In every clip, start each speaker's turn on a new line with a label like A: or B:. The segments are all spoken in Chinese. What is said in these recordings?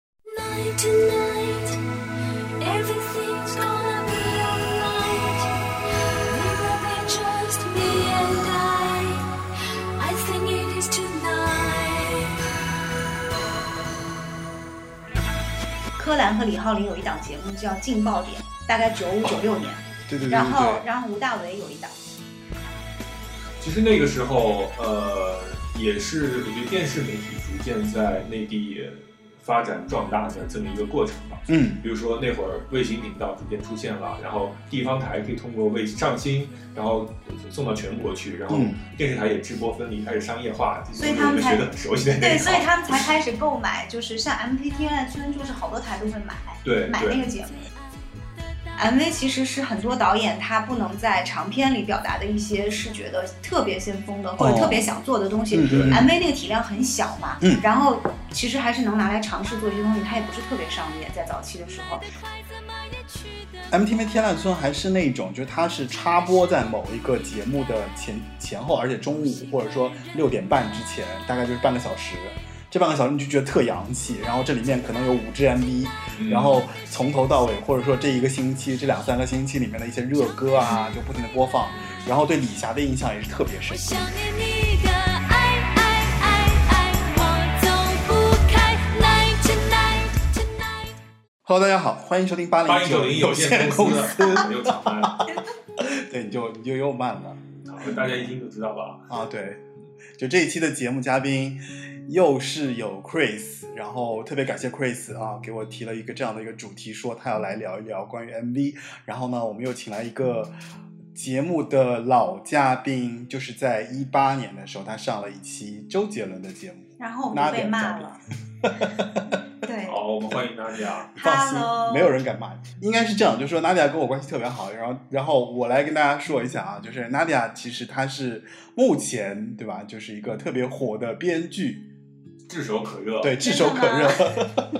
A: tonight, tonight. Everything's gonna be alright. It will be just me and I. I think it is tonight.
B: 柯蓝和李浩林有一档节目叫《劲爆点》，大概九五九六年，
C: 对
D: 嗯
C: 对对
B: 然
C: 对
B: 后
C: 对。
B: 然后吴大维有一档，
C: 其实那个时候，呃，也是我觉得电视媒体逐渐在内地发展壮大的这么一个过程吧。
D: 嗯，
C: 比如说那会儿卫星频道逐渐出现了，然后地方台可以通过卫上新，然后送到全国去，然后
D: 嗯
C: 电视台也直播分离，开始商业化，
B: 所以
C: 这些
B: 他
C: 我
B: 们
C: 们
B: 才
C: 学的很熟悉的那
B: 对，
C: 一
B: 所以
C: 套。
B: 他们才开始购买，就是像 MPT 爱啊村，就是好多台都会买
C: 对
B: 买
C: 对
B: 那个节目。MV 其实是很多导演他不能在长片里表达的一些视觉的特别先锋的或者
D: 哦
B: 特别想做的东西。
D: 嗯嗯嗯
B: MV 那个体量很小嘛，
D: 嗯
B: 然后其实还是能拿来尝试做一些东西，它也不是特别商业，在早期的时候。
D: MTV 天籁村还是那种，就是它是插播在某一个节目的前前后，而且中午或者说六点半之前，大概就是半个小时。这半个小时你就觉得特洋气，然后这里面可能有五支 MV，、
C: 嗯
D: 然后从头到尾，或者说这一个星期、这两三个星期里面的一些热歌啊，就不停的播放，然后对李霞的印象也是特别深
A: 我。想念你的爱爱爱爱，我走不开。Night tonight tonight。
D: Hello，大家好，欢迎收听八
C: 八
D: 零
C: 零九零有限
D: 限
C: 公
D: 公
C: 司我又讲慢了，
D: 对，你就你就又慢了。
C: 大家一听就知道了。
D: 啊，对，就这一期的节目嘉宾又是有 Chris，然后特别感谢 Chris 啊，给我提了一个这样的一个主题，说他要来聊一聊关于 MV。然后呢，我们又请来一个节目的老嘉宾，就是在一八年的时候，他上了一期周杰伦的节目。
B: 然后我们就被骂了。 对
C: 好，我们欢迎大家。
D: 放心
B: ，Hello，
D: 没有人敢骂你。应该是这样，就是说 Nadia 跟我关系特别好，然后然后我来跟大家说一下啊，就是 Nadia 其实她是目前对吧，就是一个特别火的编剧，
C: 炙手可热。
D: 对，炙手可热。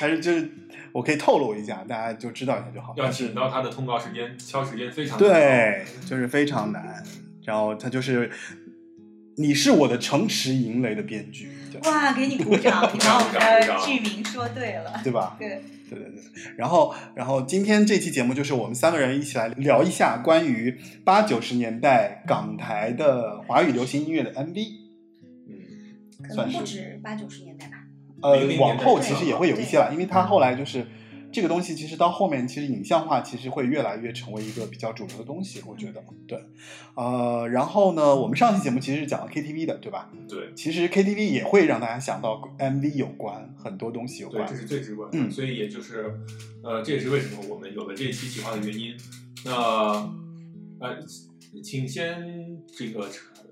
D: 还是就是我可以透露一下，大家就知道一下就好。
C: 要
D: 但是
C: 请到他的通告时间、敲时间非常
D: 对，就是非常难。然后他就是，你是我的城池营垒的编剧，对
B: 哇，给你鼓掌，你把我们
C: 鼓
B: 的
C: 掌
B: 剧名说对了。
D: 对吧？
B: 对，
D: 对对对。然后，然后今天这期节目就是我们三个人一起来聊一下关于八九十年代港台的华语流行音乐的 MV。
C: 嗯，
B: 可
D: 算
B: 能
D: 是
B: 不止八九十年代吧。
D: 呃
C: 零零，年
D: 往
C: 代
D: 后其
C: 是
D: 实
C: 吧
D: 也会有一些啦，因为它
C: 嗯
D: 后来就是这个东西，其实到后面其实影像化其实会越来越成为一个比较主流的东西，我觉得
C: 嗯
D: 对。呃，然后呢，我们上期节目其实是讲了 KTV 的，对吧？
C: 对
D: 其实 KTV 也会让大家想到 MV 有关很多东西有
C: 对，
D: 关
C: 这。是最直观的。
D: 嗯
C: 所以也就是，呃，这也是为什么我们有了这一期企划的原因。那呃，请先这个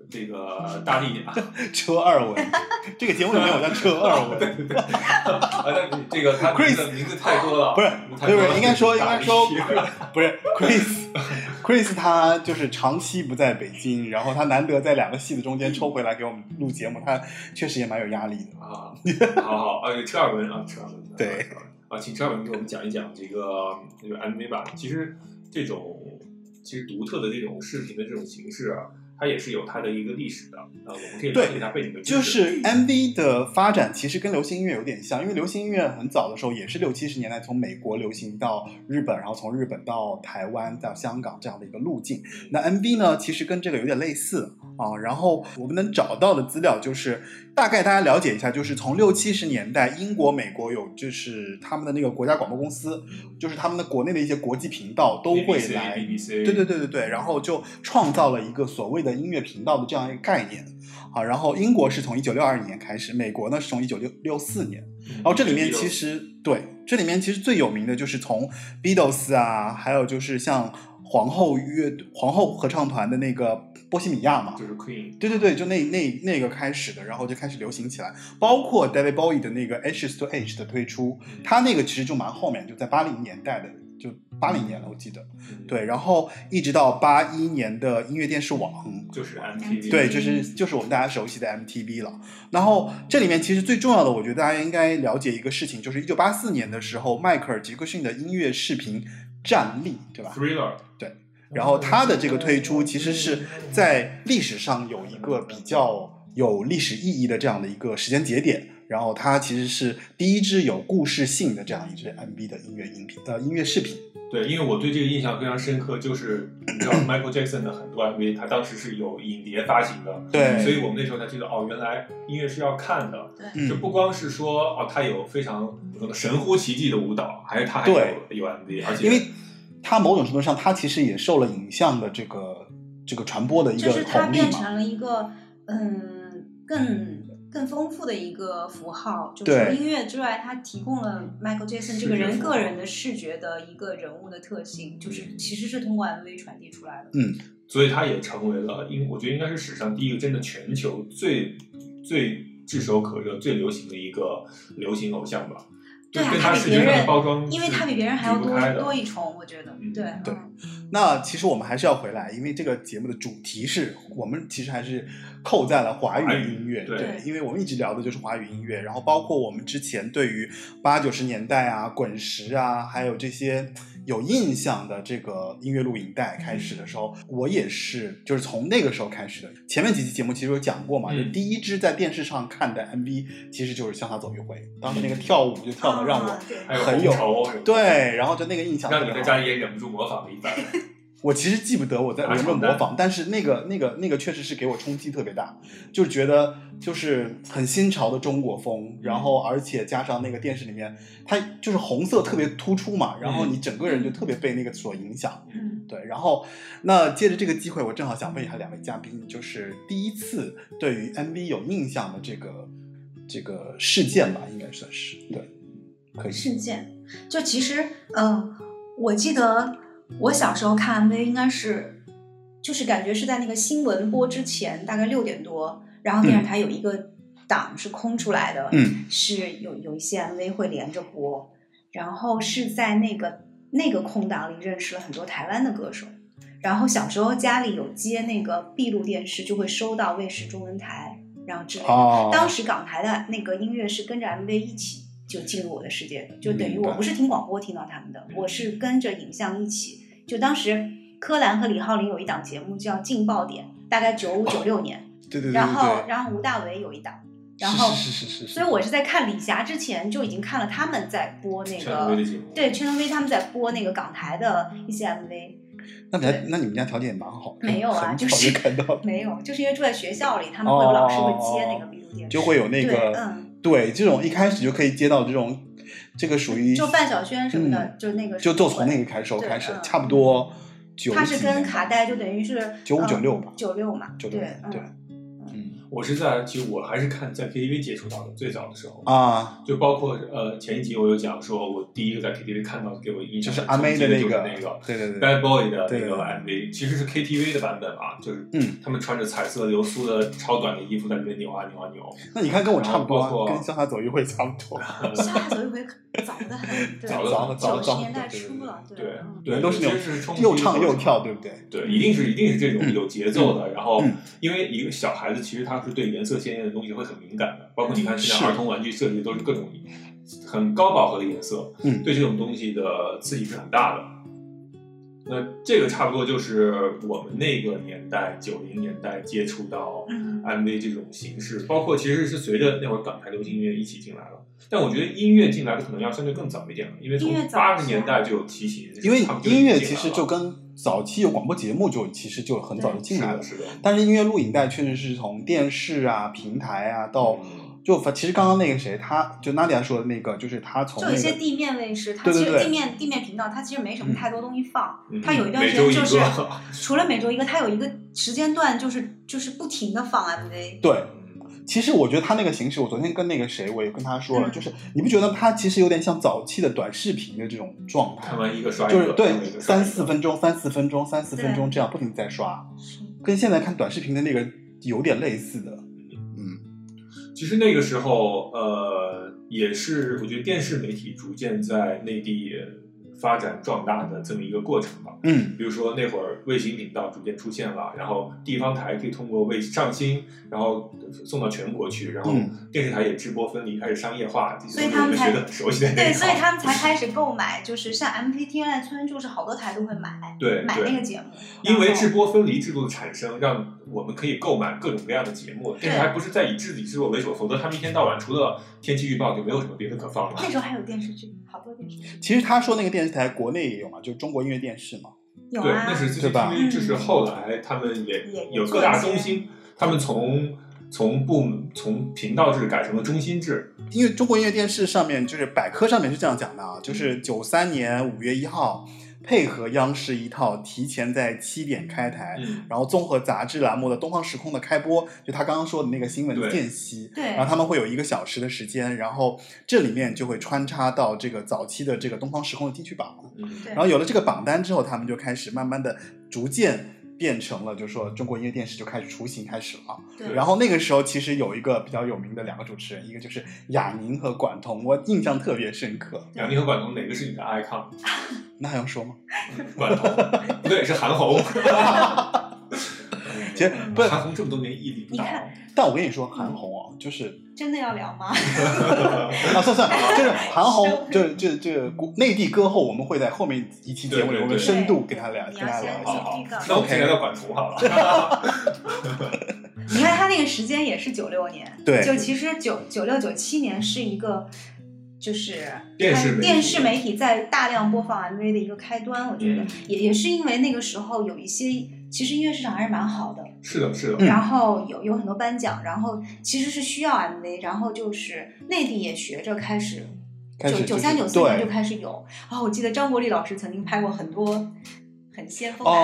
C: 这个大力一点啊，
D: 车二文， 这个节目里面有叫车二 文，
C: 啊，但是这个他名字名字太多了，
D: 不是
C: 太多
D: 不是
C: 了
D: 应该说
C: 大
D: 应
C: 力
D: 该说
C: 一点啊
D: 不是 Chris。Chris 他就是长期不在北京，然后他难得在两个戏的中间抽回来给我们录节目，他确实也蛮有压力的。
C: 啊，好好，呃，车尔文啊，车尔文，
D: 对
C: 车尔文，啊，请车尔文给我们讲一讲这个这个 MV 吧。其实这种其实独特的这种视频的这种形式啊，它也是有它的一个历史的啊，我们可以了解一下背景的知
D: 就
C: 识。
D: 是 MV 的发展其实跟流行音乐有点像，因为流行音乐很早的时候也是六七十年代从美国流行到日本，然后从日本到台湾到香港这样的一个路径。
C: 嗯
D: 那 MV 呢，其实跟这个有点类似啊。然后我们能找到的资料就是，大概大家了解一下，就是从六七十年代，英国、美国有就是他们的那个国家广播公司，就是他们的国内的一些国际频道都会
C: BBC
D: 来
C: BBC，
D: 对对对对对，然后就创造了一个所谓的音乐频道的这样一个概念。好，然后英国是从一九六二年开始，美国呢是从一九六六四年。
C: 嗯。
D: 然后哦这里面其实对，这里面其实最有名的就是从 Beatles 啊，还有就是像皇后乐皇后合唱团的那个波西米亚嘛，
C: 就是 Queen，
D: 对对对，就那那那个开始的，然后就开始流行起来，包括 David Bowie 的那个 Ashes to Age 的推出，
C: 嗯
D: 他那个其实就蛮后面，就在八零年代的，就八零年了，我记得。
C: 嗯，
D: 对，然后一直到八一年的音乐电视网，
C: 就是 MTV，
D: 对，就是就是我们大家熟悉的 MTV 了。然后这里面其实最重要的，我觉得大家应该了解一个事情，就是一九八四年的时候，迈克尔·杰克逊的音乐视频站立，对吧？
C: Thriller，
D: 然后他的这个推出，其实是在历史上有一个比较有历史意义的这样的一个时间节点。然后它其实是第一支有故事性的这样一支 MV 的音乐音频呃音乐视频。
C: 对，因为我对这个印象非常深刻，就是你 知道 Michael Jackson 的很多 MV，他当时是有影碟发行的，
D: 对
C: 所以我们那时候才知道哦，原来音乐是要看的，
E: 对，
D: 嗯
C: 就不光是说哦，他有非常可能神乎其技的舞蹈，还是他还有
D: 对
C: 有 MV，而且
D: 因为它某种程度上，它其实也受了影像的这个这个传播的一
E: 就
D: 个
E: 是它
D: 红利
E: 变
D: 嘛。
E: 成了一个嗯更更丰富的一个符号，就除
D: 对
E: 了音乐之外，它提供了 Michael Jackson 这个
C: 视觉
E: 人
C: 符
E: 个
C: 号
E: 人的视觉的一个人物的特性，
D: 嗯
E: 就是其实是通过 MV 传递出来的。
C: 所以他也成为了英，我觉得应该是史上第一个真的全球最最炙手可热、最流行的一个流行偶像吧。
E: 对啊
C: 就跟
E: 他
C: 他
E: 比
C: 视
E: 别
C: 觉上
E: 人
C: 的包装，
E: 因为它比别人还要多多
C: 一。
E: 一重，我觉得
C: 嗯
E: 对
D: 对
E: 嗯
D: 那其实我们还是要回来，因为这个节目的主题是我们其实还是扣在了华
C: 华
D: 语
C: 语
D: 音乐，
C: 对
D: 因为我们一直聊的就是华语音乐，然后包括我们之前对于八九十年代啊、滚石啊，还有这些有印象的这个音乐录影带开始的时候，
C: 嗯
D: 我也是就是从那个时候开始的。前面几期节目其实有讲过嘛，
C: 嗯
D: 就第一支在电视上看的 MV 其实就是《向他走一回》，当时
C: 嗯
D: 那个跳舞就跳的让我。
E: 啊对
C: 还有
D: 很
C: 红
D: 有
C: 绸什么的，
D: 对，然后就那个印象特
C: 让
D: 别
C: 你
D: 好。
C: 在家里也忍不住模仿了一番。
D: 我其实记不得我在有
C: 拿
D: 没有
C: 床
D: 模
C: 单
D: 仿，但是那个那个那个确实是给我冲击特别大，就觉得就是很新潮的中国风，然后而且加上那个电视里面，它就是红色特别突出嘛，然后
C: 嗯
D: 你整个人就特别被那个所影响。
E: 嗯
D: 对，然后那借着这个机会，我正好想问一下两位嘉宾，就是第一次对于 MV 有印象的这个这个事件吧，应该算是对，可以，
E: 事件，就其实，嗯，我记得我小时候看 MV 应该是，就是感觉是在那个新闻播之前，大概六点多，然后电视台有一个档是空出来的，
D: 嗯
E: 是有有一些 MV 会连着播，然后是在那个那个空档里认识了很多台湾的歌手。然后小时候家里有接那个闭路电视，就会收到卫视中文台，然后之类的。
D: 哦，
E: 当时港台的那个音乐是跟着 MV 一起就进入我的世界的，就等于
D: 明白
E: 我不是听广播听到他们的，
C: 嗯
E: 我是跟着影像一起。就当时柯蓝和李浩林有一档节目叫《劲爆点》，大概九五九六年，
D: 啊对哦对对对对，
E: 然后然后吴大维有一档，然后
D: 是是是是是，
E: 所以我是在看李霞之前就已经看了他们在播 那
C: 全国的
E: 个。
C: 节目，
E: 对，全能 V 他们在播那个港台的一些 MV，
D: 那你们家
E: 对
D: 那你们家条件也蛮好的，
E: 没有啊
D: 很
E: 就
D: 早
E: 是
D: 看 到了，
E: 没有，就是因为住在学校里，他们会有老师会接那个闭路电视，
D: 哦就会有那个
E: 对嗯
D: 对这种一开始就可以接到这种，这个属于
E: 就范晓萱什么的，
D: 嗯
E: 就那个
D: 就就从
E: 会
D: 那个开始
E: 对
D: 开始
E: 嗯，
D: 差不多九
E: 它是
D: 几
E: 跟
D: 年
E: 卡带就等于是
D: 9596吧
E: 九六嘛，
D: 九
E: 对
D: 六年对，嗯
C: 我是在其实我还是看在 KTV 接触到的最早的时候，
D: 啊，
C: 就包括呃前一集我有讲说，我第一个在 KTV 看到给我印
D: 就
C: 象
D: 是
C: 很
D: 阿妹的
C: 深
D: 那
C: 刻
D: 个
C: 的就是那个，
D: 对对对
C: Bad Boy 的
D: 对
C: 那
D: 对
C: 个
D: 对
C: MV，其实是 KTV 的版本啊，就是
D: 嗯
C: 他们穿着彩色流苏的超短的衣服在里面扭啊扭啊扭，
D: 那你看跟我差不多
C: 然后包
D: 啊，
C: 括啊
D: 跟潇洒走一会差不多，
E: 下海走一回早得很，对
C: 早得很早
E: 九
C: 得
E: 十
D: 早
E: 年代
D: 对对
E: 初了，
C: 对
E: 嗯
C: 对，
D: 都是那
C: 其实
D: 种
C: 冲
D: 又
C: 击
D: 唱
C: 过
D: 又
C: 程
D: 跳，对不对？
C: 对，一定是一定是这种有节奏的，然后
D: 嗯
C: 因为一个小孩子其实他是对颜色鲜艳的东西会很敏感的，包括你看现
D: 是
C: 在儿童玩具设计都是各种很高饱和的颜色，
D: 嗯
C: 对这种东西的刺激是很大的。那这个差不多就是我们那个年代九零年代接触到
E: 嗯
C: MV 这种形式，包括其实是随着那会儿港台流行音乐一起进来了。但我觉得音乐进来的可能要相对更早一点了，因为从
E: 音乐早啊
C: 八十年代就有提琴，
D: 因为
C: 他们就已
D: 音
C: 经
D: 乐
C: 进
D: 其
C: 来
D: 实
C: 了
D: 就跟早期有广播节目就其实就很早就进
C: 是
D: 来了
C: 的，，是的，
D: 但是音乐录影带确实是从电视啊、平台啊到
C: 嗯，
D: 就反其实刚刚那个谁，他就娜迪亚说的那个，就是他从
E: 就
D: 那
E: 有一
D: 个
E: 些地面卫视，它
D: 对对
E: 其实
D: 对
E: 地面地面频道，它其实没什么太多东西放
C: 嗯，
E: 它有一段时
C: 每周
E: 间
C: 一
E: 就是
C: 个
E: 除了每周一个，它有一个时间段就是就是不停的放啊 MV，
D: 对。
C: 嗯
D: 其实我觉得他那个形式，我昨天跟那个谁，我也跟他说了，
E: 嗯
D: 就是你不觉得他其实有点像早期的短视频的这种状态
C: 看，完一个刷一
D: 就
C: 个，
D: 是
C: 看完一
D: 对
C: 个刷一
D: 三
C: 个
D: 四分钟、三四分钟、三四分钟这样不停地在刷，跟现在看短视频的那个有点类似的。嗯
C: 其实那个时候，呃，也是我觉得电视媒体逐渐在内地发展壮大的这么一个过程吧。
D: 嗯
C: 比如说那会儿卫星频道逐渐出现了，然后地方台可以通过卫上新，然后送到全国去，然后
D: 嗯
C: 电视台也直播分离，开始商业化，这些
E: 所以
C: 都是
E: 他
C: 我
E: 们
C: 们
E: 才
C: 学的熟悉的那
E: 对，
C: 一
E: 所以
C: 套。
E: 他们才开始购买，就是像 MPT 恋爱村，就是好多台都会买
C: 对
E: 买那
C: 对
E: 个，节目，
C: 因为
E: 然后
C: 直播分离制度的产生，让我们可以购买各种各样的节目。电视台不是在以自己制作为主，否则他们一天到晚除了天气预报就没有什么别的可放了。
E: 那时候还有电视剧，好多电视剧
D: 其实他说那个电视台国内也有嘛，就是中国音乐电视嘛。
E: 有
C: 对，
E: 啊
C: 那，是
D: 对吧
C: CCTV，就是后来他们也
E: 也
C: 有
E: 做
C: 各
E: 一
C: 大
E: 些
C: 中心，他们从从部从频道制改成了中心制。
D: 因为中国音乐电视上面就是百科上面是这样讲的啊，就是
C: 嗯
D: 九三年五月一号，配合央视一套提前在七点开台，
C: 嗯，
D: 然后综合杂志栏目的《东方时空》的开播，就他刚刚说的那个新闻
C: 对
D: 间隙，
E: 对
D: 然后他们会有一个小时的时间，然后这里面就会穿插到这个早期的这个《东方时空》的金曲榜，
C: 嗯
E: 对
D: 然后有了这个榜单之后，他们就开始慢慢的逐渐。变成了，就是说中国音乐电视就开始雏形开始了。啊
E: 对，
D: 然后那个时候其实有一个比较有名的两个主持人，一个就是雅宁和管彤，我印象特别深刻。
C: 杨幂和管彤哪个是你的 icon？
D: 那还用说吗？
C: 管彤不对，是韩红。 嗯
D: 其实不
C: 韩红这么多年屹立不倒
E: 你，看
D: 但我跟你说，韩红哦，就是
E: 真的要聊吗？
D: 啊，算算，就是韩红，就是这这国内地歌后，我们会在后面一期节目里，
C: 对对
D: 我们
C: 对
D: 深度给他聊，
E: 你
D: 跟
E: 要
D: 他聊
E: 先
D: 一
C: 好
D: 下。
C: 好
E: 先预告，
C: 那我们
D: OK
C: 先聊聊管彤好了。
E: 你看他那个时间也是九六年，
D: 对
E: 就其实九九六九七年是一个。就是
C: 电视
E: 开
C: 媒体
E: 电视媒体在大量播放 MV 的一个开端，我觉得、
C: 嗯
E: 也也是因为那个时候有一些，其实音乐市场还是蛮好的，
C: 是的，是的。
D: 嗯
E: 然后有有很多颁奖，然后其实是需要 MV，然后就是内地也学着开始，
D: 开
E: 九
D: 始就
E: 九
D: 是
E: 三九四年
D: 对
E: 就开始有啊、我记得张国立老师曾经拍过很多很先锋的 MV，、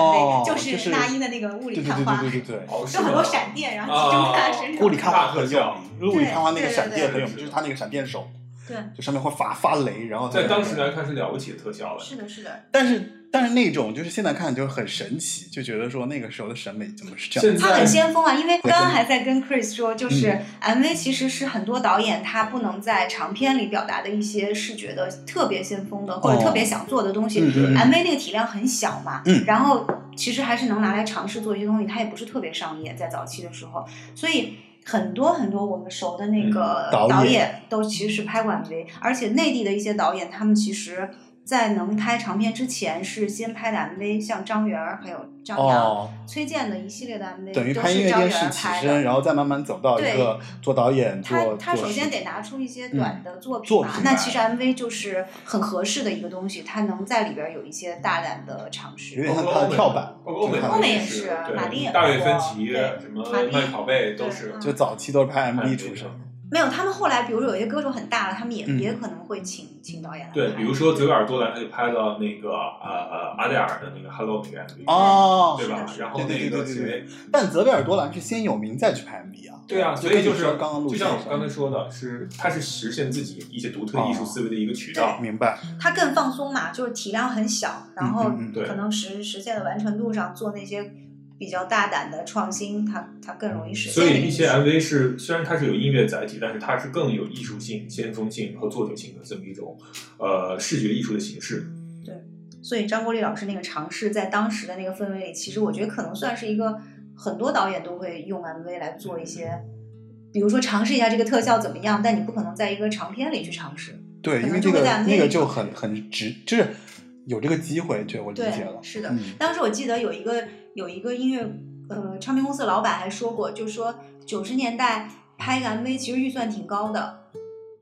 D: 哦
E: 是
D: 就是
E: 那英的那个雾里
D: 对对
E: 看
D: 对
E: 花，
D: 对对对对。
C: 哦，是
E: 就很多
C: 吗
E: 闪电，然后集中在身上。
D: 雾里看花
C: 大特
D: 很有
C: 效，
D: 雾里看花那
E: 对
D: 个
E: 对
D: 闪电
E: 对
D: 很有
C: 对
D: 名，就是他那个闪电手，
E: 对，
D: 就上面会发发雷，然后它
C: 在当
D: 就
C: 时来看是了不起的特效了。
E: 是的，是的。
D: 但是但是那种就是现在看就是很神奇，就觉得说那个时候的审美怎么是这样？
C: 现
E: 他很
C: 在
E: 先锋啊，因为
D: 对
E: 刚刚还在跟 Chris 说，就是 MV 其实是很多导演他不能在长片里表达的一些视觉的特别先锋的或者
D: 哦
E: 特别想做的东西。
D: 嗯嗯
E: MV 那个体量很小嘛，
D: 嗯
E: 然后其实还是能拿来尝试做一些东西，它也不是特别商业，在早期的时候，所以。很多很多我们熟的那个
D: 嗯导演
E: 导演都其实是拍过 MV，而且内地的一些导演，他们其实，在能拍长片之前是先拍的 MV，像张元儿还有张扬，
D: 哦，
E: 崔健的一系列的 MV
D: 等于
E: 都
D: 拍音
E: 是
D: 乐
E: 张
D: 电
E: 元
D: 视
E: 儿
D: 起
E: 拍
D: 身，
E: 的。
D: 然后再慢慢走到一个做导演
E: 他
D: 做
E: 他
D: 做
E: 首先
D: 视嗯
E: 得拿出一些短的作品
D: 作
E: 吧，
D: 品
E: 那
D: 来
E: 其实 MV 就是很合适的一个东西，它能在里边儿有一些大胆的尝
D: 有
E: 试
D: 点。
C: 包
D: 像
C: 括
D: 他
C: 欧
D: 的
C: 美
D: 跳板，
C: 包括欧美
D: 就
E: 欧美也
C: 是
E: 是，
C: 对
E: 马丽也
C: 大
E: 拍
C: 卫芬
E: 过
C: 奇
E: 对
C: 什么
E: 马丽
C: 麦考贝都
E: 对
C: 是
E: 嗯
D: 就早期都是拍
C: 看
D: MV
C: 这
D: 出
C: 个
D: 身。
E: 没有，他们后来比如说有些歌手很大了，他们也、
D: 嗯
E: 也可能会请请导演来
C: 对，
E: 拍
C: 比如说泽尔多兰，他就拍了那个呃呃阿黛尔的那个 Hello 那个 MV，、
D: 哦，
C: 对吧？然后那个是
D: 对对对对但泽维尔多兰是先有名再去拍 MV 啊。
C: 对啊，
D: 就
C: 所
D: 跟
C: 以
D: 你
C: 就是
D: 说刚刚录
C: 就
D: 像
C: 像
D: 的
C: 我刚才说的，是它是实现自己一些独特艺
D: 哦
C: 术思维的一个渠道。
D: 明白，
E: 它更放松嘛，就是体量很小，然后
D: 嗯嗯嗯
C: 对
E: 可能实实现的完成度上做那些比较大胆的创新，它它更容易实现。
C: 所以一些 MV 是虽然它是有音乐载体，但是它是更有艺术性、先锋性和作者性的这么一种呃视觉艺术的形式。
E: 所以张国立老师那个尝试，在当时的那个氛围里，其实我觉得可能算是一个很多导演都会用 MV 来做一些，比如说尝试一下这个特效怎么样，但你不可能在一个长片里去尝试。
D: 对，
E: 可
D: 因
E: 能
D: 为
E: 就
D: 这个
E: 会在 MV
D: 那个
E: 里
D: 就
E: 面
D: 很很值，就是有这个机会，这我理解
E: 对
D: 了，。
E: 是的。
D: 嗯，
E: 当时我记得有一个有一个音乐呃唱片公司的老板还说过，就说九十年代拍一个 MV 其实预算挺高的，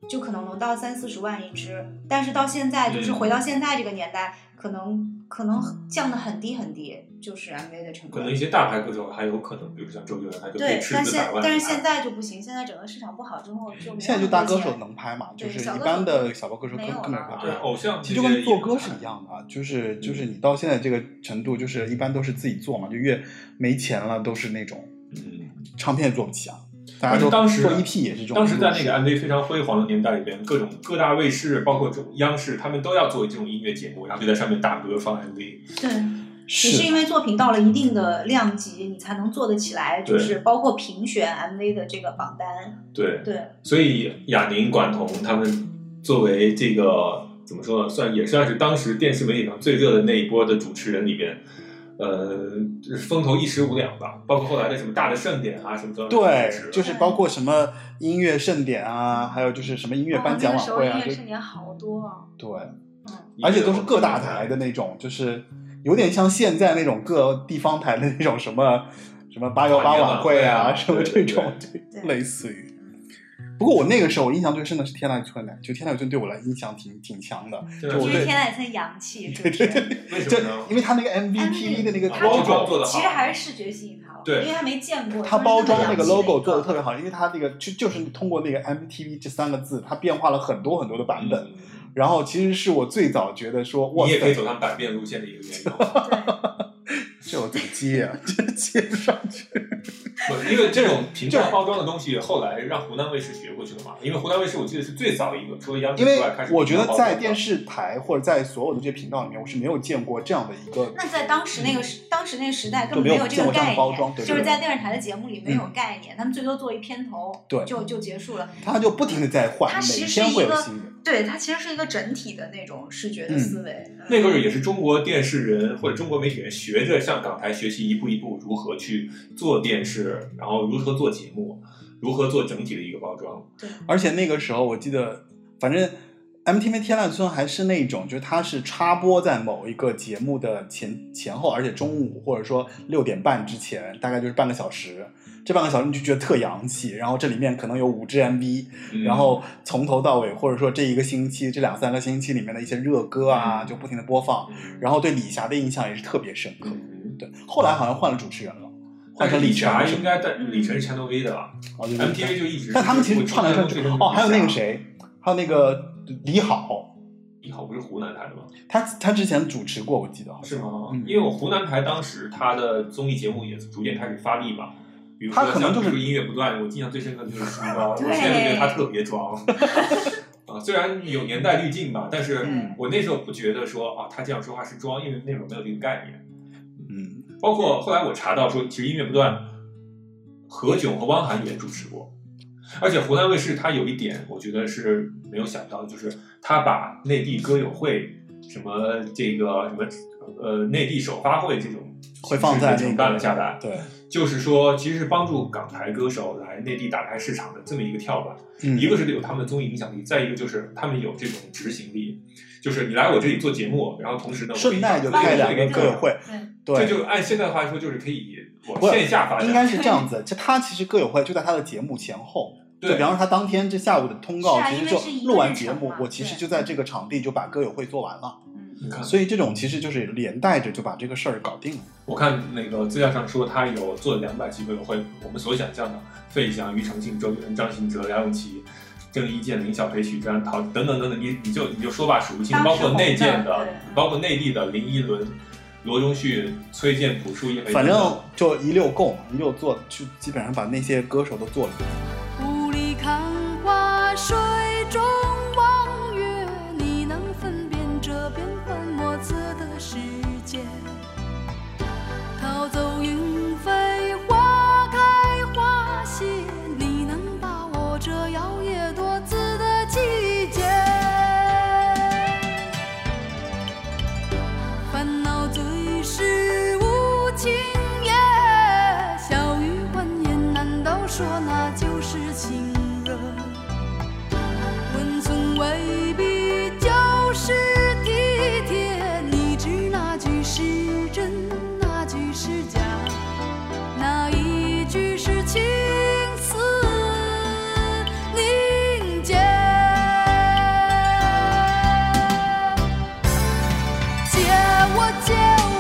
E: 就可能能到三四十万一支，但是到现在就是
C: 嗯
E: 回到现在这个年代，可能可能降的很低很低，就是 MV 的成
C: 可
E: 本
C: 能一。些大牌歌手还有可能，比如像周杰伦，他就可以
E: 对，
C: 斥
E: 但
C: 资
E: 现
C: 百万。
E: 但是现，在就不行，现在整个市场不好之后就没有
D: 现在就
E: 那么
D: 大
E: 多
D: 歌手
E: 钱
D: 能拍嘛，就
E: 对
D: 是
E: 小
D: 一
E: 歌
D: 般
E: 手
D: 的小歌手
E: 没
D: 根
E: 有
D: 根本
E: 了嗯
D: 不
C: 啊对
D: 会拍。
C: 偶像
D: 其实就
C: 这些
D: 跟做
C: 也
D: 歌
C: 很
D: 是
C: 难
D: 一样的啊，就是就是你到现在这个程度，就是一般都是自己做嘛，就越没钱了都是那种
C: 嗯。
D: 唱片做不起啊。大
C: 而
D: 家
C: 且
D: 都
C: 当时
D: 做 EP 也是这种
C: 当时在
D: 路
C: 那
D: 数
C: 个 MV 非常辉煌的年代里边，各种各大卫视，包括这种央视，他们都要做这种音乐节目，然后就在上面打歌放 MV。
E: 对。只是
D: 是
E: 因为作品到了一定的量级，你才能做得起来，就
C: 对
E: 是包括评选 MV 的这个榜单，
C: 对，
E: 对，
C: 所以雅宁、管彤他们作为这个怎么说呢，算也算是当时电视媒体上最热的那一波的主持人里边，呃，风头一时无两吧。包括后来的什么大的盛典啊，什么的，
D: 对
C: 主持，
D: 就是包括什么音乐盛典啊，还有就是什么音乐颁奖晚会啊
B: 哦那，个时候音乐
D: 就
B: 盛典好多啊，
D: 对，
B: 嗯，
D: 而且都是各大台的那种，就是有点像现在那种各地方台的那种什么什么八幺八晚会啊，
C: 对
D: 什么这种，
B: 对
D: 类似于。不过我那个时候我印象最深的是天籁村嘞，就天籁村对我来印象挺挺强的，
C: 对
D: 就我
B: 因
D: 对
B: 为天籁村洋气，是不是？
C: 为
D: 就
C: 什么呢？
D: 因为他那个 MV
B: MV
D: PV E 的那个
C: 它
D: 包
C: 包
D: 装
C: 装做得好
B: 其实还是视觉吸引他了，
C: 对
B: 因为他没见过，
D: 它啊包装那个
B: 就是么洋气
D: logo
B: 一
D: 做的特别好，因为它那个就就是通过那个 MTV 这三个字，它变化了很多很多的版本。
C: 嗯
D: 然后其实是我最早觉得说，哇
C: 你也可以
D: 塞，
C: 走上百变路线的一个 原因。
B: 对，
D: 这我怎么接啊？这接不上去。
C: 不因为这种平价包装的东西，后来让湖南卫视学过去了嘛。因为湖南卫视我记得是最早一个，除了央视
D: 因
C: 之
D: 为
C: 外开始
D: 我觉
C: 平价
D: 得
C: 包装的
D: 在电视台或者在所有的这些频道里面，我是没有见过这样的一个。
B: 那在当时那个时当时那个时代根
D: 就
B: 本
D: 没有
B: 有这个
D: 见过这
B: 概
D: 样的
B: 念，
D: 包装对
B: 就
D: 对
B: 是
D: 对嗯
B: 在电视台的节目里没有概念，他们最多做一片头，
D: 对
B: 就就结束了。
D: 它就不停的在换，
B: 它
D: 每
B: 其实是
D: 天
B: 一
D: 会有
B: 个
D: 新的。
B: 对，它其实是一个整体的那种视觉的
D: 嗯
B: 思维。嗯
C: 那个也是中国电视人或者中国媒体人学着向港台学习，一步一步如何去做电视，然后如何做节目，如何做整体的一个包装。
D: 而且那个时候我记得，反正 MTV 天籁村还是那种，就是它是插播在某一个节目的前前后，而且中午或者说六点半之前，大概就是半个小时。这半个小时你就觉得特洋气，然后这里面可能有五支 MV，
C: 嗯
D: 然后从头到尾，或者说这一个星期、这两三个星期里面的一些热歌啊，
C: 嗯
D: 就不停的播放。然后对李霞的印象也是特别深刻。
C: 嗯，
D: 对，后来好像换了主持人了，换
C: 但是
D: 成
C: 李
D: 李晨
C: 霞
D: 是吧
C: 应该在李晨是 Channel V 的吧
D: 哦对对对
C: ，MTV 就一直。
D: 但他们其实串来串去
C: 我记得，
D: 哦，还有那个，谁，还有那个李好，
C: 你好，不是湖南台的吗？
D: 他他之前主持过，我记得好像
C: 是吗？
D: 嗯
C: 因为我湖南台当时它的综艺节目也逐渐开始发力嘛。比如说
D: 它可能就
C: 像
D: 是
C: 比如说音乐不断，我印象最深刻的就是书包，我
B: 对
C: 现在就觉得他特别装。 啊，虽然有年代滤镜吧，但是
D: 嗯
C: 我那时候不觉得说啊，他这样说话是装，因为那时候没有这个概念。
D: 嗯，
C: 包括后来我查到说，其实音乐不断，何炅和汪涵也主持过，而且湖南卫视它有一点，我觉得是没有想到的，就是它把内地歌友会什么这个什么呃内地首发会这种
D: 会放在那个
C: 形式给承担了下来，
D: 对，
C: 就是说其实是帮助港台歌手来内地打开市场的这么一个跳板。
D: 嗯，
C: 一个是有他们的综艺影响力，再一个就是他们有这种执行力，就是你来我这里做节目，然后同时呢，我
D: 顺带就开两个歌友会，
C: 这
D: 对。
C: 就按现在的话说，就是可以往
D: 不是
C: 线下发展，
D: 应该是这样子，就他其实歌友会就在他的节目前后，就
C: 对
D: 比方说他当天这下午的通告，
B: 是啊
D: 其实
B: 因为是一
D: 就
B: 个
D: 录完
B: 日程
D: 节目
B: 嘛，
D: 我其实
B: 对
D: 就在这个场地就把歌友会做完了，
B: 嗯，
C: 你看，
D: 所以这种其实就是连带着就把这个事儿搞定了。
C: 我看那个资料上说他有做了两百集歌友会，我们所想象的费翔、庾澄庆、周杰伦、张信哲、梁咏琪、郑伊健、林小培、许志安、陶等等等等，你你就你就说吧，数不清，
B: 当时
C: 包括内建
B: 红的
C: 的，包括内地的林依轮、罗中旭、崔健、朴树、叶培，
D: 反正就一溜够嘛，一溜做，就基本上把那些歌手都做了。
A: 雾里看花，水中望月，你能分辨这变幻莫测的世界。逃走云飞，花开花谢，你能把握这摇曳多姿的季节。烦恼最是无情夜，笑语欢颜，难道说那就是情热？温存未必就是体贴，你知那句是真，那句是假，哪一句是情丝凝结？借我借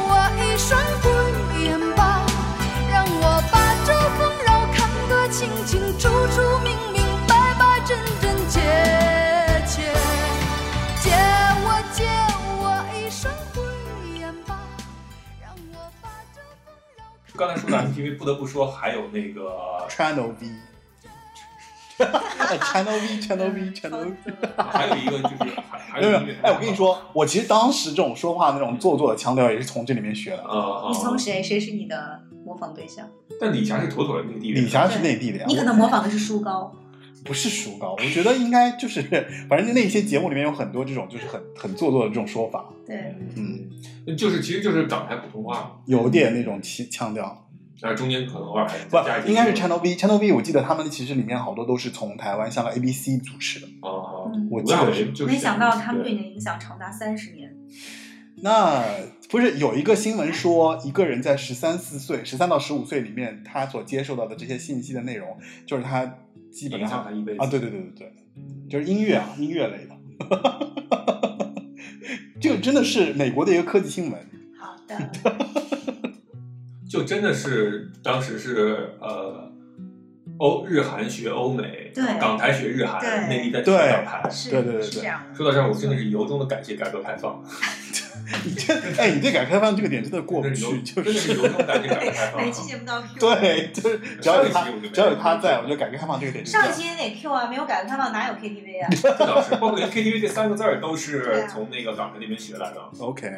A: 我一双慧眼吧，让我把这纷扰看得清清楚楚、明明白白、真真切切。借我借我一双慧眼吧，让我把这纷扰看。
C: 刚才说到 MTV，不得不说还有那 个
D: Channel V。哎 Channel V Channel
B: 嗯
D: V
E: 嗯
D: Channel V，
C: 还有一个就是还还
D: 没
C: 有
D: 有
C: 音
D: 没
C: 乐
D: 有，哎，我跟你，说，我其实当时这种说话那种做作的腔调也是从这里面学的。
C: 呃，
B: 你从谁？谁是你的模仿对象？
C: 但李霞是妥妥的那个地位，
D: 李霞是内地的呀，
B: 你可能模仿的是舒高，
D: 不是疏高，我觉得应该就是，反正那些节目里面有很多这种就是很很做作的这种说法，
B: 对，
D: 嗯，
C: 就是其实就是港台普通话，
D: 有点那种腔腔调，
C: 然后中间可能偶尔还
D: 不
C: 加一些啊
D: 应该是 Channel V Channel V，我记得他们其实里面好多都是从台湾香港 ABC 主持的，
C: 哦，
B: 嗯
D: 我
C: 我
D: 记得是
C: 是就是
B: 没想到他们对
C: 对
B: 你的影响长达三十年。
D: 那不是有一个新闻说，一个人在十三四岁、十三到十五岁里面，他所接受到的这些信息的内容，就是他基本
C: 影响
D: 上
C: 他一辈子
D: 啊，对对对对对，就是音乐啊，音乐类的。这个真的是美国的一个科技新闻，
B: 好的，
C: 就真的是当时是呃，欧日韩学欧美，
B: 对
C: 港台学日韩，
B: 对
C: 内地在学
D: 对
C: 港台。
B: 是
D: 对对对对
B: 是这样的。
C: 说到这儿，我真的是由衷的感谢改革开放，
D: 你这哎，你对改革开放这个点真的过不
C: 真的是由
D: 去，就
C: 真的是由衷地感谢改革开放。啊
E: 每期节目都要 Q。
D: 对，就是只要有他
C: 上一集我就没，
D: 只要有他在，我觉得改革开放这个点就
E: 上一期也得 Q 啊，没有改革开放哪有 KTV 啊？
C: 这倒是，包括连 KTV 这三个字儿都
E: 对
C: 是
E: 啊
C: 从那个港台那边学来的。啊
D: OK，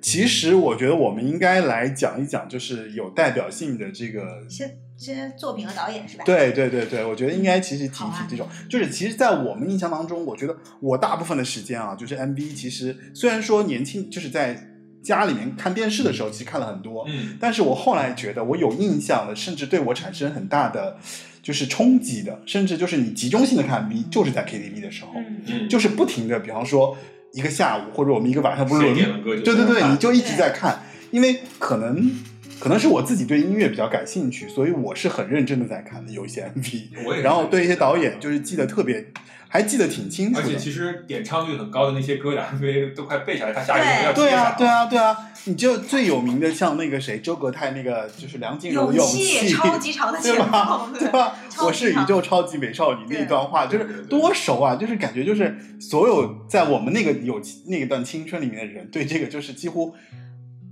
D: 其实我觉得我们应该来讲一讲，就是有代表性的这个
E: 些这些作品和导演是吧？，
D: 对对对对，我觉得应该其实提
E: 好
D: 一提
E: 啊
D: 这种，就是其实，在我们印象当中，我觉得我大部分的时间啊，就是 MV，其实虽然说年轻就是在家里面看电视的时候，其实看了很多，
C: 嗯，
D: 但是我后来觉得我有印象的，甚至对我产生很大的就是冲击的，甚至就是你集中性的看 MV，就是在 KTV 的时候，
B: 嗯，
C: 嗯，
D: 就是不停的，比方说一个下午或者我们一个晚上，不是
C: 谁
D: 轮
C: 点了歌就
D: 对对
C: 在那
D: 对，
C: 看
D: 你就一直在看，因为可能可能是我自己对音乐比较感兴趣，所以我是很认真的在看的有一些 MV，
C: 我也是
D: 然后对一些导演就是记得特别，还记得挺清楚
C: 而且
D: 的。
C: 其实点唱率很高的那些歌的 MV 都快背下来，他下一个要接
D: 对啊，
C: 啥？
D: 对啊，对啊！你就最有名的像那个谁，周格泰那个就是梁静
E: 勇
D: 茹的勇
E: 气
D: 气，
E: 超级长的
D: 对
E: 前
D: 吧
E: 奏，？
D: 对吧？
E: 超
D: 我
E: 级
D: 是宇
E: 长
D: 宙超级美少女那
E: 对
D: 段话，就
C: 对对
D: 是
C: 对
D: 多熟啊！就是感觉就是所有在我们那个有那一段青春里面的人，对这个就是几乎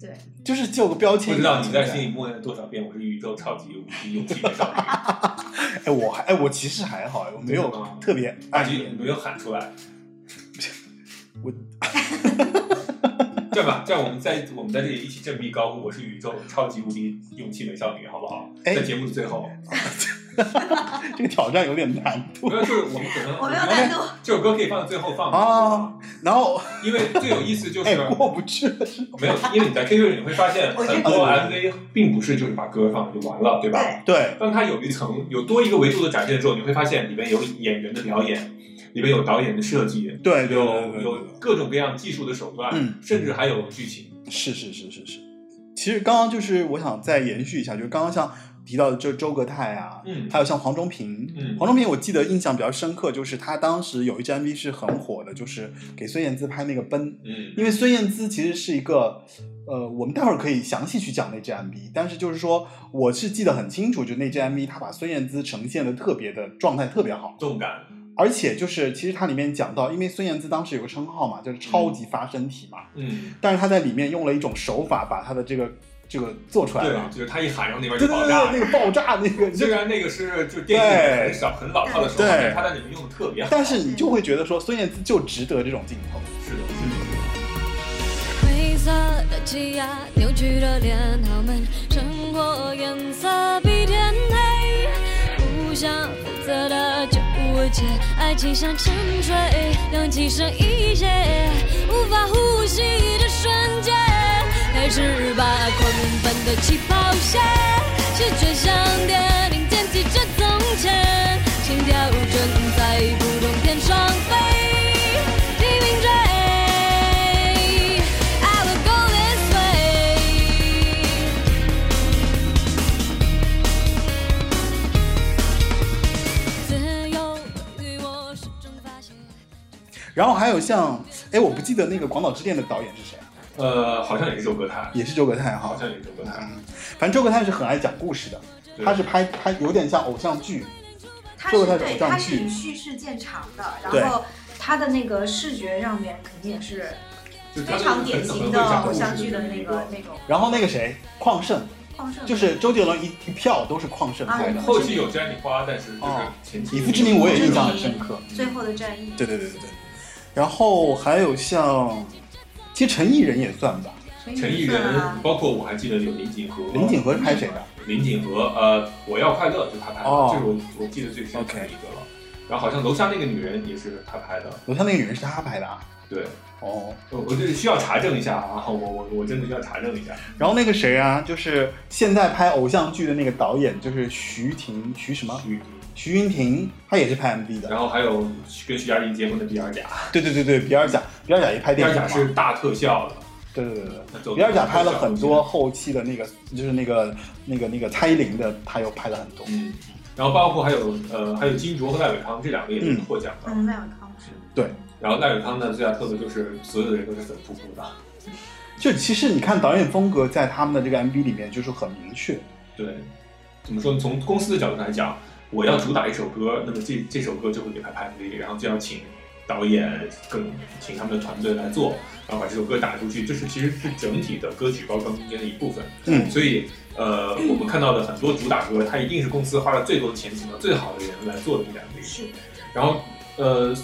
B: 对，
D: 就是就有个标签
C: 不
D: 一
C: 知道
D: 样
C: 你
D: 存
C: 在
D: 在。
C: 心里默念多少遍，我是宇宙超级无敌勇气美少女，
D: 哎，我还哎，我其实还好，我没有
C: 真的吗
D: 特别
C: 而
D: 爱
C: 且没有喊出来。
D: 我
C: 这样吧，这样我们在我们在这里一起振臂高呼，我是宇宙超级无敌勇气美少女，好不好？
D: 哎
C: 在节目的最后，
D: 这个挑战有点难度
C: 没有，就是我们 可能
E: 我没有
C: 们
E: 难度，
C: 这首歌可以放在最后放，
D: 啊。然后
C: 因为最有意思就是
D: 哎，过不去了，是
C: 没有，因为你在 KTV 你会发现
E: 我觉得
C: 很多 MV 并不是就是把歌放了就完了，对吧？
E: 对，
D: 对
C: 当它有一层有多一个维度的展现之后，你会发现里面有演员的表演，里面有导演的设计，
D: 对对对
C: 有
D: 对，
C: 有各种各样技术的手段，
D: 嗯
C: 甚至还有剧情。
D: 是是是是是。其实刚刚就是我想再延续一下，就是刚刚像提到的就周格泰啊，
C: 嗯
D: 还有像黄忠平，
C: 嗯
D: 黄忠平我记得印象比较深刻，就是他当时有一支 MV 是很火的，就是给孙燕姿拍那个《奔》，
C: 嗯，
D: 因为孙燕姿其实是一个，呃，我们待会儿可以详细去讲那支 MV，但是就是说我是记得很清楚，就那支 MV 她把孙燕姿呈现的特别的状态特别好，
C: 动感，
D: 而且就是其实它里面讲到，因为孙燕姿当时有个称号嘛，就是超级发声体嘛，
C: 嗯，
D: 但是她在里面用了一种手法把她的这个这个做出来
C: 对，
D: 了。
C: 就是他一喊，然后那边
D: 对
C: 就
D: 对
C: 爆炸
D: 对，
C: 了。
D: 那个爆炸那 个，
C: 虽然那个是就电影里很少很老套的手法，
D: 对
C: 但是他在里面用的特别好。
D: 但是你就会觉得说孙燕姿就值得这种镜头。
C: 是的，是的。
A: 灰色的气压，扭曲的脸，好闷，生活颜色比天黑。不想负责的就无解，爱情像沉睡，氧气剩一些，无法呼吸的瞬间，还是把狂奔的起跑线，视觉像电影剪辑着从前，心跳正在不同天上飞，拼命追。I will go this way. 自由与我始终发现。
D: 然后还有像，哎，我不记得那个《广岛之恋》的导演是谁啊，
C: 呃，好像也是周歌泰，
D: 也是周格泰哈，
C: 好像也是周歌
D: 嗯
C: 泰。
D: 反正周格泰是很爱讲故事的，
C: 对
D: 他是拍拍有点像偶像剧，
E: 它
D: 做
E: 是
D: 了那
E: 对，
D: 种
E: 它
D: 占
E: 是
D: 据
E: 以叙事见长的，
D: 对
E: 然后它的那个视觉上面肯定也是
C: 就是他
E: 非
C: 们
E: 常典型的偶像剧的那个那种
D: 然后那个谁，邝胜，
E: 放射，
D: 就是周杰伦一一票都是邝胜拍的，
E: 啊
C: 后期有摘你花，但是就是前期
D: 哦以父之名我也印象很深刻。
E: 最后的战役。
D: 对对对对对。然后还有像，其实陈艺人也算吧，
C: 陈艺
E: 嗯
C: 人，
E: 啊
C: 包括我还记得有林锦和，
D: 林锦和是拍谁的？
C: 林锦和，呃，我要快乐就他拍的，
D: 哦
C: 这是我我记得最深刻的一个了。然后好像楼下那个女人也是他拍的，
D: 楼下那个女人是他拍的啊。
C: 对，
D: 哦，
C: 我我就是需要查证一下啊， 我我我真的需要查证一下。
D: 然后那个谁啊，就是现在拍偶像剧的那个导演，就是徐婷，徐什么？
C: 徐
D: 徐云婷，她也是拍 MV 的。
C: 然后还有跟徐佳莹结婚的比尔贾，
D: 对对对对，比尔贾，比尔贾也拍
C: 比
D: 电
C: 尔
D: 影
C: 贾
D: 嘛。
C: 是大特效的，
D: 对对对对
C: 那
D: 对，
C: 走
D: 比尔贾拍了很多，后期的那个，就是那个那个那个蔡依林的，他又拍了很多。
C: 嗯，然后包括还有呃还有金卓和赖伟康这两个也都是获奖的。
E: 嗯，赖永康是
C: 然后赖伟康呢最大特色就是所有的人都是粉扑扑的，
D: 就其实你看导演风格在他们的这个 MV 里面就是很明确。
C: 对，怎么说呢？从公司的角度来讲，我要主打一首歌，那么这这首歌就会给他拍 MV，然后就要请导演更请他们的团队来做，然后把这首歌打出去，这是其实是整体的歌曲包装中间的一部分。
D: 嗯
C: 所以呃，我们看到的很多主打歌，它一定是公司花了最多的钱请到最好的人来做的这两个 MV。
E: 是
C: 然后呃，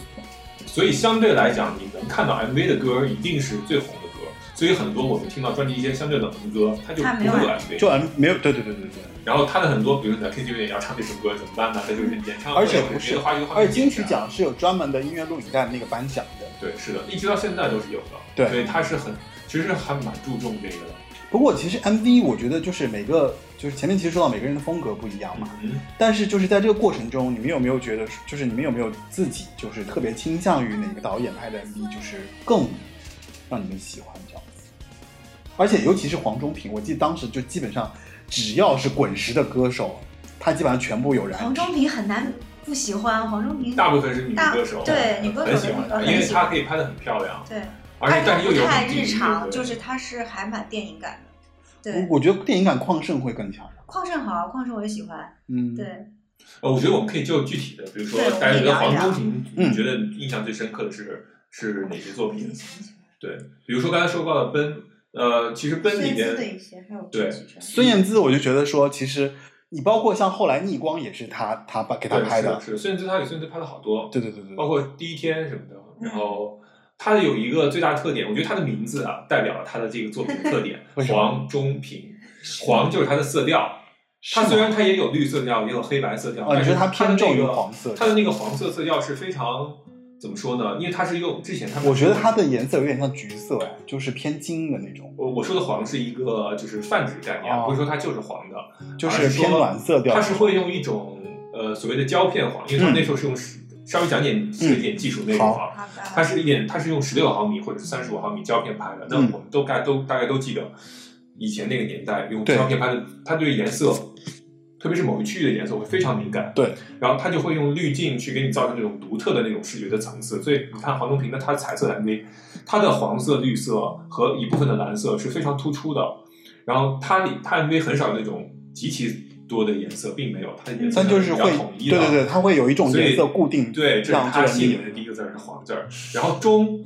C: 所以相对来讲，你能看到 MV 的歌一定是最红的歌。所以很多我们听到专辑一些相对冷门的歌，它就
E: 它
C: 不
E: 没
C: 会
E: 有
C: 有 MV，
D: 就 M 没有，对对对对对。
C: 然后他的很多，比如你在 KTV 也要唱这首歌，怎么办呢？他就是演唱
D: 嗯
C: 会，
D: 而且不是
C: 别的话剧
D: 而且金曲奖是有专门的音乐录影带那个颁奖的。
C: 对，是的，一直到现在都是有的。
D: 对
C: 所以他是很，其实还蛮注重这个的。
D: 不过其实 MV 我觉得就是每个就是前面其实说到每个人的风格不一样嘛，
C: 嗯，
D: 但是就是在这个过程中，你们有没有觉得，就是你们有没有自己就是特别倾向于哪个导演拍的 MV，就是更让你们喜欢这样子？而且尤其是黄忠平，我记得当时就基本上只要是滚石的歌手，他基本上全部有人
E: 黄忠平很难不喜欢黄忠平，
C: 大部分是女歌手，啊
E: 大对女歌手
C: 很喜欢她，
E: 很
C: 因为
E: 喜
C: 她
E: 欢
C: 可以拍的很漂亮，
E: 对，
C: 而且
E: 他
C: 但是又有
E: 不太
C: 很低
E: 日
C: 的
E: 常，
C: 对
E: 就是他是还蛮电影感的。对，
D: 我我觉得电影感旷盛会更强。
E: 邝胜好，邝胜我也喜欢。
D: 嗯，
E: 对，
C: 呃，我觉得我们可以就具体的，比如说
E: 对我们
C: 大家觉
E: 可以聊
C: 得
E: 一
C: 黄
E: 聊
C: 忠平，
D: 嗯
C: 你觉得印象最深刻的是是哪些作品？对，比如说刚才说到的奔，呃，其实奔里
B: 孙的
C: 面
B: 一些，还有
C: 对
B: 郑钧
D: 孙燕姿，我就觉得说，其实你包括像后来逆光也是他他把给他
C: 对
D: 拍的，
C: 是是孙燕姿，她给孙燕姿拍了好多，
D: 对对对对
C: 包
D: 对，
C: 括第一天什么的。
D: 嗯
C: 然后他有一个最大特点，我觉得他的名字啊，代表了他的这个作品的特点
D: 为。什么
C: 黄中平，黄就是他的色调，他虽然他也有绿色调，也有黑白色调，
D: 哦，
C: 但
D: 你
C: 是
D: 说
C: 他
D: 他偏重于
C: 的那个
D: 黄色，
C: 他的那个黄色色调是非常怎么说呢？因为他是用之前他们
D: 我觉得它的颜色有点像橘色哎，就是偏金的那种，
C: 我我说的黄是一个就是泛指概念，
D: 哦
C: 不是说它就是黄的，
D: 就是偏暖色调。嗯
C: 它是会用一种呃所谓的胶片黄，因为他们那时候是用十稍微讲点是一点技术那种
D: 好
C: 黄。
E: 好的。
C: 它是一点，它是用十六毫米或者是三十五毫米胶片拍的。那
D: 嗯
C: 我们都该都大概都记得，以前那个年代用
D: 对
C: 胶片拍的，它对颜色，特别是某一区域的颜色会非常敏感。
D: 对，
C: 然后它就会用滤镜去给你造成这种独特的那种视觉的层次。所以你看黄宗平的他彩色蓝 V，它的黄色、绿色和一部分的蓝色是非常突出的。然后它里它 MV 很少有那种极其多的颜色，并没有，它的颜色
D: 它就是
C: 比较
D: 会
C: 统，一
D: 对
C: 的。
D: 对对，它会有一种颜色固定，
C: 对，这是
D: 让这
C: 他
D: 个
C: 吸
D: 你
C: 引人的第一个字儿是黄字儿，然后中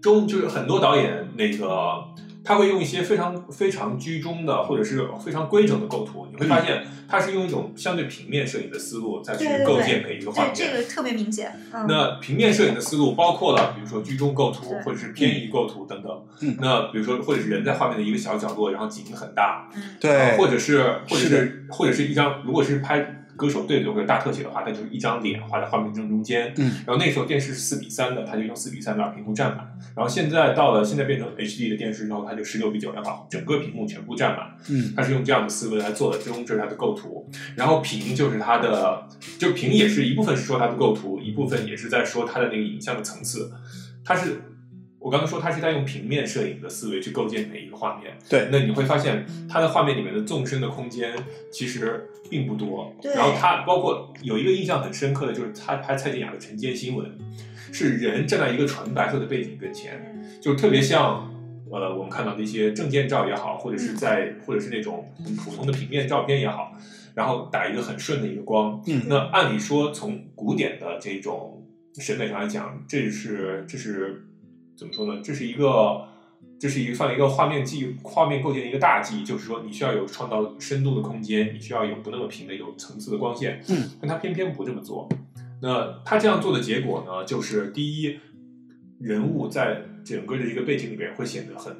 C: 中就是很多导演那个他会用一些非常非常居中的或者是非常规整的构图，你会
D: 嗯
C: 发现他是用一种相对平面摄影的思路再去
E: 对对对
C: 构建每一个画
E: 这
C: 面。
E: 这个特别明显，嗯，
C: 那平面摄影的思路包括了，比如说居中构图
E: 对
C: 或者是偏移构图等等。
D: 嗯
C: 那比如说，或者是人在画面的一个小角落，然后景很大，
E: 嗯，
D: 对，
C: 呃啊或者是或者
D: 哎是
C: 是
D: 的
C: 或者是一张，如果是拍歌手对对或者大特写的话，那就是一张脸画在画面正中间。
D: 嗯，
C: 然后那时候电视是四比三的，他就用四比三把屏幕占满。然后现在到了现在变成 HD 的电视之后，他就十六比九，要把整个屏幕全部占满。
D: 嗯，
C: 他是用这样的思维来做的，最终这是他的构图。然后屏就是他的，就屏也是一部分是说他的构图，一部分也是在说他的那个影像的层次。他是我刚刚说他是在用平面摄影的思维去构建每一个画面。
D: 对，
C: 那你会发现它的画面里面的纵深的空间其实并不多。
E: 对
C: 然后它包括有一个印象很深刻的就是他拍蔡健雅的《晨间新闻》，是人站在一个纯白色的背景跟前，
E: 嗯
C: 就特别像。呃，我们看到的一些证件照也好，或者是在，或者是那种很普通的平面照片也好，然后打一个很顺的一个光。
D: 嗯
C: 那按理说，从古典的这种审美上来讲，这是这是怎么说呢？这是一个这是一个算一个画面技画面构建的一个大技，就是说你需要有创造深度的空间，你需要有不那么平的有层次的光线。
D: 嗯，
C: 但他偏偏不这么做。那他这样做的结果呢，就是第一，人物在整个的一个背景里面会显得很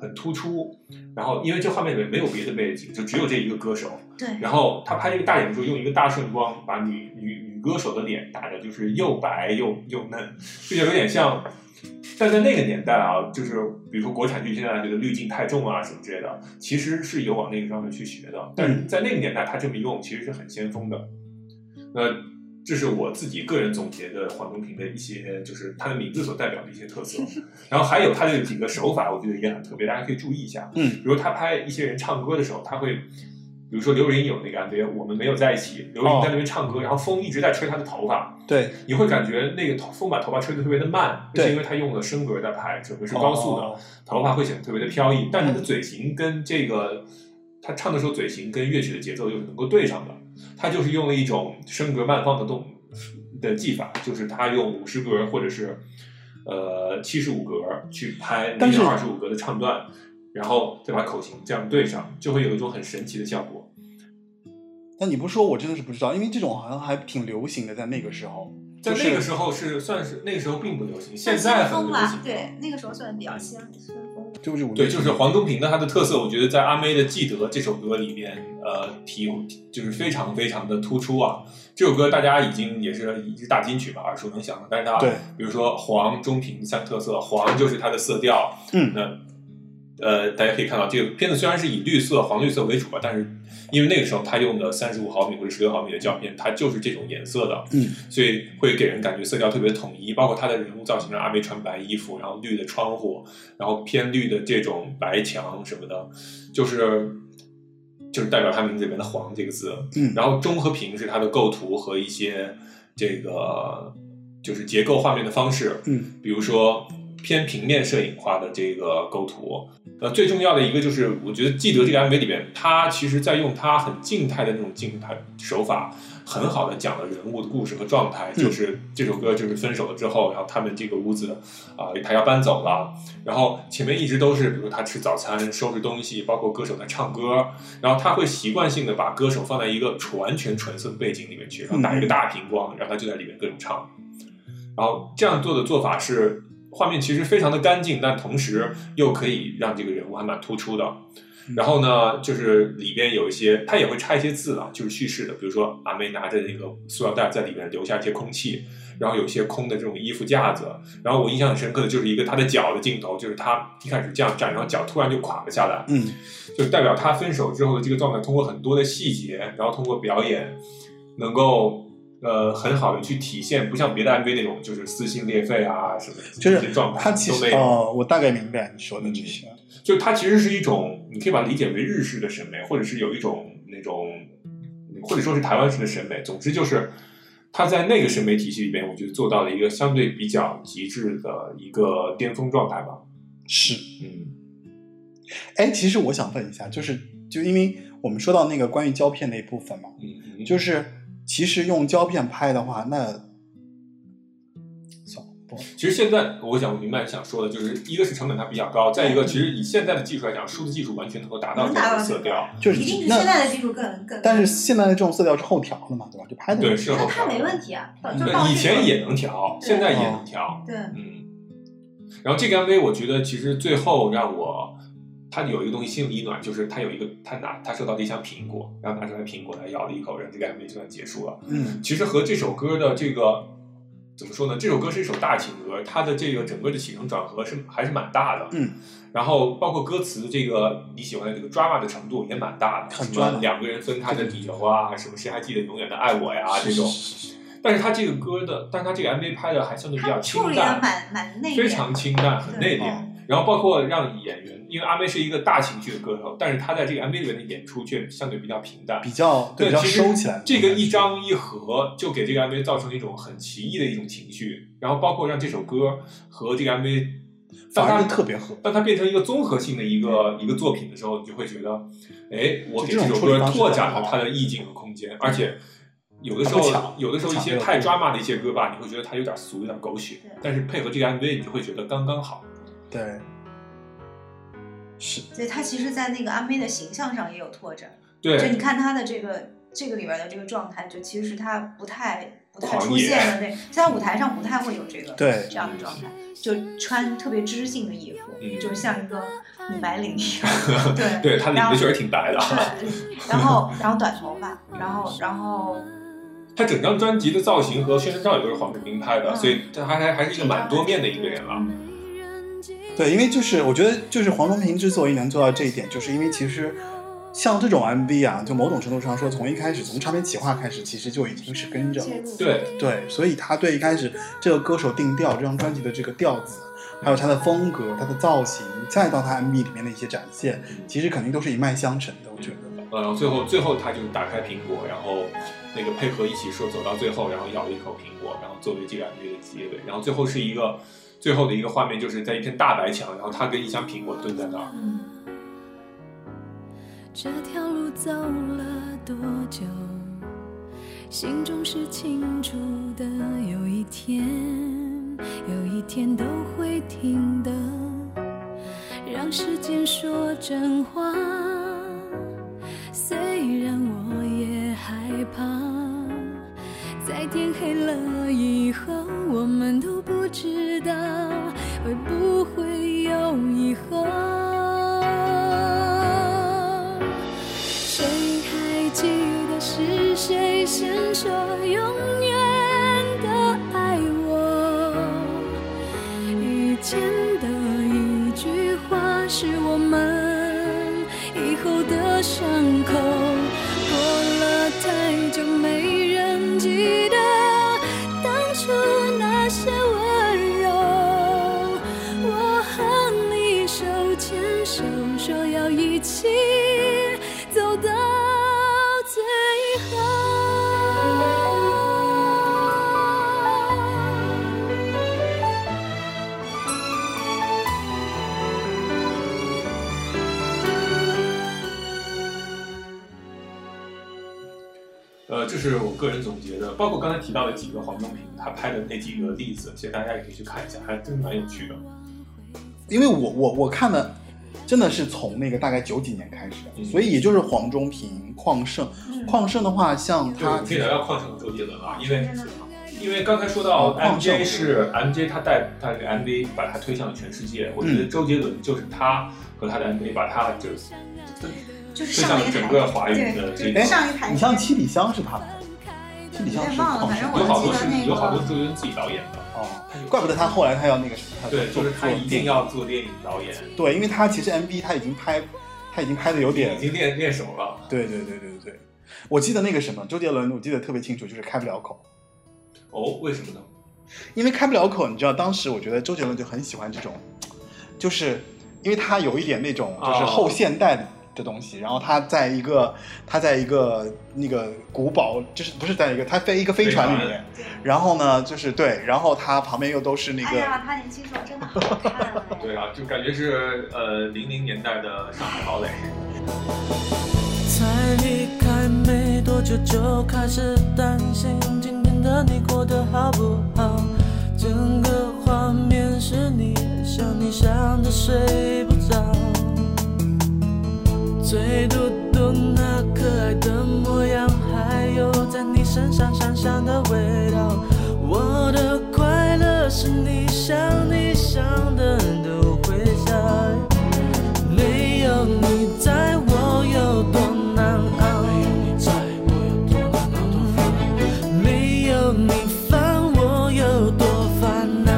C: 很突出，然后因为这画面里面没有别的背景，就只有这一个歌手，
E: 对，
C: 然后他拍这个大眼的时候，用一个大顺光把女女女歌手的脸打的就是又白又又嫩，就有点像。但在那个年代啊，就是比如说国产剧，现在觉得滤镜太重啊什么之类的，其实是有往那个上面去学的。但是在那个年代，他这么用其实是很先锋的。那这是我自己个人总结的黄宗平的一些，就是他的名字所代表的一些特色。然后还有他的几个手法，我觉得也很特别，大家可以注意一下。啊
D: 嗯，
C: 比如他拍一些人唱歌的时候，他会，比如说刘若英有那个 MV，我们没有在一起，刘若英在那边唱歌，然后风一直在吹她的头发，
D: 对，
C: 你会感觉那个头风把头发吹得特别的慢，
D: 对
C: 这是因为他用了升格在拍，整个是高速的，
D: 哦
C: 头发会显得特别的飘逸，但他的嘴型跟这个他唱的时候嘴型跟乐曲的节奏又是能够对上的，他就是用了一种升格慢放的动的技法，就是他用五十格或者是呃七十五格去拍那
D: 但是
C: 个二十五格的唱段，然后再把口型这样对上，就会有一种很神奇的效果。
D: 但你不说，我真的是不知道，因为这种好像还挺流行的，在那个时候。
C: 在
D: 就是
C: 那个时候是算是那个时候并不流行，
E: 算
C: 现在
E: 先
C: 很
E: 锋
C: 流
E: 吧
C: 行。，
E: 对，那个时候算比较先先锋的。
D: 就是我
C: 对，就是黄宗平的他的特色，我觉得在《阿妹的记得》这首歌里面，呃，体就是非常非常的突出啊。这首歌大家已经也是一大金曲嘛，耳熟能详的。但是它，
D: 对
C: 比如说黄中平三特色，黄就是它的色调，
D: 嗯
C: 那呃，大家可以看到这个片子虽然是以绿色、黄绿色为主吧，但是因为那个时候他用的三十五毫米或者十六毫米的胶片，它就是这种颜色的，
D: 嗯，
C: 所以会给人感觉色调特别统一，包括他的人物造型，让阿妹穿白衣服，然后绿的窗户，然后偏绿的这种白墙什么的，就是就是代表他名字里面的“黄”这个字，
D: 嗯
C: 然后中和平是它的构图和一些这个就是结构画面的方式，
D: 嗯，
C: 比如说偏平面摄影化的这个构图。呃，最重要的一个就是，我觉得记得这个 MV 里边，他其实在用他很静态的那种静态手法，很好的讲了人物的故事和状态。
D: 嗯
C: 就是这首歌就是分手了之后，然后他们这个屋子啊、他要搬走了，然后前面一直都是，比如他吃早餐、收拾东西，包括歌手在唱歌，然后他会习惯性的把歌手放在一个完全纯色的背景里面去，然后打一个大屏光，然后他就在里面各种唱。然后这样做的做法是，画面其实非常的干净，但同时又可以让这个人物还蛮突出的。然后呢，就是里边有一些，他也会插一些字啊，就是叙事的，比如说阿妹拿着那个塑料袋在里面留下一些空气，然后有一些空的这种衣服架子。然后我印象很深刻的就是一个他的脚的镜头，就是他一开始这样站，然后脚突然就垮了下来，
D: 嗯，
C: 就代表他分手之后的这个状态，通过很多的细节，然后通过表演，能够呃很好的去体现，不像别的 MV 那种就是撕心裂肺啊什么的，
D: 就
C: 这些
D: 是
C: 状态
D: 他其
C: 都
D: 实
C: 没有。嗯
D: 哦，我大概明白你说的这些。
C: 就它其实是一种，你可以把它理解为日式的审美，或者是有一种那种，或者说是台湾式的审美。总之就是，它在那个审美体系里边，我觉得做到了一个相对比较极致的一个巅峰状态吧。
D: 是，
C: 嗯，
D: 哎，其实我想问一下，就是就因为我们说到那个关于胶片那一部分嘛，
C: 嗯
D: 就是是其实用胶片拍的话，那算了，不
C: 其实现在我想明白你想说的，就是一个是成本它比较高，再一个其实以现在的技术来讲，数字技术完全能够达到这样的色调。
D: 就是
E: 一定是
D: 那
E: 现在的技术更更，
D: 但是现在的这种色调是后调的嘛，对吧？就拍的
C: 对，是嗯
E: 那
C: 后
E: 它
C: 调
E: 没
C: 的
E: 问题啊，到就到
C: 嗯对，以前
E: 这
C: 也能调，
E: 对
C: 现在也能调。
E: 个对，
C: 嗯，然后这个 MV 我觉得其实最后让我，他有一个东西心里一暖，就是他有一个他拿他收到了一箱苹果，然后拿出来苹果来咬了一口，然后这个 MV 就算结束了。
D: 嗯
C: 其实和这首歌的这个怎么说呢？这首歌是一首大情歌，它的这个整个的起承转合是还是蛮大的。
D: 嗯，
C: 然后包括歌词这个你喜欢的这个 drama 的程度也蛮大的，
D: 很
C: 什
D: drama
C: 么两个人分开的理由啊，什么谁还记得永远的爱我呀啊这种。但是他这个歌的，但是他这个 MV 拍的还相对比较
E: 它
C: 清
E: 处理
C: 淡
E: 的，蛮蛮内敛的，哦
C: 非常清淡，很内敛。然后包括让演员，因为阿妹是一个大情绪的歌手，但是她在这个 MV 里面的演出却相对比较平淡。
D: 比较对
C: 对，
D: 比较
C: 其实
D: 收起来的那种感觉。
C: 这个一张一合就给这个 MV 造成一种很奇异的一种情绪，然后包括让这首歌和这个 MV，
D: 反
C: 当
D: 而
C: 它
D: 就特别合。
C: 当它变成一个综合性的一个一个作品的时候，你就会觉得，哎，我
D: 嗯
C: 给
D: 就这种
C: 首
D: 处理
C: 歌
D: 方式
C: 拓展
D: 很
C: 了
D: 好嗯
C: 它的意境和空间，而且有的时
D: 它不抢
C: 候有的时候一些
D: 不抢
C: 太
D: 这个
C: drama 的一些歌吧，你会觉得它有点俗，有点狗血
E: 对，
C: 但是配合这个 MV，你就会觉得刚刚好。
D: 对，是
E: 所以他其实，在那个阿妹的形象上也有拓展。
C: 对，
E: 就你看他的这个这个里边的这个状态，就其实是他不太不太
C: 狂
E: 出
C: 野
E: 现的那，在舞台上不太会有这个
D: 对
E: 这样的状态，就穿特别知性的衣服，
C: 嗯
E: 就是像一个女白领一样， 对
C: 对，他领
E: 然后
C: 的确实挺白的。
E: 对，然后然后短头发，然后然后
C: 他整张专辑的造型和宣传照也都是黄志平拍
D: 嗯
C: 的，所以他还还是一个蛮多面的一个人了。
D: 对，因为就是我觉得就是黄宗平之所以能做到这一点，就是因为其实像这种 MV 啊，就某种程度上说，从一开始从唱片企划开始，其实就已经是跟着了
F: 介入
C: 对，
D: 对，所以他对一开始这个歌手定调，这张专辑的这个调子，还有他的风格、他的造型，再到他 MV 里面的一些展现，其实肯定都是一脉相承的。我觉得，
C: 呃，然后最后最后他就打开苹果，然后那个配合一起说走到最后，然后咬了一口苹果，然后作为这个 MV 的结尾，然后最后是一个最后的一个画面，就是在一片大白墙，然后他跟一箱苹果蹲在那儿，
F: 嗯，
A: 这条路走了多久？心中是清楚的，有一天，有一天都会停的。让时间说真话，虽然我也害怕。在天黑了以后，我们都不知道会不会有以后。谁还记得是谁先说永远的爱我？遇见的一句话，是我们以后的伤口。过了太久，没人记得当初那些温柔。我和你手牵手，说要一起走到最后。
C: 呃，这是我个人总结的，包括刚才提到的几个黄宗平他拍的那几个例子，其实大家也可以去看一下，还真蛮有趣的。
D: 因为我我我看的真的是从那个大概九几年开始的，
C: 嗯
D: 所以也就是黄宗平、邝胜。
F: 嗯
D: 邝胜的话，像
C: 对，我
D: 他
C: 们可以聊聊矿上和周杰伦啊，因为
F: 真的吗
C: 因为刚才说到
D: 哦矿
C: MJ
D: 上
C: 是 MJ，他带他的 MV 把他推向了全世界。我觉
D: 嗯
C: 得周杰伦就是他和他的 MV 把他就
F: 就是
C: 推
F: 上
C: 向
F: 一
C: 了
F: 个
C: 整
F: 台阶，
C: 个华语的这
D: 哎
C: 个。
F: 上一台阶。
D: 你像七里香是他拍的，七里香是
F: 我忘了
D: 邝
F: 反正
D: 胜
F: 我
C: 有好多
F: 记
C: 是
F: 得那
C: 有好多
F: 个
C: 周杰伦自己导演的，
D: 哦，怪不得他后来他要那个什么，他
C: 对，就是他
D: 做
C: 一定要做电影导演，
D: 对，因为他其实 MV 他已经拍，他已经拍的有点
C: 已经练练手了。
D: 对对对对对，我记得那个什么，周杰伦，我记得特别清楚，就是开不了口，
C: 哦，为什么呢？
D: 因为开不了口，你知道，当时我觉得周杰伦就很喜欢这种，就是因为他有一点那种就是
C: 哦
D: 后现代的东西，然后他在一个他在一个那个古堡，就是不是在一个他飞一个飞船里面，然后呢就是对，然后他旁边又都是那
F: 哎
D: 个。
F: 呀，他年轻时候真的好看啊。
C: 对啊，就感觉是呃零零年代的上海堡垒。
G: 才离开没多久就开始担心今天的你过得好不好？整个画面是你，想你想的睡不着。最嘟嘟那可爱的模样，还有在你身上香香的味道。我的快乐是你想你想的都会在。没有你在我有多难熬，没有你烦我有多烦恼。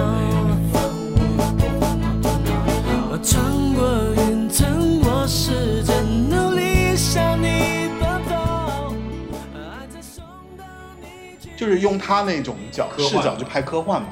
G: 我穿过云层，我试着努力向你奔跑。爱在送到你去
D: 就是用他那种角
C: 科幻
D: 视角去拍科幻嘛，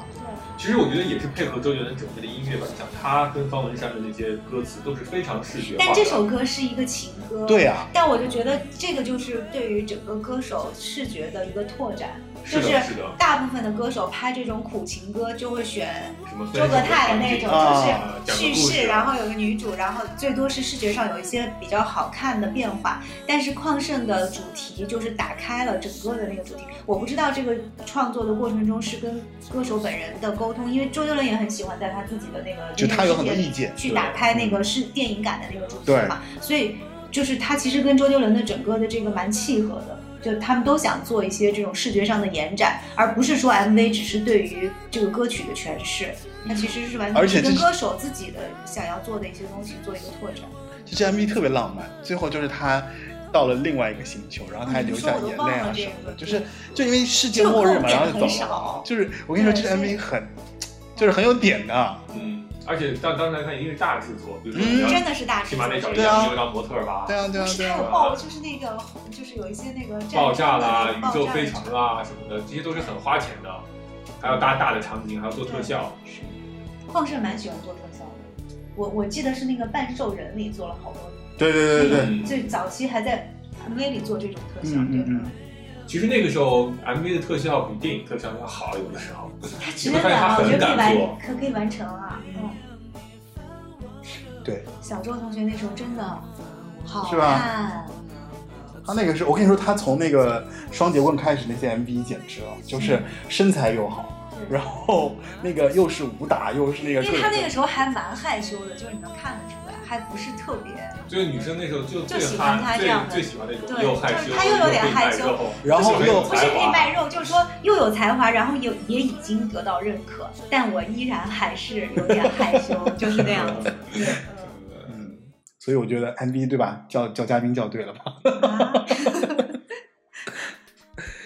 C: 其实我觉得也是配合周杰伦整个的音乐吧，你想他跟方文山的那些歌词都是非常视觉化的。
E: 但这首歌是一个情歌，
D: 对啊，
E: 但我就觉得这个就是对于整个歌手视觉的一个拓展，
C: 是
E: 就
C: 的，是的，
E: 大部分的歌手拍这种苦情歌就会选
C: 什么
E: 诸葛泰的那种，
D: 啊
E: 就是叙事，然后有个女主，然后最多是视觉上有一些比较好看的变化。但是旷盛的主题就是打开了整个的那个主题。我不知道这个创作的过程中是跟歌手本人的沟通，因为周杰伦也很喜欢在他自己的那个
D: 就他有很多
E: 音乐世界
D: 意见，嗯
E: 去打开那个是电影感的那个主题
D: 对
E: 嘛，所以就是他其实跟周杰伦的整个的这个蛮契合的，就他们都想做一些这种视觉上的延展，而不是说 MV 只是对于这个歌曲的诠释，那其实是完
D: 而
E: 全是
D: 且这
E: 跟
D: 是
E: 歌手自己的想要做的一些东西做一个拓展。
D: 这支 MV 特别浪漫，最后就是他到了另外一个星球，然后
E: 嗯
D: 他还流下眼泪啊什么的，就是就因为世界末日嘛，
E: 这
D: 然
E: 个
D: 后
E: 共
D: 就
E: 点
D: 走
E: 很
D: 了。
E: 少，
D: 就是我跟你说，这个 MV 很，就是很有点的。啊
C: 嗯，而且到当时来看，因为是大制作，比如说
D: 嗯
C: 你
E: 真
C: 要
E: 的是大制
C: 起
E: 作
C: 码，得找一
D: 对啊
C: 张有一张模特儿吧，
D: 对啊，对啊，对
E: 还
D: 啊。
E: 有爆，就是那个就是有一些那个战
C: 爆炸
E: 争的那
C: 啦、
E: 个
C: 宇宙
E: 爆炸
C: 飞
E: 的
C: 船啦什么的，这些都是很花钱的，还有大大的场景，还要做特效。
E: 是，放射蛮喜欢做特效的。我我记得是那个《半兽人》里做了好多，
D: 对对对对对，
C: 嗯
E: 最早期还在 MV 里做这种特效，
D: 嗯嗯
E: 对吧？
D: 嗯
C: 其实那个时候 MV 的特效比电影特效要好，有的时候。
E: 它
C: 你
E: 真的
C: 会发现它
E: 啊，我觉
C: 很
E: 得可以
C: 敢
E: 完
C: 做，
E: 可可以完成啊。嗯，
D: 对，
E: 小周同学那时候真的好看，
D: 是吧他那个是我跟你说，他从那个双节棍开始，那些 MV 简直了，
E: 嗯
D: 就是身材又好，然后那个又是武打，又是那个
E: 因
D: 各
E: 为他
D: 种
E: 那个时候还蛮害羞的，就是你能看得出来，还不是特别。
C: 就是女生那时候就最
E: 就喜欢
C: 憨，
E: 他这
C: 最
E: 样的
C: 最喜欢那种
E: 对
C: 又害羞，
E: 就是他又有点
C: 可以卖
E: 害羞
C: 肉
D: 然后
C: 又
D: 又
C: 有
E: 不是
C: 才
E: 可以
C: 华
E: 卖肉，就是说又有才华，然后也也已经得到认可，但我依然还是有点害羞，就是那样 子。
D: 嗯，所以我觉得 MV 对吧？叫叫嘉宾叫对了吧？
E: 啊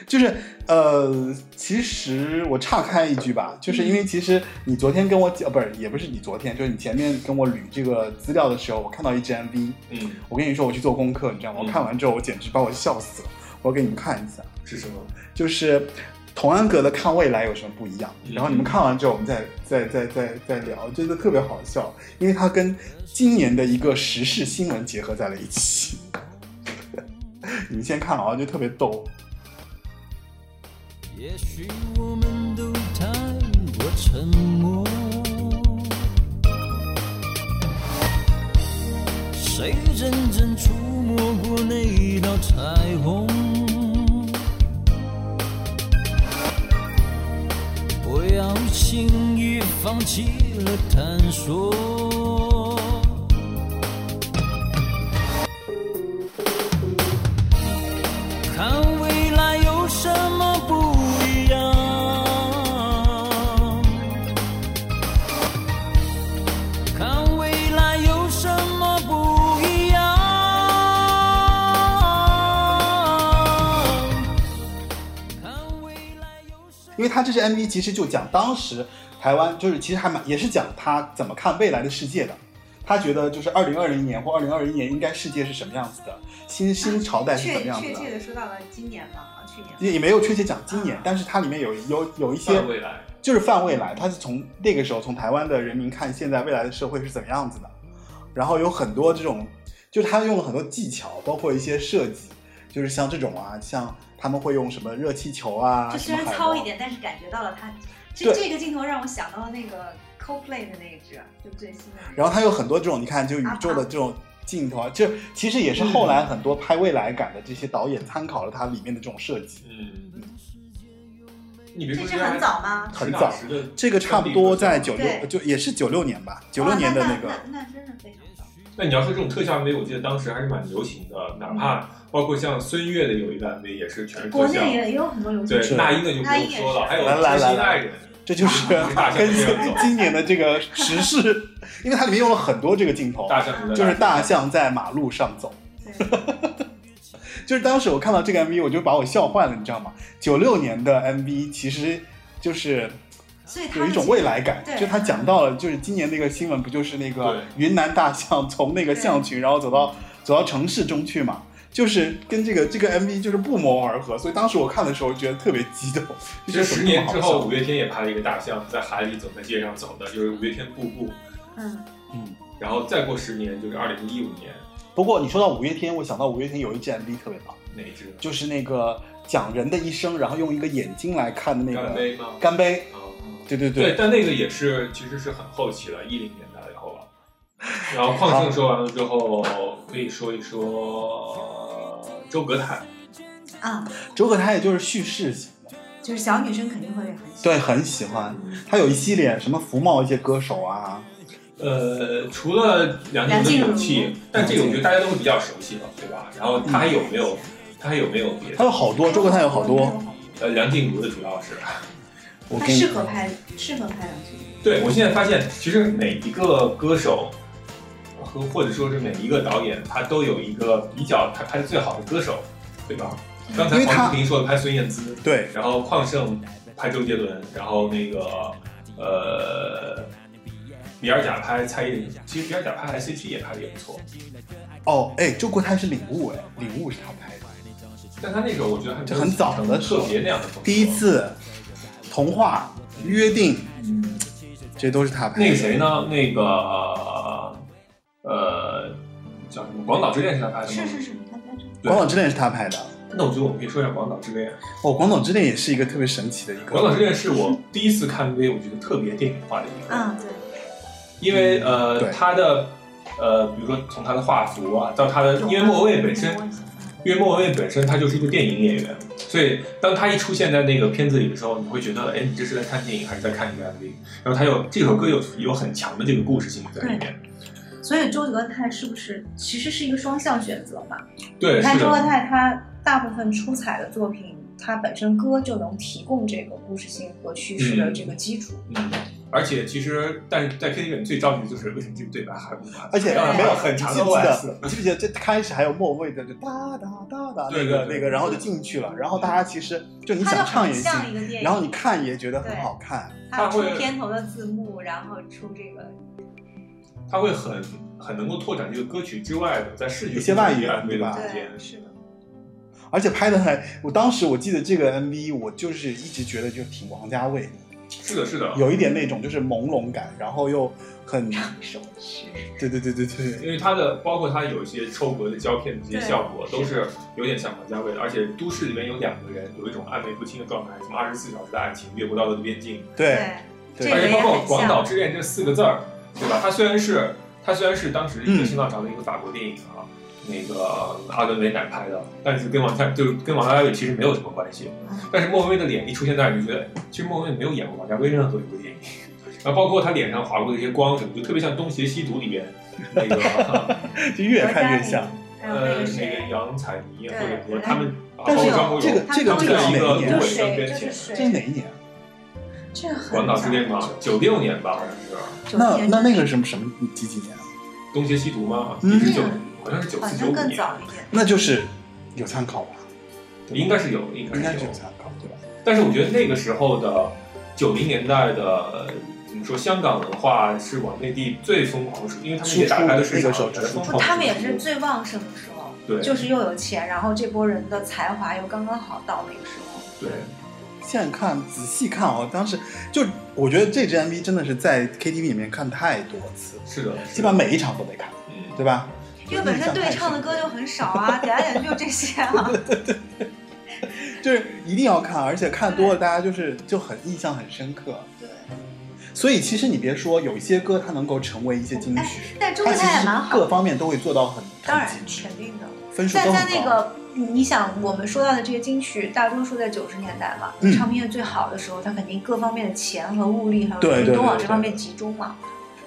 D: 就是呃，其实我岔开一句吧，就是因为其实你昨天跟我讲，呃不是也不是你昨天，就是你前面跟我捋这个资料的时候，我看到一支 MV，
C: 嗯，
D: 我跟你说我去做功课，你知道吗？
C: 嗯
D: 我看完之后我简直把我笑死了，我要给你们看一下，
C: 是什么？
D: 就是。童安格的看未来有什么不一样？
C: 嗯
D: 然后你们看完之后，我们再再再再再聊，真的特别好笑，因为它跟今年的一个时事新闻结合在了一起。 你们先看啊，就特别逗。
H: 也许我们都太过沉默，谁真正触摸过那一道彩虹？不要轻易放弃了探索。看未来有什么不一样？看未来有什么不一样？看未来有什么
D: 因为他这支 MV 其实就讲当时台湾就是其实还蛮也是讲他怎么看未来的世界的。他觉得就是二零二零年或二零二一年应该世界是什么样子的，新新朝代是什么
E: 确
D: 样子
E: 啊确
D: 啊
E: 切
D: 的。
E: 的说到了今年嘛，啊，去年。
D: 也也没有确切讲今年，但是它里面有有有一些
C: 看未来，
D: 就是泛未来，它是从那个时候从台湾的人民看现在未来的社会是怎么样子的，然后有很多这种，就是他用了很多技巧，包括一些设计，就是像这种啊，像他们会用什么热气球啊，
E: 就
D: 什
E: 虽
D: 么
E: 然
D: 海
E: 糙
D: 报
E: 一点，但是感觉到了他这
D: 对
E: 这个镜头让我想到了那个 Coldplay 的那一支，就最新的那一支。
D: 然后它有很多这种，你看，就宇宙的这种镜头啊，这其实也是后来很多拍未来感的这些导演参考了它里面的这种设计。
C: 嗯，你别
E: 这
C: 说
E: 是很早吗？
D: 很
C: 很
D: 早这个差不多在九六，
E: 对
D: 就也是九六年吧，九六
E: 哇
D: 年的那个，
E: 啊那那真的非常早。
C: 那你要说这种特效 MV，我记得当时还是蛮流行的，
D: 嗯
C: 哪怕包括像孙悦的有一个 MV 也是全是特
E: 国
C: 效。
E: 内也也有很多流行
C: 对，
D: 是
C: 那英的就不用说了，还有
D: 来来
C: 《
D: 来
C: 真心
D: 来
C: 爱人》，
D: 这就是
C: 大象
D: 跟
C: 这样走
D: 今年的这个时事，因为它里面用了很多这个镜头，
C: 大象
E: 嗯
C: 的
D: 就是大象在马路上走。
E: 对，
D: 就是当时我看到这个 MV，我就把我笑坏了，你知道吗？九六年的 MV 其实就是
E: 所以他
D: 有
E: 们
D: 一种
E: 其实
D: 未来感，
E: 对
D: 就他讲到了，就是今年那个新闻不就是那
C: 对
D: 个云南大象从那个象群，然后走到走到城市中去嘛，就是跟这个这个 MV 就是不谋而合，所以当时我看的时候觉得特别激动，
C: 其
D: 就觉
C: 实
D: 得
C: 十年
D: 怎
C: 之
D: 么这么
C: 后，
D: 好
C: 五月天也拍了一个大象在海里走，在街上走的，就是五月天《步步》。
E: 嗯，
D: 嗯，
C: 然后再过十年就是二零一五年
D: 不过你说到五月天，我想到五月天有一支 MV 特别棒，
C: 哪一支呢？
D: 就是那个讲人的一生，然后用一个眼睛来看的那
C: 干
D: 个
C: 杯吗？
D: 干杯，
C: 啊，
D: 对对对
C: 对，但那个也是其实是很后期了，一零年代以后了。然后邝
D: 好
C: 胜说完了之后，可以说一说呃周格坦。
E: 啊，
D: 周可他也就是叙事型的，
E: 就是小女生肯定会很喜欢。
D: 对，很喜欢，
C: 嗯
D: 他有一系列什么福茂一些歌手啊，
C: 呃，除了梁
E: 梁
C: 静
E: 静茹
C: 茹的勇气，但这个我觉得大家都会比较熟悉了，对吧？然后他还有没有？
E: 嗯
C: 他还有没有别
D: 他
C: 的？
D: 有好嗯多，周可他有好多。
C: 呃，梁静茹的主要是。
D: 我
E: 他
D: 跟你
E: 适合拍，适合拍两句。
C: 对，我现在发现，其实每一个歌手，和或者说是每一个导演，他都有一个比较他拍的最好的歌手，对吧？
E: 嗯
C: 刚才
D: 因为他
C: 黄志平说的拍孙燕姿，
D: 对，
C: 然后邝胜拍周杰伦，然后那个呃，比尔贾拍蔡依林，其实比尔贾拍 S.H.E 也拍的也不错，
D: 哦，哎，周国泰是领悟，哎，领悟是他拍的，
C: 但他那个我觉得还没有
D: 这很早
C: 形成
D: 的时候
C: 特别那样的风格
D: 第一次，童话、约定，
B: 嗯
D: 这都是他拍的。
C: 那个谁？呢？那个呃叫什么？广岛之恋是他拍的吗？
E: 是是是，他他
C: 对
D: 广岛之恋是他拍的。
C: 那我觉得我们可以说一下广岛之恋。
D: 哦，广岛之恋也是一个特别神奇的一
C: 《广岛
D: 个，
C: 之恋》是我第一次看 V，我觉得特别电影化的一个，
E: 啊对，
C: 因为
D: 嗯对
C: 呃，它的呃，比如说从它的画幅啊，到它的，因为莫文蔚本身，因为莫文蔚本身他就是一个电影演员，所以当他一出现在那个片子里的时候，你会觉得，哎，你这是在看电影还是在看一个 MV？然后他有这首歌有有很强的这个故事性在里面，
B: 所以周格泰是不是其实是一个双向选择嘛？
C: 对，
B: 你看
C: 是
B: 周格
C: 的，
B: 泰他大部分出彩的作品，他本身歌就能提供这个故事性和叙事的这个基础。
C: 嗯。而且其实，但是在 KTV 里最着急的就是为什么这个对白还不完，
D: 而且
C: 要
D: 没有
C: 很长
D: 你记
C: 的
D: 不记
C: OS，
D: 得？你记不记得？这开始还有末位的，就哒哒哒哒那
C: 对
D: 个
C: 对对
D: 那个，然后就进去了。然后大家其实就你
B: 它就
D: 想唱
B: 很
D: 也行，
B: 像一个电影，
D: 然后你看也觉得很好看。
B: 它出
C: 它会
B: 片头的字幕，然后出这个
C: 它会很很能够拓展这个歌曲之外的，在视觉
D: 一些外
C: 语
D: 延对吧
C: 空间
E: 对，是的，
D: 而且拍的很，我当时我记得这个 MV，我就是一直觉得就挺王家卫的，
C: 是的，是的，
D: 有一点那种就是朦胧感，然后又很，
B: 手势。
D: 对对对对对，
C: 因为它的包括它有一些抽格的胶片的这些效果，
E: 对
C: 都是有点像王家卫的，而且都市里面有两个人有一种暧昧不清的状态，什么二十四小时的爱情，越过道德的边境，
D: 对，
E: 这
D: 对
E: 个
C: 而且
E: 也
C: 包括
E: 很
C: “广岛
E: 像，
C: 之恋”这四个字儿，对吧？它虽然是它虽然是当时一个新浪潮的一个法国电影啊，那个阿伦维乃拍的，但是跟王家就是跟王家卫其实没有什么关系。
E: 嗯
C: 但是莫文蔚的脸一出现在，你就觉得其实莫文蔚没有演过王家卫任何一部电影，
E: 嗯
C: 然后包括他脸上划过的一些光什么，就特别像《东邪西毒》里面 那个
D: 就越看越像。
E: 还有那
C: 呃
E: 个
C: 那个
E: 谁，
C: 杨采妮或
E: 对
C: 者说
E: 对
C: 他们，啊包
D: 但是
C: 括张国
D: 这
C: 荣
D: 呃个，这个
E: 他
C: 就
D: 这
E: 们
D: 个
C: 在
D: 是
C: 一
D: 哪
C: 个
D: 一
C: 芦
E: 就
D: 年？
C: 苇
E: 是
C: 跟
E: 谁
C: 边
E: 就是
C: 前，
E: 谁
D: 这是哪一年？啊
E: 这个很
C: 广岛之恋吗？九六年吧，好像是。
E: 早
D: 那那那个什么什么几几年啊？
C: 东邪西毒吗？
D: 嗯
C: 也是九，好像是九
E: 好
C: 四九
E: 像
C: 五
E: 更
C: 年，
E: 早一点，
D: 那就是有参考吧，
C: 应该是有，应
D: 应
C: 该
D: 该
C: 是
D: 是
C: 有
D: 有。参考对吧？
C: 但是我觉得那个时候的九零年代的呃怎么说，香港文化是往内地最疯狂的，因为他们也打开了市
D: 那
C: 场，
D: 个时候
C: 也在疯
B: 不，
C: 狂。
B: 他们也是最旺盛的时候，
C: 对
B: 就是又有钱，然后这波人的才华又刚刚好到那个时候。
C: 对，
D: 现在看仔细看哦，当时就我觉得这支 MV 真的是在 KTV 里面看太多次，
C: 是的，
D: 基本上每一场都得看，
C: 嗯，
D: 对吧？
B: 因为本身对唱的歌就很少啊，点来点去就这些 啊。
D: 就是一定要看，而且看多了大家就是就很印象很深刻。
B: 对，
D: 所以其实你别说，有一些歌它能够成为一些金曲，
B: 但周
D: 它
B: 格
D: 其
B: 泰也
D: 实
B: 蛮好
D: 各
B: 的，
D: 方面都会做到很
B: 当
D: 很
B: 然
D: 极致，
B: 肯定的。
D: 分数
B: 在
D: 都
B: 在
D: 很
B: 那
D: 高。
B: 个，你你想我们说到的这些金曲，大多数在九十年代嘛，
D: 嗯
B: 唱片业最好的时候，它肯定各方面的钱和物力还有
D: 对
B: 精力
D: 对
B: 都
D: 对
B: 往
D: 对
B: 这方面集中嘛。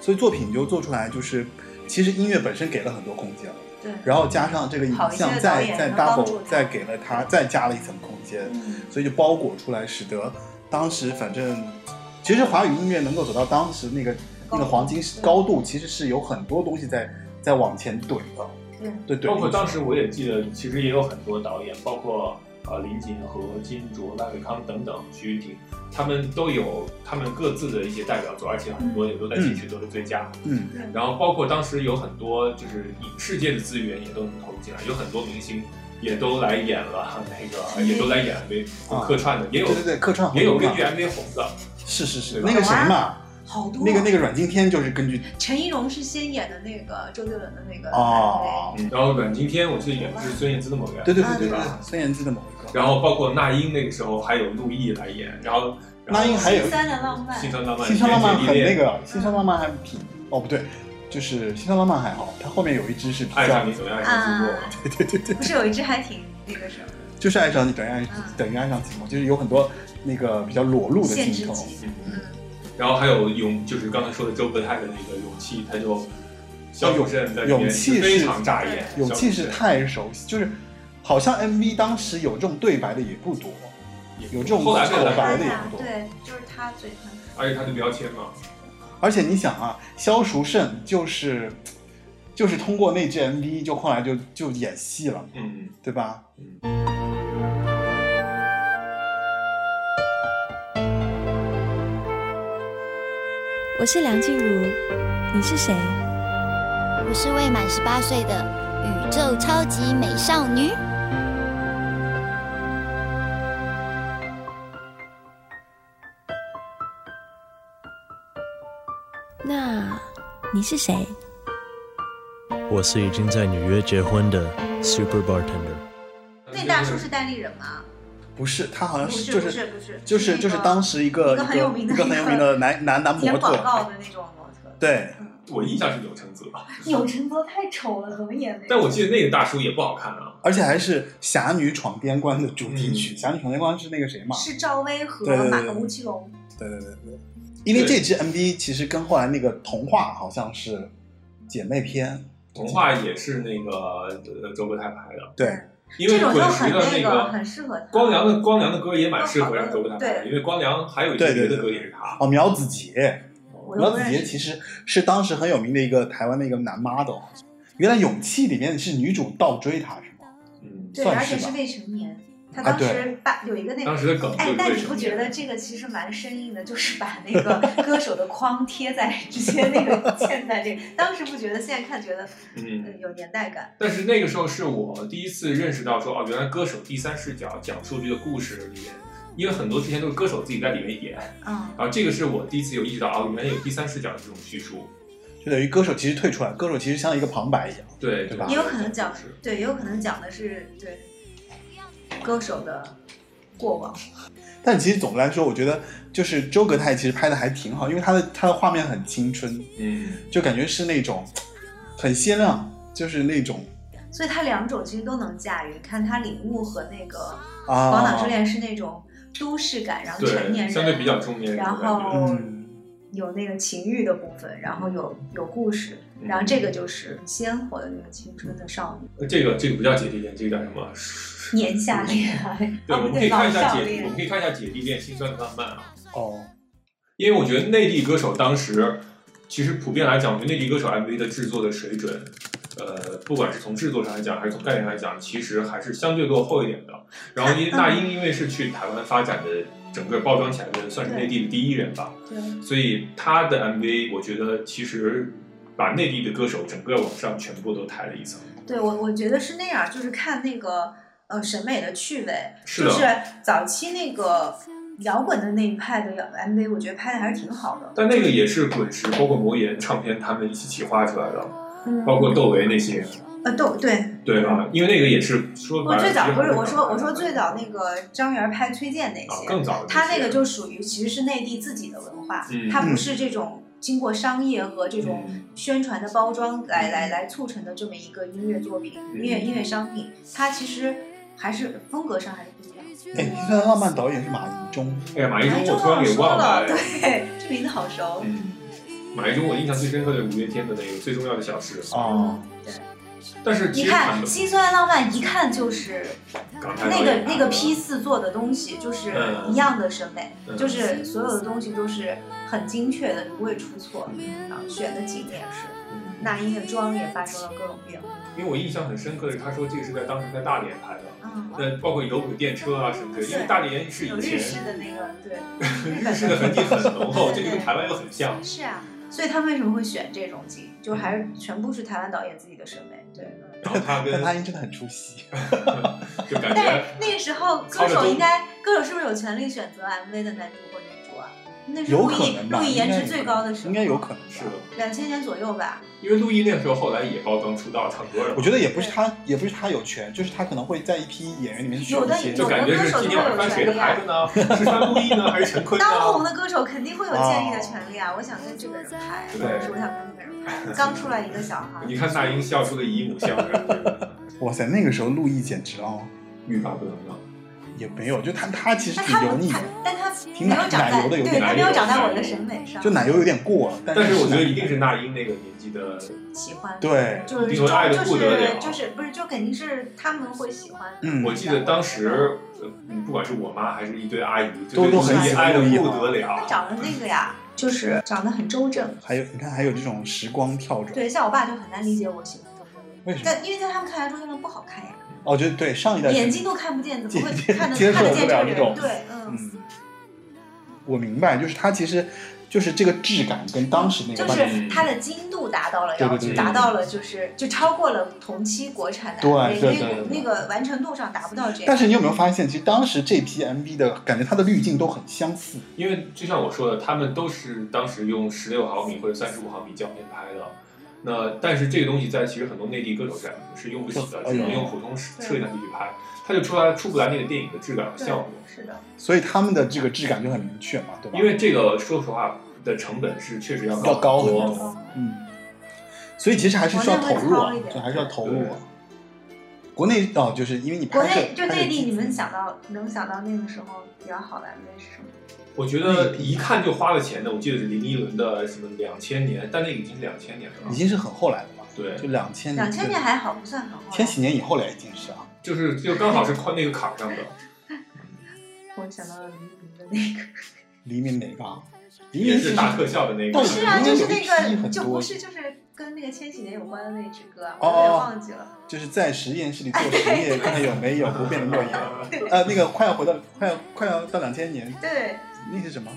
D: 所以作品就做出来就是，其实音乐本身给了很多空间，
E: 对
D: 然后加上这个影
B: 好一些
D: 像
B: 的导
D: 再
B: 演
D: 再
B: 能帮
D: double
B: 助他
D: 再给了它再加了一层空间，
B: 嗯
D: 所以就包裹出来，使得当时反正其实华语音乐能够走到当时那个那个黄金时高度，其实是有很多东西在在往前怼的，
B: 嗯
D: 对对，
C: 包括当时我也记得，其实也有很多导演，包括呃林锦和金卓、赖伟康等等，徐玉婷，他们都有他们各自的一些代表作，而且很多也都在金曲得了最佳。
D: 嗯
C: 然后包括当时有很多就是影视界的资源也都能投入进来，有很多明星也都来演了 那个，也都来演 MV 有客串的，也有
D: 对对对，客串
C: 也有
D: 啊红嘛
C: 根据 MV 红的，
D: 是是是
C: 对吧
D: 那个谁
B: 有
D: 嘛，
B: 好多
D: 那个那个阮经天就是根据
B: 陈一荣是先演的那个周杰伦的那个
D: 哦，
C: 然后阮经天我记得演的是孙燕姿的某个，
D: 啊对对对对
C: 对
D: 对
C: 吧，
D: 孙燕姿的某一个，
C: 然后包括那英那个时候还有陆毅来演，然后
D: 那英还有
E: 新三的浪漫，
C: 新酸浪漫，
D: 新上浪漫
C: 天
D: 很
C: 决地
D: 那
C: 恋，
D: 个，新上浪漫还挺哦不对，就是新上浪漫还好，它后面有一支是比
C: 爱
D: 较
C: 上你怎么样爱上祖国，
E: 啊不是有一只还挺那个什么，
D: 就是爱上你等于
E: 嗯
D: 爱等于爱上寂寞，就是有很多那个比较裸露的
E: 限制
D: 镜头，
E: 级，
C: 嗯，然后还有勇，就是刚才说的周格泰的那个勇气，他就小主任在里面
D: 啊勇气是
C: 非常扎眼，
D: 勇气是
C: 小主任
D: 太熟悉，就是好像 MV 当时有这种对白的也不多，有这种
C: 后来被
D: 口白
C: 来
E: 他
D: 的也
E: 呀
D: 不，多，
E: 对，就是他最很
C: 而且他的标签嘛，
D: 而且你想啊，萧淑慎就是就是通过那支 MV 就后来就就演戏了，
C: 嗯，
D: 对吧？
I: 我是梁静茹，你是谁？
J: 我是未满十八岁的宇宙超级美少女。
I: 那你是谁？
K: 我是已经在纽约结婚的 Super Bartender。
E: 那大叔是代理人吗？
D: 不是，他好像
E: 不是，
D: 就
E: 不
D: 是
E: 不是，
D: 就是
E: 那
D: 就是
E: 个
D: 当时一个
E: 一个很有名的
D: 一个很有名的男男男模
E: 剪广告
D: 特，
E: 的那种模特。
D: 对，
C: 我印象是钮承泽，
E: 钮承泽太丑了，怎么演的？
C: 但我记得那个大叔也不好看啊。
D: 而且还是《侠女闯边关》的主题曲，
C: 嗯
D: 侠女闯边关》是那个谁嘛？
E: 是赵薇和
D: 对对对
E: 马吴奇隆，
D: 对对对对，因为这支 MV 其实跟后来那个《童话》好像是姐妹篇，
C: 童话也是那个呃周国泰拍的，
D: 对，
E: 嗯
C: 因为
E: 这种
C: 滚
E: 就
C: 石
E: 很
C: 的
E: 那
C: 个
E: 很适合他
C: 光良的光良的歌也蛮适合
E: 更好
C: 让
E: 的
C: 周国泰拍的，
E: 对
C: 因为光良还有一
D: 对
C: 个
D: 对
C: 别
D: 对
C: 的歌也是他。
D: 哦，苗子杰，
E: 我
D: 苗
E: 又不
D: 子
E: 认
D: 杰
E: 识。
D: 其实是当时很有名的一个台湾的一个男 model，原来《勇气》里面是女主倒追他是吗？
C: 嗯，
E: 对，
D: 算
E: 而
D: 是
E: 且是
D: 吧
E: 未成年，他
D: 啊
E: 当
D: 对
E: 时把有一个那
C: 当
E: 个。
C: 时的梗就
E: 哎
C: 是，
E: 但
C: 为
E: 你
C: 什
E: 不
C: 么
E: 觉得这个其实蛮生硬的？就是把那个歌手的框贴在直接那 个嵌在这个，当时不觉得，现在看觉得
C: 嗯，
E: 嗯有年代感。
C: 但是那个时候是我第一次认识到说，哦，原来歌手第三视角讲述这个故事里面，因为很多之前都是歌手自己在里面演，
E: 嗯，
C: 然后这个是我第一次有意识到，哦，原来有第三视角的这种叙述，
D: 就等于歌手其实退出来，歌手其实像一个旁白一样。
C: 对
D: 对吧
E: 也有可能讲
C: 是，
E: 对，也有可能讲的是对歌手的过往。
D: 但其实总的来说，我觉得就是周格泰其实拍的还挺好，因为他的他的画面很青春，
C: 嗯，
D: 就感觉是那种很鲜亮，就是那种
E: 所以他两种其实都能驾驭。你看他领悟和那个《
D: 啊，
E: 广岛之恋》是那种都市感，然后成年
C: 对，
E: 人
C: 相对比较中年人的
E: 然
C: 感觉，
E: 后
D: 嗯，
E: 有那个情欲的部分，然后有有故事，
C: 嗯
E: 然后这个就是鲜活的那个青春的少女，
C: 呃这个这个不叫姐弟恋，这个叫什么？
E: 年下恋爱，
C: 嗯对，
E: 哦
C: 我
E: 不
C: 们可以看一
E: 老
C: 下
E: 少
C: 姐，我
E: 恋
C: 们可以看一下姐弟恋心酸的浪漫啊。
D: 哦，
C: 因为我觉得内地歌手当时，其实普遍来讲，我觉得内地歌手 MV 的制作的水准，呃，不管是从制作上来讲，还是从概念来讲，其实还是相对落后一点的。然后因那英因为是去台湾发展的，整个包装起来的算是内地的第一人吧，
E: 对，
C: 所以他的 MV 我觉得其实把内地的歌手整个往上全部都抬了一层。
E: 对我我觉得是那样，就是看那个呃审美的趣味，
C: 是的
E: 就是早期那个摇滚的那一派的 MV，我觉得拍的还是挺好的，
C: 但那个也是滚石，包括魔岩唱片他们一起企划出来的，
E: 嗯，
C: 包括窦唯那些，
E: 呃都对，
C: 对吧？因为那个也是说白
E: 我
C: 了
E: 最
C: 其
E: 早
C: 实
E: 不是
C: 很
E: 我说我说
C: 早
E: 最早那个张元拍崔健那
C: 啊
E: 些，
C: 更早的些，
E: 他那个就属于其实是内地自己的文化，
C: 嗯
E: 它不是这种经过商业和这种
C: 嗯
E: 宣传的包装来、来来促成的这么一个音乐作品、音乐
C: 嗯
E: 音乐商品，它其实还是风格上还是不一样。
D: 哎，你看浪漫导演是马一中，
C: 哎呀，马一中
E: 哎
C: 我
E: 中
C: 突然
E: 忘
C: 给
E: 说
C: 忘
E: 了，
C: 哎
E: 对，这名字好熟。
C: 嗯，马一中我印象最深刻的是五月天的那个最重要的小事，
D: 哦，
E: 嗯
C: 但是
E: 你
C: 其实
E: 看
C: 蛮
E: 《心酸浪漫》，一看就是
C: 港台
E: 那
C: 导
E: 个
C: 演
E: 那个 P 四做的东西，就是
C: 嗯
E: 一样的审美，
C: 嗯
E: 就是所有的东西都是很精确的，不会出错。啊，选的景也是，
C: 嗯
E: 那英的妆也发生了各种变化。
C: 因为我印象很深刻的是，他说这个是在当时在大连拍的，
E: 嗯，
C: 那包括有轨电车啊什么的，因为大连是
E: 有
C: 以
E: 日
C: 前，
E: 式的那个对
C: 日式的痕迹很浓厚，这
E: 对对
C: 个跟台湾又很像。嗯
E: 是啊，所以他们为什么会选这种景，就还是全部是台湾导演自己的审美，对。
C: 然后他
D: 但
C: 跟
D: 他真的很出戏，
C: 就感
E: 但是
C: 觉
E: 那个时候歌手应该，歌手是不是有权利选择 MV 的男主或女主啊？那是
D: 有
E: 陆
D: 可
E: 毅
D: 能吧，
E: 陆毅颜
D: 应该
E: 值最高的时候，
D: 应该有可能吧
C: 是的，
E: 两千年左右吧。
C: 因为陆毅那时候后来也包装出道唱歌了，
D: 我觉得也不是他，也不是他有权，就是他可能会在一批演员里面选
E: 有
D: 一
E: 的
D: 些，
C: 就感觉是今天晚上谁的孩子呢？是翻陆毅呢，还是陈
D: 啊
C: 坤呢？
E: 当红的歌手肯定会有建议的权
D: 哦
E: 利啊！我想跟这个人拍，
C: 对
E: 或者是我想跟那个人 拍。刚出来一个小孩，
C: 你看那英笑出的姨母笑容，
D: 哇塞，那个时候陆毅简直哦，
C: 欲罢不能啊！
D: 也没有，就他他其实
E: 但
D: 挺
E: 他
D: 油
E: 不
D: 腻
E: 他
D: 的，，
E: 但他
D: 挺
E: 没有
D: 奶
E: 长
D: 奶
E: 在，
D: 油的有
E: 对
D: 点
E: 他
C: 奶
E: 没
C: 油
E: 有长在
C: 奶
E: 我的
C: 油
E: 审美上，
D: 就奶油有点过了，
C: 但
D: 是
C: 是我觉得
D: 奶
C: 一定是那英那个年纪的，
E: 喜欢。
D: 对，
E: 就是
C: 你说爱得
E: 就
C: 不得了
E: 是就是不是就肯定是他们会喜欢的。
D: 嗯
C: 我记得当时，呃嗯不管是我妈还是一堆阿姨，就
D: 都
C: 对
D: 都
C: 陆
D: 很
C: 毅
D: 喜欢
C: 爱的
D: 陆毅
C: 不
D: 嘛
C: 得
E: 他
C: 了。
E: 找了那个呀，就是长得很周正。
D: 还有你看，还有这种时光跳转，
E: 对，像我爸就很难理解我喜欢周正，
D: 为什么？
E: 但因为在他们看来，周正不好看呀，
D: 哦，就对上一代
E: 眼睛都看不见，怎么会看得
D: 接
E: 看
D: 受
E: 得
D: 不
E: 见
D: 了
E: 这个
D: 这种
E: 人？，对，嗯，
D: 嗯，我明白，就是它其实就是这个质感跟当时那个
E: 就
D: 办
E: 是它的精度达到了，然后
D: 对对
E: 就
D: 对
E: 达到了，就是就超过了同期国产的，
D: 对
E: 那那
D: 对对
E: 个
D: 对
E: 那个完成度上达不到这样。
D: 但是你有没有发现，其实当时这批 MV 的感觉，它的滤镜都很相似。
C: 因为就像我说的，他们都是当时用十六毫米或者三十五毫米胶片拍的。那但是这个东西在其实很多内地歌手站是用不起的，
D: 哎
C: 只
D: 呦
C: 能用普通摄摄影机去拍，它就出来出不来那个电影的质感和
E: 对
C: 效果。
E: 是的，
D: 所以他们的这个质感就很明确嘛，对吧？
C: 因为这个说实话的成本是确实要
D: 要高
C: 很
D: 很
C: 多。
D: 多，嗯，所以其实还是需要投入
E: 国内会糙
D: 啊
E: 一，点
D: 就还是要投入啊。国内哦，就是因为你
E: 国
D: 拍摄
E: 内就
D: 拍摄
E: 内地，
D: 剧
E: 你们想到能想到那个时候比较好的 MV 是什么？
C: 我觉得一看就花了钱的，我记得是林依轮的什么两千年，但那个已经两千年了
D: 已。经是很后来了嘛，
C: 对
D: 就两千
E: 两千年还好，不算很好。
D: 嗯千禧年以后了，已经是啊。
C: 就是就刚好是跨那个坎上的。
E: 我想到了黎明的那个，
D: 黎明哪个啊？黎
C: 也
D: 明
C: 是大特效的那
D: 到
C: 个。
D: 底
E: 是啊，
D: 因为
E: 就
D: 有
E: 是
D: 一批
E: 那个，
D: 很
E: 就
D: 多
E: 不是就是跟那个千禧年有关的那支歌啊，我
D: 哦
E: 有点
D: 哦
E: 忘记了。
D: 就是在实验室里做实验，看看有没有不变的诺言。呃，那个快要回到快要快要到两千年，
E: 对，
D: 那是什么？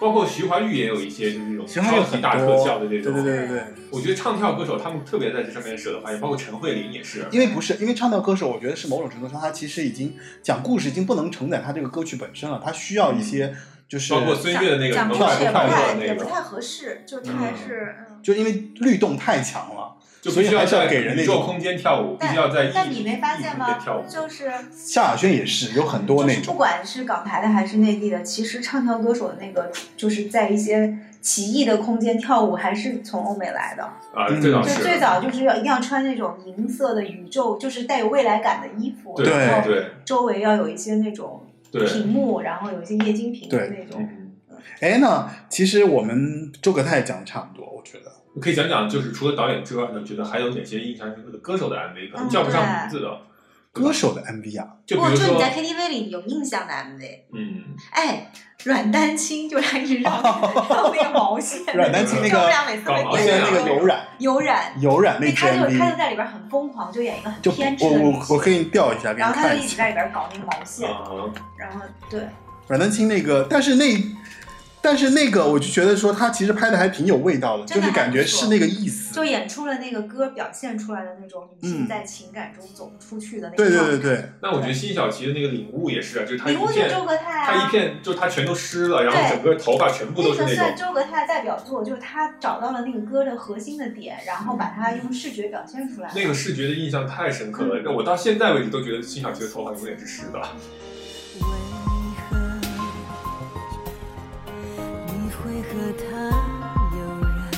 C: 包括徐怀钰也有一些就是这种
D: 其实还有
C: 超级
D: 很
C: 大特效的这
D: 对
C: 种。
D: 对对对对。
C: 我觉得唱跳歌手他们特别在这上面舍得花钱，包括陈慧琳也是。
D: 因为不是，因为唱跳歌手，我觉得是某种程度上，他其实已经讲故事，已经不能承载他这个歌曲本身了，他需要一些就是
C: 包括孙悦的那个什
E: 讲
C: 么
E: 故
C: 快
E: 事也
C: 不
E: 不太
C: 快乐
E: 也
C: 那
E: 不
C: 个，
E: 太合适，就他还是嗯。
D: 就因为律动太强了，
C: 就
D: 所
C: 必
D: 以
C: 须要
D: 还是要
C: 在
D: 给人那
C: 宇宙
D: 种。
C: 空间跳舞，必须要在异
E: 但你没发现
C: 异
E: 吗
C: 域跳舞？
E: 就是
D: 萧亚轩也是有很多
E: 就
D: 那
E: 是不
D: 种，
E: 管是港台的还是内地的，其实唱跳歌手的那个就是在一些奇异的空间跳舞，还是从欧美来的。
C: 啊，
D: 嗯
C: 这倒。
E: 就是最早就是要一定要穿那种银色的宇宙，就是带有未来感的衣服，
C: 对
E: 然后
C: 对
E: 周围要有一些那种
C: 对，
E: 屏幕，然后有一些液晶屏
D: 对
E: 的那种。
C: 嗯，
D: 哎，那其实我们周葛泰讲的差不多，我觉得。
C: 嗯可以讲讲，就是除了导演之外呢，觉得还有哪些印象深刻的歌手的 MV，可
E: 嗯
C: 能叫不上
E: 对
C: 名字的，
D: 歌手的 MV 啊，
C: 就比
E: 不，
C: 如
E: 就你
C: 说，
E: 在 KTV 里有印象的 MV，
C: 嗯，
E: 哎，阮丹青就他一直绕绕那个毛线，
D: 阮哦丹青那个
E: 丈母娘每次
C: 搞毛
D: 那
E: 会
C: 线
D: 个
C: 啊
D: 那个有染
E: 有染，
D: 有染那
E: 对，
D: 支
E: 哎他就他就
D: MV，
E: 在里边很疯狂，就演一个很
D: 就
E: 偏执
D: 我
E: 的女
D: 我我
E: 性，
D: 可以调一下给
E: 然后
D: 你
E: 他
D: 看
E: 就
D: 一
E: 一直
D: 下。
E: 在里边搞那个毛线，
C: 啊，
E: 然后对，
D: 阮丹青那个，但是那。但是那个，我就觉得说他其实拍的还挺有味道的，
E: 真的
D: 就是感觉
E: 还不错
D: 是那个意思。
E: 就演出了那个歌表现出来的那种女性
D: 嗯
E: 在情感中走不出去的那个
D: 对
E: 状态。
D: 对对对，
C: 那我觉得辛晓琪的那个领悟也是啊，就是她一
E: 礼物就是
C: 片
E: 周格泰啊，
C: 他一片就他全都湿了，然后
E: 对
C: 整个头发全部
E: 那
C: 都是
E: 个
C: 那
E: 算
C: 种。
E: 周格泰的代表作，就是他找到了那个歌的核心的点，然后把它用视觉表现出来。
C: 嗯那个视觉的印象太深刻
D: 嗯
C: 了，我到现在为止都觉得辛晓琪的头发永远是湿的。
A: 为何你会和他有染？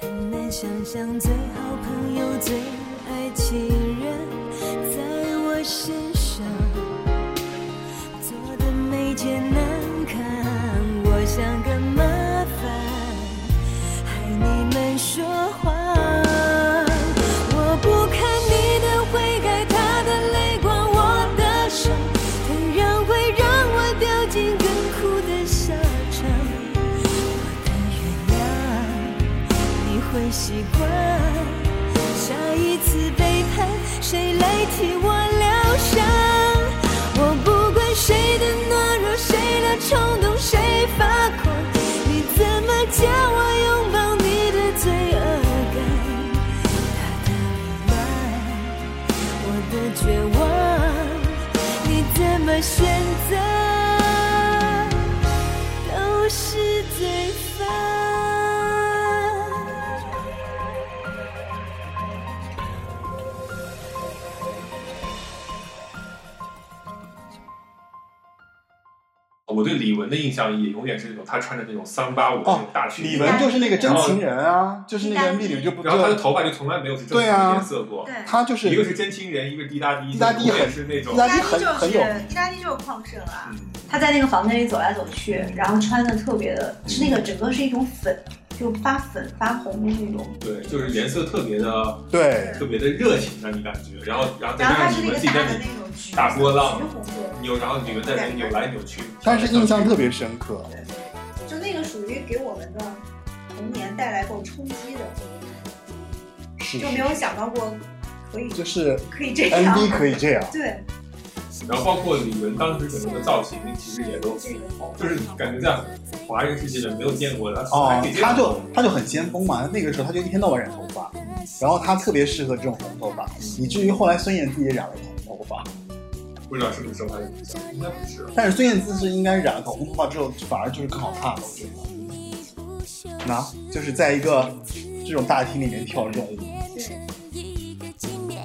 A: 很难想象最好朋友、最爱情人，在我身上做的每件难看，我像个麻烦。害你们说谎。我不看你的悔改，他的泪光，我的伤，当然会让我掉进更苦的下场。我的原谅，你会习惯。下一次背叛，谁来替我疗伤？我不管谁的懦弱，谁的冲动，谁发狂，你怎么叫我拥抱你的罪恶感？他的不满，我的绝望，你怎么选择？都是罪犯。
C: 我对李玟的印象也永远是那种她穿着那种三八五的那种大裙
D: 哦李
C: 子，
D: 玟就是那个真情人啊，就是那个
E: 然后
D: MV 里就不
C: 然后她的头发就从来没有是正
D: 对
C: 常
D: 啊
C: 的颜色过。
E: 对，
D: 他就是
C: 一个是真情人，一个是滴答滴，
D: 滴答滴
C: 永远
D: 很
C: 是那种
D: 滴答
E: 意大
D: 滴
E: 利
D: 很
E: 就
D: 很
E: 是
D: 有，
E: 意大利就是旷世了。啊
C: 嗯
E: 他在那个房间里走来走去，然后穿的特别的，是那个整个是一种粉，
B: 就发粉发红的那种。
C: 对，就是颜色特别的
D: 对，
C: 特别的热情让你感觉，然后然后再
B: 然后
C: 加
B: 它
C: 上
B: 是
C: 你
B: 那
C: 们
B: 个
C: 自己
B: 大
C: 在
B: 的那种橘
C: 大波浪
B: 橘红色
C: 扭，然后你们在那扭来扭去，
D: 但是印象特别深刻。
B: 的，就那个属于给我们的童年带来过冲击的，
C: 嗯
D: 是
B: 就没有想到过可以
D: 就是
B: 可以这样。
D: MV 可以这样，
B: 对，
C: 然后包括你们当时整个的造型，其实也都就是感觉在华人世界里面没有见过的，
D: 哦
C: 还可以，这样
D: 他就他就很先锋嘛，那个时候他就一天到晚染头发，然后他特别适合这种红头发，以至于后来孙燕姿也染了红头发，
C: 不知道是不是受害者，应该不是。
D: 但是孙燕姿是应该染了口红头发之后，反而就是更好看了，我觉得。那就是在一个这种大厅里面跳这种舞，
A: 一个经典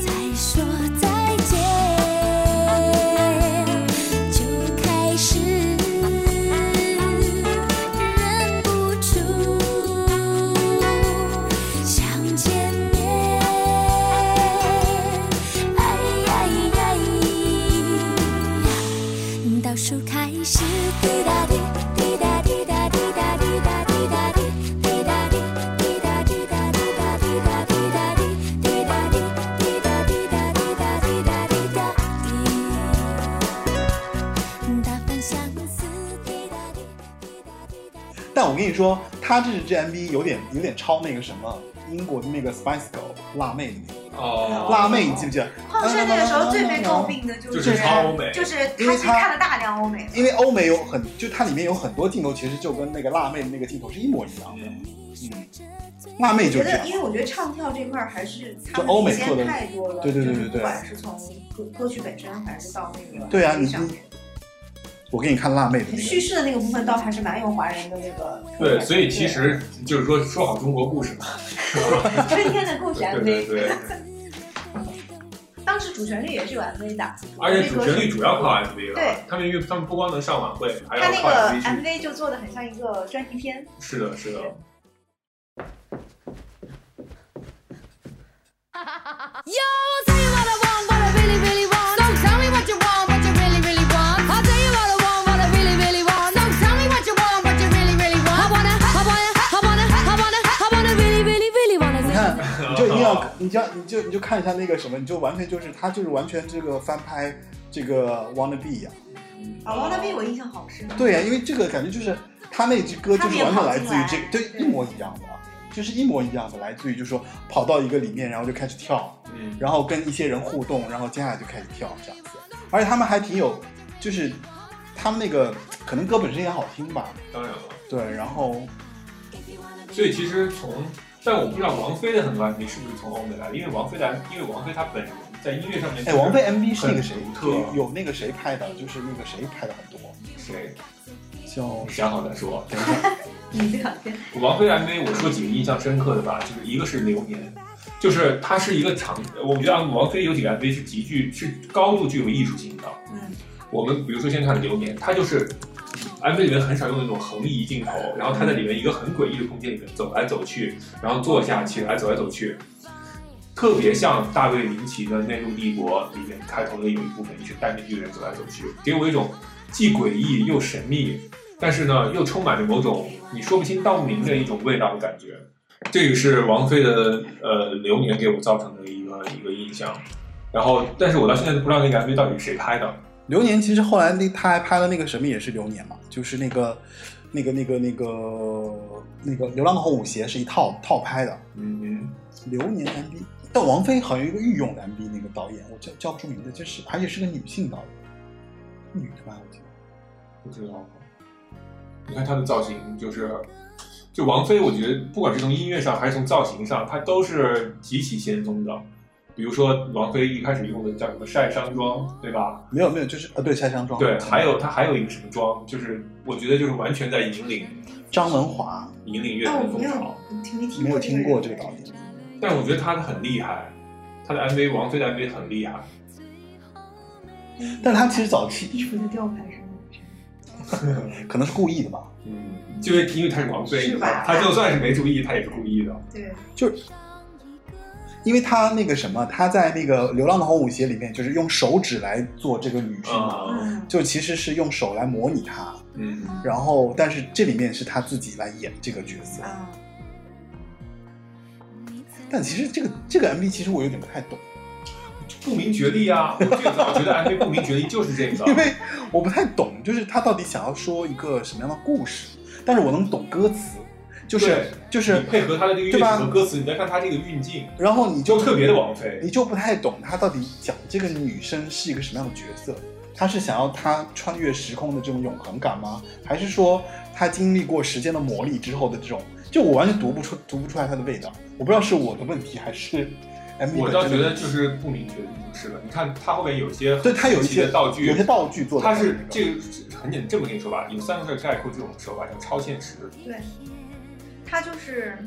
A: 才说再见，就开始忍不住想见面。哎呀呀呀！倒数开始，滴答滴，滴答滴答滴答滴答滴答滴，滴答滴。滴答滴答滴答滴答滴答滴，滴答滴滴答滴答滴答滴答滴答滴。大凡相思，滴答滴滴答滴答。
D: 但我跟你说，他这支 MV 有点有点抄那个什么英国的那个 Spice Girl 辣妹的那个
C: 哦，
D: 辣妹，你记不记得？
E: 矿山哦那个时候最被诟病的就
C: 就是是超欧美，
E: 就是
D: 因为
E: 他是
D: 他
E: 看了大量欧美的，
D: 因为欧美有很，就它里面有很多镜头，其实就跟那个辣妹的那个镜头是一模一样的。嗯，辣妹
E: 我
D: 就
E: 觉
D: 是这
E: 得，
D: 样
E: 因。为我觉得唱跳这块儿还是他
D: 就欧
E: 们
D: 美
E: 时
D: 做的
E: 间太多了，
D: 对对对
E: 就
D: 对
E: 是
D: 对
E: 不管是从歌歌曲本身，还是到那个
D: 对啊你
E: 上面
D: 我给你看辣妹的那
B: 叙
D: 个，
B: 事的那个部分倒还是蛮有华人的那个特色
C: 对，
B: 的
C: 所以其实就是说说好中国故 事嘛，
B: 春天的故事
C: 对
B: MV，
C: 对对，
B: 当时主旋律也是有 MV 的，
C: 而且主旋律主要靠 MV 了
B: 对，
C: 他们因为他们不光能上晚会，还
B: 他
C: 要
B: 那
C: 靠
B: 个
C: MV 去。
B: MV 就做的很像一个专题片。
C: 是的，是的。
A: Yo, I'll tell you what I want, what I really, really want. So tell me what you want, what you really, really want. I'll tell you what I want, what I really, really want. So tell me what you want, what you really, really want. I wanna, I wanna, I wanna, I wanna, I wanna really, really, really wanna.
D: 你看， 你就一定要，你就要你就你就看一下那个什么，你就完全就是他就是完全这个翻拍这个 Wanna Be 呀、
E: 啊，王大斌我印象好深。
D: 对呀、因为这个感觉就是他那支歌就是完全来自于这个，
E: 他没有跑进来
D: 对，一模一样的，啊就是一模一样的，来自于就说跑到一个里面，然后就开始跳，
C: 嗯，
D: 然后跟一些人互动，然后接下来就开始跳这样子，而且他们还挺有，就是他们那个可能歌本身也好听吧，
C: 当然了。
D: 对，然后
C: 所以其实从，但我不知道王菲的很多 MV 是不是从欧美来的，因为王菲的，因为王菲她本人在音乐上面，
D: 哎，王菲 MV 是那个谁
C: 很独特啊
D: 有有那个谁拍的，就是那个谁拍的很多，
C: 谁
D: 叫
C: 想好再 说。
E: 你这两天
C: 王菲 MV 我说几个印象深刻的吧，就是一个是《流年》，就是它是一个长，我觉得王菲有几个 MV 是极具是高度具有艺术性的。嗯，我们比如说先看《流年》，它就是 MV 里面很少用那种横移镜头，然后它在里面一个很诡异的空间里面走来走去，然后坐下起来走来走去，特别像大卫林奇的《内陆帝国》里面开头的有一部分，一群戴面具的人走来走去，给我一种既诡异又神秘，但是呢又充满着某种你说不清道不明的一种味道的感觉。这个是王菲的呃《流年》给我造成的一个一个印象，然后但是我到现在都不知道那个 MV 到底是谁拍的。
D: 流年，其实后来那他还拍了那个什么也是流年嘛，就是那个那个那个那个那个《流浪的红舞鞋》是一套套拍的，
C: 嗯，
D: 流年 MV，但王菲好像有一个御用的 MV 那个导演，我叫叫不出名字，就是而且是个女性导演，女的吧，我记得。
C: 不知道。你看她的造型，就是就王菲，我觉得不管是从音乐上还是从造型上，她都是极其先锋的。比如说王菲一开始用的叫什么晒伤妆，对吧？
D: 没有没有，就是呃对，蔡香妆。
C: 对，还有她还有一个什么妆，就是我觉得就是完全在引领
D: 张文华，
C: 引领乐
E: 但
C: 坛
E: 我
C: 的
E: 哦
C: 风
E: 没
C: 潮
E: 有。听没听
D: 没有听过这
E: 个
D: 个
E: 人
D: 导演。
C: 但我觉得她很厉害，她的 MV 王菲的 MV 很厉害。
D: 但他其实嗯早期
E: 嗯衣服的吊牌是
D: 可能是故意的吧，
C: 嗯，就是因为她是王菲，
E: 是吧
C: 哦她就算是没注意，她也是故意的。
E: 对，
D: 就是因为他那个什么，他在那个《流浪的红舞鞋》里面，就是用手指来做这个女婿嘛，
C: 啊，
E: 嗯
D: 就其实是用手来模拟她。
C: 嗯，
D: 然后，但是这里面是他自己来演这个角色。
E: 嗯
D: 但其实这个这个 MV 其实我有点不太懂，
C: 不明觉 厉啊！我最早觉得 MV 不明觉厉就是这个，
D: 因为我不太懂，就是他到底想要说一个什么样的故事，但是我能懂歌词，就是
C: 对
D: 就是
C: 你配合他的这个乐
D: 对
C: 曲
D: 吧
C: 和歌词，你再看他这个运镜，
D: 然后你就
C: 就特别的王菲
D: 你就不太懂他到底讲这个女生是一个什么样的角色，他是想要她穿越时空的这种永恒感吗？还是说她经历过时间的磨砺之后的这种？就我完全读不出读不出来她的味道，我不知道是我的问题还是 MV
C: 我
D: 本
C: 倒
D: 身
C: 觉
D: 的
C: 得
D: 问题
C: 就是不明觉厉就是了。你看它后面有一些
D: 对它有一
C: 很神奇
D: 些
C: 的道具，
D: 有些道具做的
C: 它是这个很简这么跟你说吧，有三个字概括这种手法叫超现实。
E: 对，他就是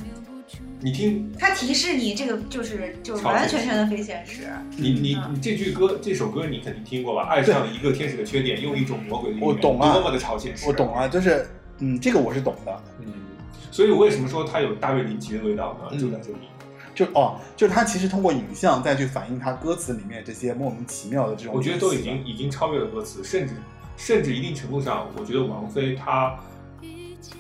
C: 你听
E: 他提示你这个就是就是完完全全的非现实，
C: 你
D: 嗯
C: 你你这句歌这首歌你肯定听过吧？爱上一个天使的缺点，用一种魔鬼的语言
D: 我懂啊
C: 多么的超现实。
D: 我懂啊，就是嗯，这个我是懂的，
C: 嗯，所以我为什么说它有大卫林奇的味道呢？
D: 嗯
C: 就在这里。
D: 就哦，就是他其实通过影像再去反映他歌词里面这些莫名其妙的这种，
C: 我觉得都已经已经超越了歌词，甚至甚至一定程度上，我觉得王菲她，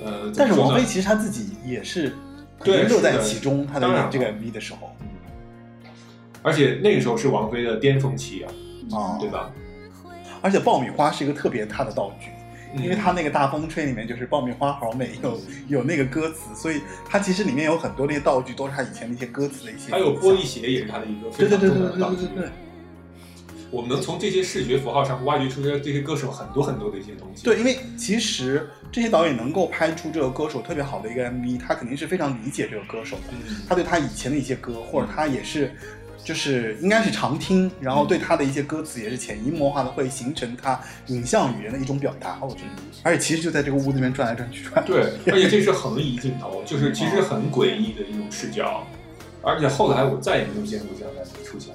C: 呃，怎
D: 但是
C: 么说呢
D: 王菲其实她自己也是
C: 对
D: 乐在
C: 是的
D: 其中，她在
C: 当然
D: 演这个
C: 了
D: MV 的时候
C: 嗯而且那个时候是王菲的巅峰期啊，
D: 啊，
C: 对？吧？
D: 而且爆米花是一个特别她的道具，
C: 嗯
D: 因为她那个大风吹里面就是爆米花好美有有那个歌词，所以它其实里面有很多那些道具都是她以前那些歌词的一些，
C: 还有玻璃，鞋也是她的一个
D: 对
C: 非
D: 对
C: 常
D: 对
C: 重
D: 对对
C: 要的
D: 对
C: 道
D: 对
C: 具
D: 对。对。
C: 我们能从这些视觉符号上挖掘出这些歌手很多很多的一些东西。
D: 对，因为其实这些导演能够拍出这个歌手特别好的一个 MV，他肯定是非常理解这个歌手的，
C: 嗯，
D: 他对他以前的一些歌，或者他也是，就是应该是常听，然后对他的一些歌词也是潜移默化的会形成他影像语言的一种表达，我觉得。而且其实就在这个屋子里面转来转去转。
C: 对，而且这是横移镜头，就是其实很诡异的一种视角，而且后来我再也没有见过这样的人出现，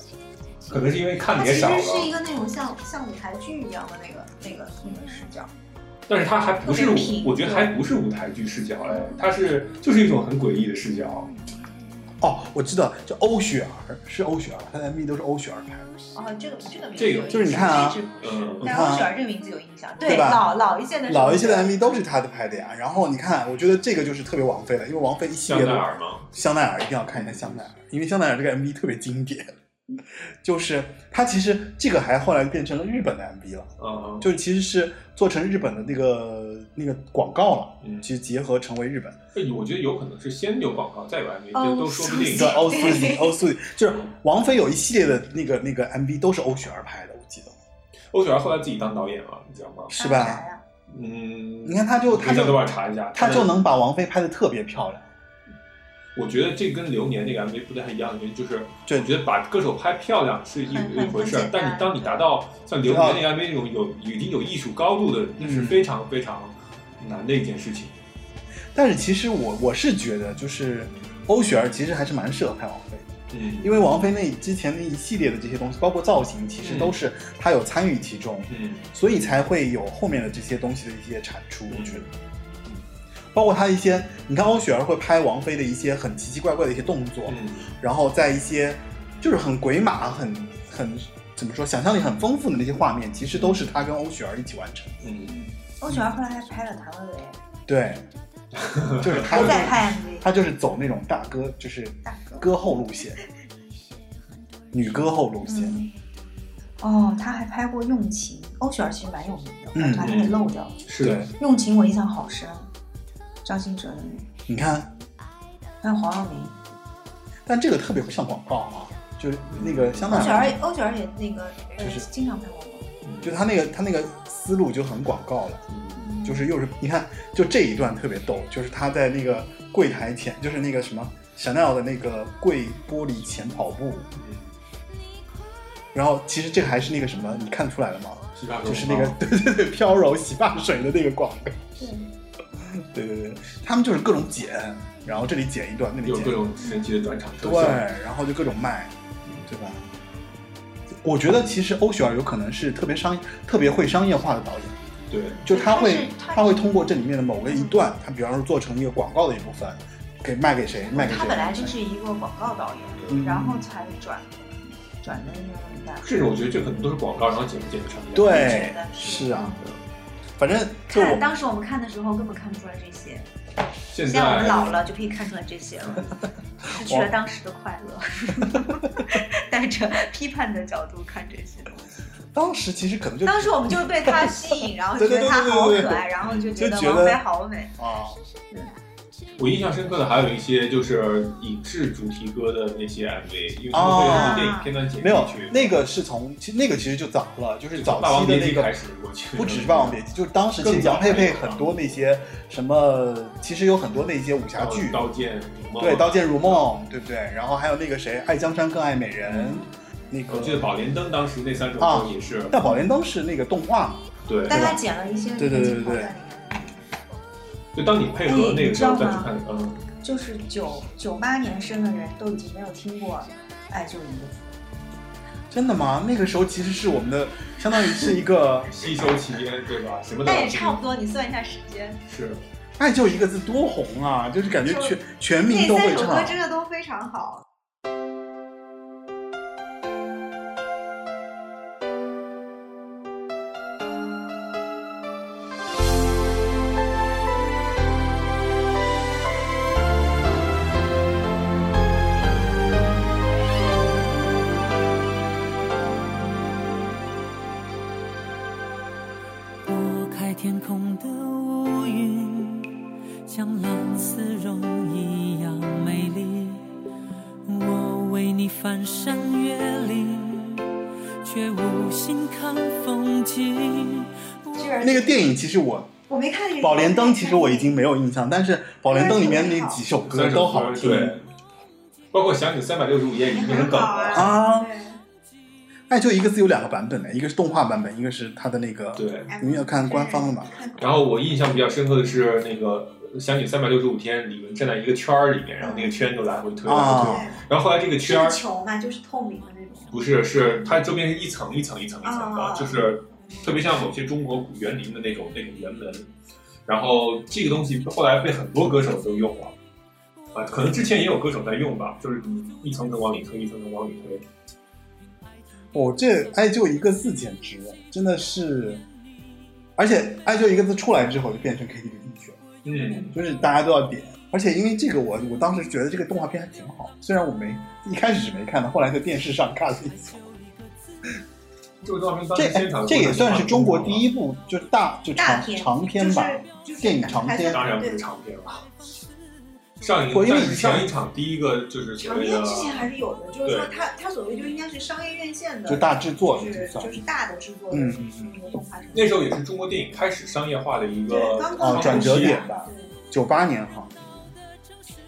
C: 可能是因为看
E: 它
C: 的
E: 其
C: 也
E: 实
C: 少
E: 是一
C: 了，
E: 个那种像像舞台剧一样的那个那个那个视角。
C: 但是它还不是
E: 特别平，
C: 我觉得还不是舞台剧视角哎，它是就是一种很诡异的视角，
D: 哦，我知道，就欧雪儿是欧雪儿，她的 MV 都是欧雪儿拍的。
E: 哦，这个这个名字
C: 这个
E: 有印象
D: 就是你看啊
E: 这只
C: 嗯，
E: 但
D: 你看啊
E: 欧雪儿这个名字有印象，
D: 对吧
E: 老老一些的
D: 老一些的
E: 是
D: MV 都是她的拍的呀。然后你看，我觉得这个就是特别王菲了，因为王菲一系
C: 香
D: 列
C: 奈
D: 的
C: 儿嘛，
D: 香奈儿一定要看一下香奈儿，因为香奈儿这个 MV 特别经典，就是它其实这个还后来变成了日本的 MV 了，
C: 嗯，
D: 就是其实是做成日本的那个那个广告了，
C: 嗯
D: 其实结合成为日本
C: 就我觉得有可能是先有广告再有 MV，
E: 哦
C: 这都说不定。
D: 的欧苏里欧苏里，就是王菲有一系列的那个那个 MV 都是欧雪儿拍的，我记得
C: 欧雪儿后来自己当导演了，你知道吗？
D: 是
E: 当
D: 吧
E: 然？啊
C: 嗯，
D: 你看她就她
C: 回头
D: 就
C: 都要查一下，
D: 她
C: 的
D: 就能把王菲拍的特别漂亮，
C: 我觉得这跟流年那个 MV 不太一样的原因就是，
D: 对
C: 我觉得把歌手拍漂亮是一
E: 很
C: 一回事
E: 很
C: 儿
E: 简单，
C: 但你当你达到像流年那个 MV 那种有已经有艺术高度的，那是非常非常难的一件事情。
D: 但是其实我我是觉得就是欧雪儿其实还是蛮适合拍王菲的。
C: 嗯，
D: 因为王菲那之前那一系列的这些东西，包括造型，其实都是她有参与其中，
C: 嗯，
D: 所以才会有后面的这些东西的一些产出。我觉得，包括她一些，你看欧雪儿会拍王菲的一些很奇奇怪怪的一些动作，
C: 嗯，
D: 然后在一些就是很鬼马、很很怎么说，想象力很丰富的那些画面，其实都是她跟欧雪儿一起完成的。
C: 嗯，
E: 欧雪儿后来还拍了谭维维，
D: 对，就 是她
E: 还在拍 MV，
D: 她就是走那种大歌，就是
E: 大哥
D: 歌后 路线，女歌后路线。
E: 嗯哦，他还拍过《用情》，欧雪儿其实蛮有名的，
D: 嗯
E: 我把它给漏掉了。
C: 是的
D: 对，
E: 用情》我印象好深，张信哲的那
D: 你看。
E: 个，还有黄耀明。
D: 但这个特别不像广告啊，就是那个香
E: 欧
D: 奈
E: 雪
D: 儿，
E: 哦儿，欧雪儿也那个，呃
D: 嗯就是，
E: 经常拍广告。
D: 就他那个他那个思路就很广告了，就是又是你看，就这一段特别逗，就是他在那个柜台前，就是那个什么 Chanel 的那个柜玻璃前跑步，然后其实这个还是那个什么，你看出来了吗？
C: 是吧
D: 啊就是那个 对对对飘柔洗发水的那个广告，对对对，他们就是各种剪，然后这里剪一段，那里
C: 有
D: 剪一段
C: 各种神奇的转场特
D: 对
C: 效，，
D: 然后就各种卖，对吧？我觉得其实欧雪儿有可能是特别商、特别会商业化的导演，
C: 对，
D: 就他会
E: 他是他
D: 他会通过这里面的某个一段，他比方说做成一个广告的一部分，给卖给谁？卖给谁？
E: 他本来就是一个广告导
D: 嗯
E: 演，然后才转转的那个文大
C: 甚至我觉得这可能都是广告，然后剪不剪成一样。
D: 对
E: 觉得，是
D: 是啊，反正就
E: 看
D: 我
E: 当时我们看的时候根本看不出来这些，
C: 现
E: 现在我
C: 在
E: 们老了就可以看出来这些 了，失去了当时的快乐， 带着批判的角度看这些东西。
D: 当时其实可能就啊
E: 当时我们就是被他吸引，然后觉得他好可爱，然后就觉得
D: 就觉
E: 王
D: 得
E: 菲好美。
D: 啊，
C: 我印象深刻的还有一些就是影视主题歌的那些 MV，因为他们会
D: 啊
C: 用电影片段剪
D: 没有
C: 进去。
D: 那个是从其实那个其实就早了，就是
C: 是
D: 早
C: 《霸王
D: 期的
C: 别
D: 那
C: 姬》开
D: 个。
C: 始，我觉得
D: 不只是《霸王别姬》，就是当时其实
C: 更早
D: 杨佩佩很多那些什么，其实有很多那些武侠
C: 刀
D: 剧，
C: 刀剑如梦》
D: 对《刀剑如梦》，对不对？然后还有那个谁，《爱江山更爱美
C: 嗯
D: 人》，那
C: 我记得《
D: 个
C: 宝莲灯》当时那三首
D: 啊
C: 歌也是，
D: 但宝莲灯是那个动画嘛，
C: 对，
E: 但他剪了一些
D: 对对对对
E: 镜头在里面
C: 就当你配合那个时候再去看，嗯，
E: 就是九九八年生的人都已经没有听过《爱就一个字
D: 真的吗？那个时候其实是我们的，相当于是一个
C: 吸收期间对吧？什么》，的
E: 但也差不多。你算一下时间，
C: 是，
D: “爱就一个字”多红啊，就是感觉全全民
E: 那
D: 都会
E: 三首
D: 唱
E: 歌。真的都非常好。
H: 拨开天空的乌云，像蓝丝绒一样美丽。我为你翻山越岭，却无心看风景。
E: 就是
D: 那个电影其实我
E: 我没看那个
D: 《
E: 《
D: 宝莲灯》，其实我已经没有印象，但是《宝莲灯》里面那几首歌
C: 三
D: 都
C: 首
D: 好
C: 歌
D: 听。
C: 对，包括想你三百六十五夜已经变成梗
E: 好
C: 了。
D: 啊，
E: 对
D: 爱就一个字有两个版本的，一个是动画版本，一个是它的那个。
C: 对，
D: 你们要看官方的嘛？
C: 然后我印象比较深刻的是那个《想你三百六十五天》，李玟站在一个圈儿里面，然后那个圈就来回推，来回推。
E: 哦
D: 啊，
C: 然后后来这个
E: 是
C: 圈
E: 个
C: 儿
E: 球嘛，就是透明的那种。
C: 不是，是它周边是一层一层一层一层的，
E: 啊
C: 就是特别像某些中国古园林的那种那种园门。然后这个东西后来被很多歌手都用了，啊，可能之前也有歌手在用吧，就是一层层往里推，一层层往里推。
D: 我、哦这“爱就一个字”简直了，真的是，而且“爱就一个字”出来之后就变成 KTV 必选。
C: 嗯，
D: 就是大家都要点。而且因为这个我，我当时觉得这个动画片还挺好，虽然我没一开始是没看的，后来在电视上看了一下。
C: 这个照片当
D: 这哎
C: 时现场
D: 这也算
C: 啊
D: 是中国第
C: 一，
D: 一部就大就
E: 大
D: 长
E: 片
D: 长篇吧，
E: 就是就是
D: 电影长篇
C: 当然不
E: 对
C: 是长篇了。上一
D: 我因为
C: 但是
D: 以前
C: 上一场第一个就是所
E: 长
C: 谓的
E: 篇之前还是有的，就是说
C: 对
E: 它它所谓就应该是商业院线的，
D: 就大制作
E: 就是
D: 算
E: 就是大的制作的
D: 嗯嗯
E: 那个动画片。
C: 那时候也是中国电影开始商业化的一个
E: 对刚刚
D: 啊转折点吧
E: 对。
D: 九八年哈，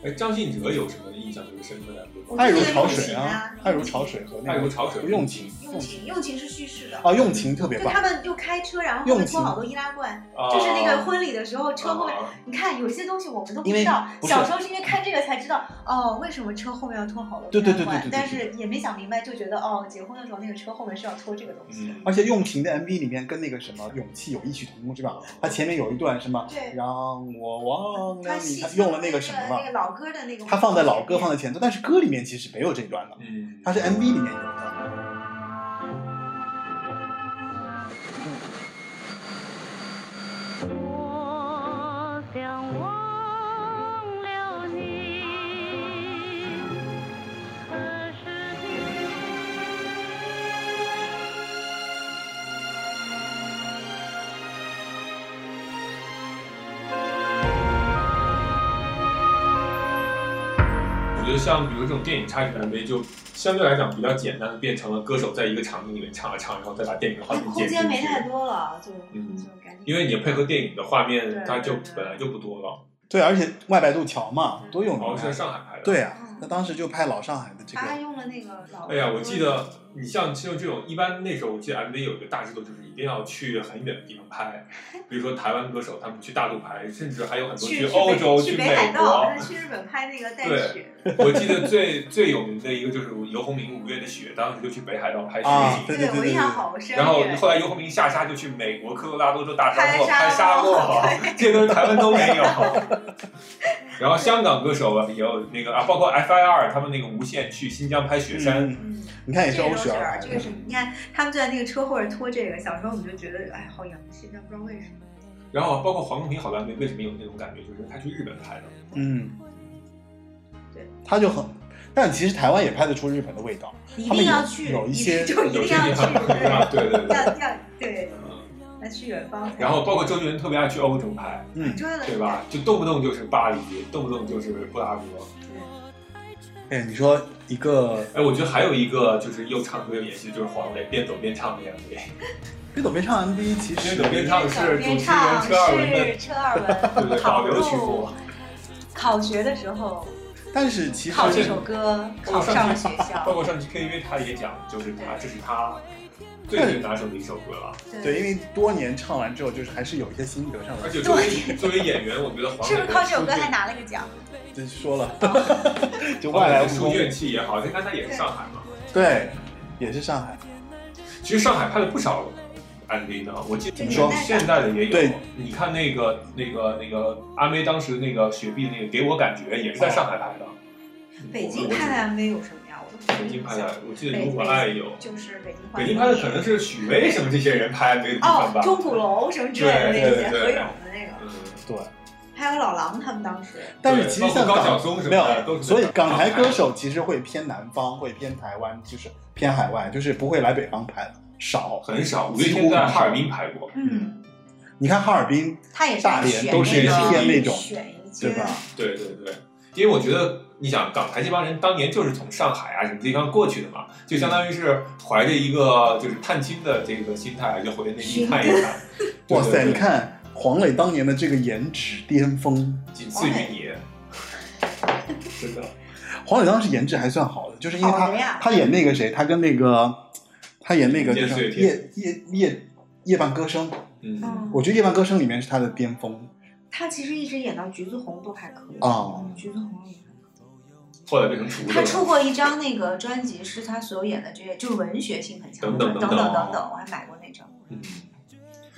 C: 哎，张信哲有什么印象就是深啊刻的？
E: 我
D: 《
E: 觉
D: 爱
E: 得
D: 如
E: 用
D: 潮
E: 情
D: 水》
E: 啊
D: 啊，《爱如潮水》和那
C: 爱如
D: 个
C: 潮水
D: 用情
E: 用情用情是叙事的，
D: 啊，用情特别
E: 就
D: 棒
E: 他，们就开车，然后后
D: 用
E: 面
D: 情
E: 拖好多易拉罐，
C: 啊
E: 就是那个婚礼的时候车后面。
C: 啊
E: 你看，有些东西我们都不
D: 因为
E: 知道。
D: 不是
E: 小时候是因为看这个才知道，哦，为什么车后面要拖好多
D: 对对
E: 易拉罐
D: 对对对对对
E: 但是也没想明白，就觉得哦，结婚的时候那个车后面是要拖这个东西的。
C: 嗯，
D: 而且用情的 MV 里面跟那个什么《勇气》有异曲同工之妙，它前面有一段什么
E: 对
D: 让我忘了
E: 他
D: 你，
E: 戏
D: 它
E: 称
D: 用了那个什么
E: 那个
D: 嘛，
E: 老歌的那个，
D: 它放在老歌放在前奏，但是歌里面其实没有这一段的，
C: 嗯，
D: 它是 MV 里面有的。
A: 我想忘了你，可是你。
C: 我觉得像比如这种电影插曲的 MV，就相对来讲比较简单的变成了歌手在一个场景里面唱了啊唱，然后再把电影的画
E: 那
C: 面
E: 哎 空
C: 剪进
E: 间没太
C: 去。
E: 多了，就
C: 嗯
E: 就赶紧。
C: 因为你配合电影的画面
E: 对，
C: 它就
E: 对对
C: 本来就不多了。
D: 对，而且外白渡桥嘛，多有
C: 然后
D: 名
C: 哦是在
D: 啊！
C: 上海拍的。
D: 对。啊
E: 嗯，
D: 那当时就拍老上海的这
E: 他
D: 个，
E: 用了那个老歌。
C: 哎呀，我记
E: 嗯
C: 得你像像这种，一般那时候我记得 MV 有一个大制作，就是一定要去很远的地方 拍，比如说台湾歌手他们去大陆拍，甚至还有很多
E: 去去
C: 欧
E: 北
C: 洲、
E: 去北
C: 美
E: 海道，
C: 国
E: 他。去日本拍那个带
C: 对
E: 雪，
C: 我记得最最有名的一个就是游鸿明《五月的雪》，当时就去北海道拍雪景。
D: 啊对对对
E: 我
D: 对
E: 印
D: 对
E: 象好深远。
C: 然后后来游鸿明下沙就去美国科罗拉多州大沙漠
E: 拍沙
C: 拍沙
E: 漠
C: 漠，这些东西台湾都没有。然后香港歌手也有那个啊，包括 FIR 他们那个无线去新疆拍雪山，
D: 嗯你看也 是
E: 这
D: 欧
E: 个啊
D: 雪儿来
E: 这个
D: 的
E: 是，你看他们就在那个车后边拖这个，小时候我们就觉得哎好洋气，但不知道为什么。
C: 然后包括黄仲平好像为什么有那种感觉，就是他去日本拍的，
D: 嗯，
E: 对，
D: 他就很，但其实台湾也拍得出日本的味道，
E: 一
D: 他们
E: 定要
D: 有
E: 去，
D: 有一
E: 你
D: 些
E: 就一
C: 有
E: 定
C: 些
E: 要
C: 地
E: 去
C: 方， 对吧？对对对。
E: 要要对，
C: 嗯
E: 要去远方才。
C: 然后包括周杰伦特别爱去欧洲拍，
D: 嗯，
E: 对了，
C: 对吧？就动不动就是巴黎，动不动就是布达格。
D: 哎，你说一个
C: 哎，我觉得还有一个就是又唱歌又演戏，就是黄磊边走边唱的 MV，
D: 边走边唱 MV，其
C: 边
D: 实
C: 走边唱是
E: 边
C: 主持人
E: 唱
C: 车尔文的
E: 是车尔
C: 对
E: 文
C: 对保
E: 考
C: 留曲目
E: 入考学的时候
D: 但是其实
E: 靠这首歌考上了学
C: 包
E: 校，
C: 括上期 KTV 他也讲，就是他这是他最最拿手的一首歌了。
D: 对，因为多年唱完之后，就是还是有一些心得上的
C: 而，且作为作为演员，我觉得黄
E: 是
C: 磊
E: 不是
C: 的
E: 靠这首
C: 出
E: 歌还
C: 卷
E: 拿了个奖？
D: 就说 了，就
C: 黄
D: 外
C: 磊
D: 来
C: 的
D: 务
C: 出
D: 工，
C: 卷器也好，你看他也是上海嘛。
D: 对，也是上海，
C: 其实上海拍了不少 MV 呢，我记得
E: 这
D: 说
C: 现在的也有。
D: 对，
C: 你看那个那个那个阿妹当时那个雪碧那个，给我感觉也是在上海拍的。
E: 哦北
C: 我
E: 京
C: 我
E: 拍的 MV 有什么呀？我都
C: 北京拍的，我记得《
E: 北
C: 如何爱》有。
E: 就是北京
C: 北京拍的可能是许巍什么这些人拍的那个地方
E: 哦
C: 吧。，
E: 钟鼓楼什么之类的那
C: 对对
E: 些
C: 对
E: 何勇的那个，
C: 嗯。
D: 对。
E: 还有老狼他们当时。
D: 但是其实像
C: 包括高晓
D: 港
C: 松什么
D: 没
C: 的都
D: 有，
C: 是
D: 所以
C: 在
D: 港
C: 港
D: 台
C: 台
D: 歌手其实会偏南方，会偏台湾，就是偏海外，就是不会来北方拍少。
C: 很少，五月
D: 几乎
C: 天在
D: 很少
C: 哈尔滨拍过，
E: 嗯，
D: 你看哈尔滨，
E: 他也是
D: 大连
E: 选
D: 都是
E: 那个
D: 偏那种
E: 选一些
D: 对吧？
C: 对对对，因为我觉得你想港台这帮人当年就是从上海啊什么地方过去的嘛，就相当于是怀着一个就是探亲的这个心态，就回内地看一看。对
D: 哇塞！
C: 对
D: 你看黄磊当年的这个颜值巅峰，
C: 仅次于你，真的。
D: 黄磊当时颜值还算好的，就是因为
E: 好的
D: 他
E: 呀
D: 他演那个谁，他跟那个他演那个就
C: 夜
D: 是
C: 碎
D: 夜夜夜夜半歌声，
C: 嗯，
E: 嗯，
D: 我觉得夜半歌声里面是他的巅峰
E: 他其实一直演到橘子红都还可以
D: 哦
E: 嗯橘子红也还可以。
C: 后来变成厨子
E: 他出
C: 了。
E: 过一张那个专辑，是他所有演的这些，就是文学性很强的，
C: 等
E: 等
C: 等等等
E: 等等等，我还买过那张。
C: 嗯，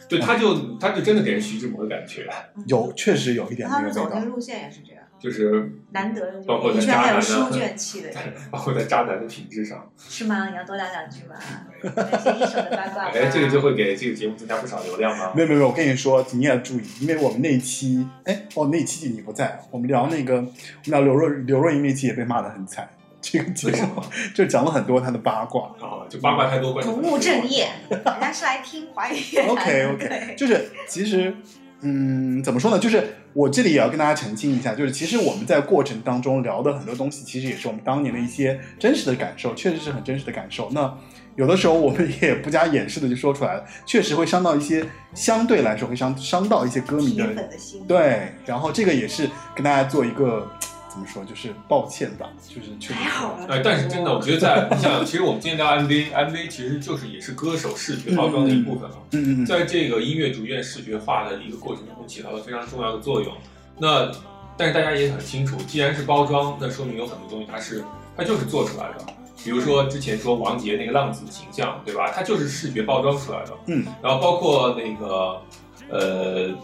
C: 对，他就他就真的给人徐志摩的感觉，
E: 嗯
D: 有确实有一点
E: 他
D: 那个
E: 们走
D: 味
E: 那
D: 道
E: 个。路线也是这样，
C: 就是
E: 难得的
C: 包括
E: 就是
C: 在
E: 一圈
C: 渣
E: 还
C: 男
E: 有
C: 啊
E: 书卷气的人，
C: 包括在渣男的品质上，
E: 是吗？你要多聊两句 吗？那些一手的八卦吧。
C: 哎，这个就会给这个节目增加不少流量吗
D: 没？有没有，没有我跟你说，你也要注意，因为我们那一期，哎，哦，那一期你不在，我们聊那个，我们聊刘若刘若英那期也被骂得很惨，这个节
C: 为什
D: 目
C: 么？
D: 就讲了很多她的八卦。
C: 哦，就八卦太多，关
E: 不务正业，人家是来听华语乐坛
D: OK OK，就是其实，嗯，怎么说呢？就是我这里也要跟大家澄清一下，就是其实我们在过程当中聊的很多东西，其实也是我们当年的一些真实的感受，确实是很真实的感受。那有的时候我们也不加掩饰的就说出来了，确实会伤到一些，相对来说会伤伤到一些歌
E: 对
D: 迷
E: 铁
D: 的
E: 粉的心。
D: 对。然后这个也是跟大家做一个怎么说，就是抱歉吧，就是确实
E: 还好啊啦
C: 哎，但是真的，我觉得在你想，其实我们今天聊 MV，MV 其实就是也是歌手视觉包装的一部分嘛。
D: 嗯嗯嗯，
C: 在这个音乐逐渐视觉化的一个过程中起到了非常重要的作用。那但是大家也很清楚，既然是包装，那说明有很多东西它是它就是做出来的。比如说之前说王杰那个浪子形象，对吧？它就是视觉包装出来的。
D: 嗯，
C: 然后包括那个呃，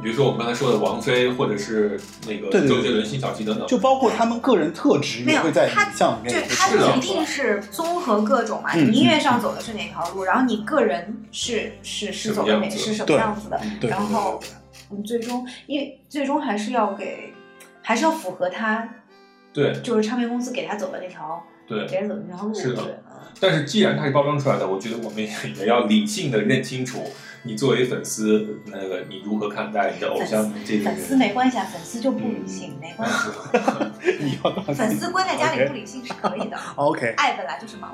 C: 比如说我们刚才说的王菲，或者是那个
D: 对对对
C: 周杰伦、辛晓琪等等。
D: 就包括他们个人特质
E: 没
D: 也
E: 有
D: 会在
E: 他
D: 影像里面
E: 就
D: 也
E: 是它
D: 会体
C: 啊
E: 不一
D: 现出来
E: 定是综合各种嘛，
D: 嗯
E: 你音乐上走的是哪条路，然后你个人是是是走的哪
C: 什么样子
E: 是什么
D: 对
E: 样子的，
D: 嗯对
E: 然后你最终因为最终还是要给，还是要符合他
C: 对
E: 就是唱片公司给他走的那条
C: 对
E: 给他走的那条路，
C: 是的
E: 对。
C: 但是既然它是包装出来的，我觉得我们也要理性的认清楚，你作为粉丝，那个你如何看待你的偶像
E: 嗯
C: 这个
E: 粉丝
C: 人？
E: 没关系啊，粉丝就不理性，没关系。
D: 你要当
E: 粉
D: 心。
E: 丝关在家
D: 嗯 OK
E: 里不理性是可 以的，
D: OK，
E: 爱本来就是盲目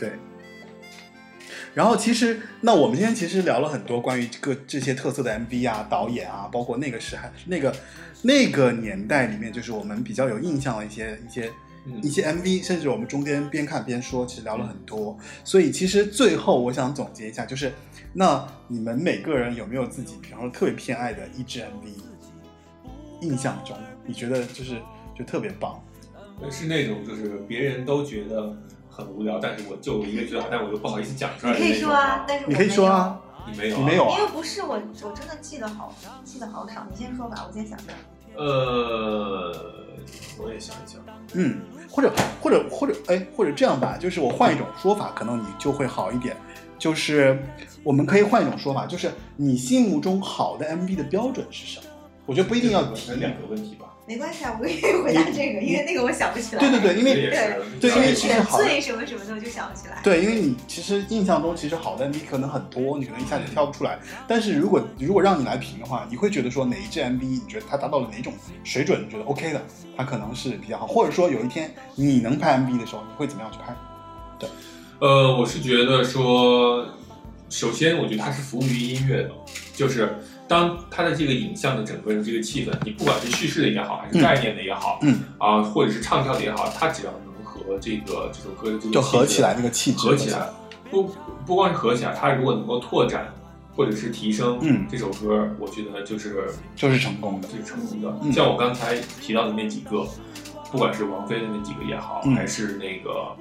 E: 的。
D: 然后其实，那我们今天其实聊了很多关于这个这些特色的 MV 啊、导演啊，包括那个时还那个那个年代里面，就是我们比较有印象的一些一些
C: 嗯
D: 一些 MV，甚至我们中间边看边说，其实聊了很多。所以其实最后我想总结一下，就是那你们每个人有没有自己，比方说特别偏爱的一支 MV，印象中你觉得就是就特别棒？
C: 是那种就是别人都觉得很无聊，但是我就我一个觉得好，但我又不好意思讲出
E: 你
C: 来的
E: 可以
C: 那
E: 说
C: 种
E: 啊，
C: 啊。
E: 但是我
D: 你可以
E: 没
D: 说
E: 有
D: 啊，
C: 你没有、啊，
D: 你没有
E: 因
D: 啊？
E: 为不是我，我真的记得好，记得好少。你先说吧，我先想想。
C: 呃，我也想一想，
D: 嗯，或者或者或者哎，或者这样吧，就是我换一种说法，可能你就会好一点。就是我们可以换一种说法，就是你心目中好的 MV 的标准是什么？我觉得不一定要提
C: 这两个问题吧。
E: 没关系啊，我可以回答这个，因为那个我想不起来。
D: 对对对，因
C: 这
D: 为
C: 也是
D: 对因为其实
E: 选
D: 好的
E: 最什么什么的，我就想不起来。
D: 对，因为你其实印象中其实好的 MV 可能很多，你可能一下就挑不出来。但是如果如果让你来评的话，你会觉得说哪一支 MV 你觉得它达到了哪种水准，你觉得 OK 的，它可能是比较好。或者说有一天你能拍 MV 的时候，你会怎么样去拍？
C: 呃，我是觉得说，首先我觉得它是服务于音乐的，就是当它的这个影像的整个的这个气氛，你不管是叙事的也好，还是
D: 嗯
C: 概念的也好，
D: 嗯
C: 啊，或者是唱跳的也好，它只要能和这个这首歌的这个
D: 就嗯合
C: 气质
D: 起来那个气质，
C: 合起来，不不光是合起来，它如果能够拓展或者是提升，
D: 嗯
C: 这首歌我觉得就是
D: 就是成功的。
C: 就是成功的。
D: 嗯
C: 像我刚才提到的那几个，不管是王菲的那几个也好，
D: 嗯
C: 还是那个，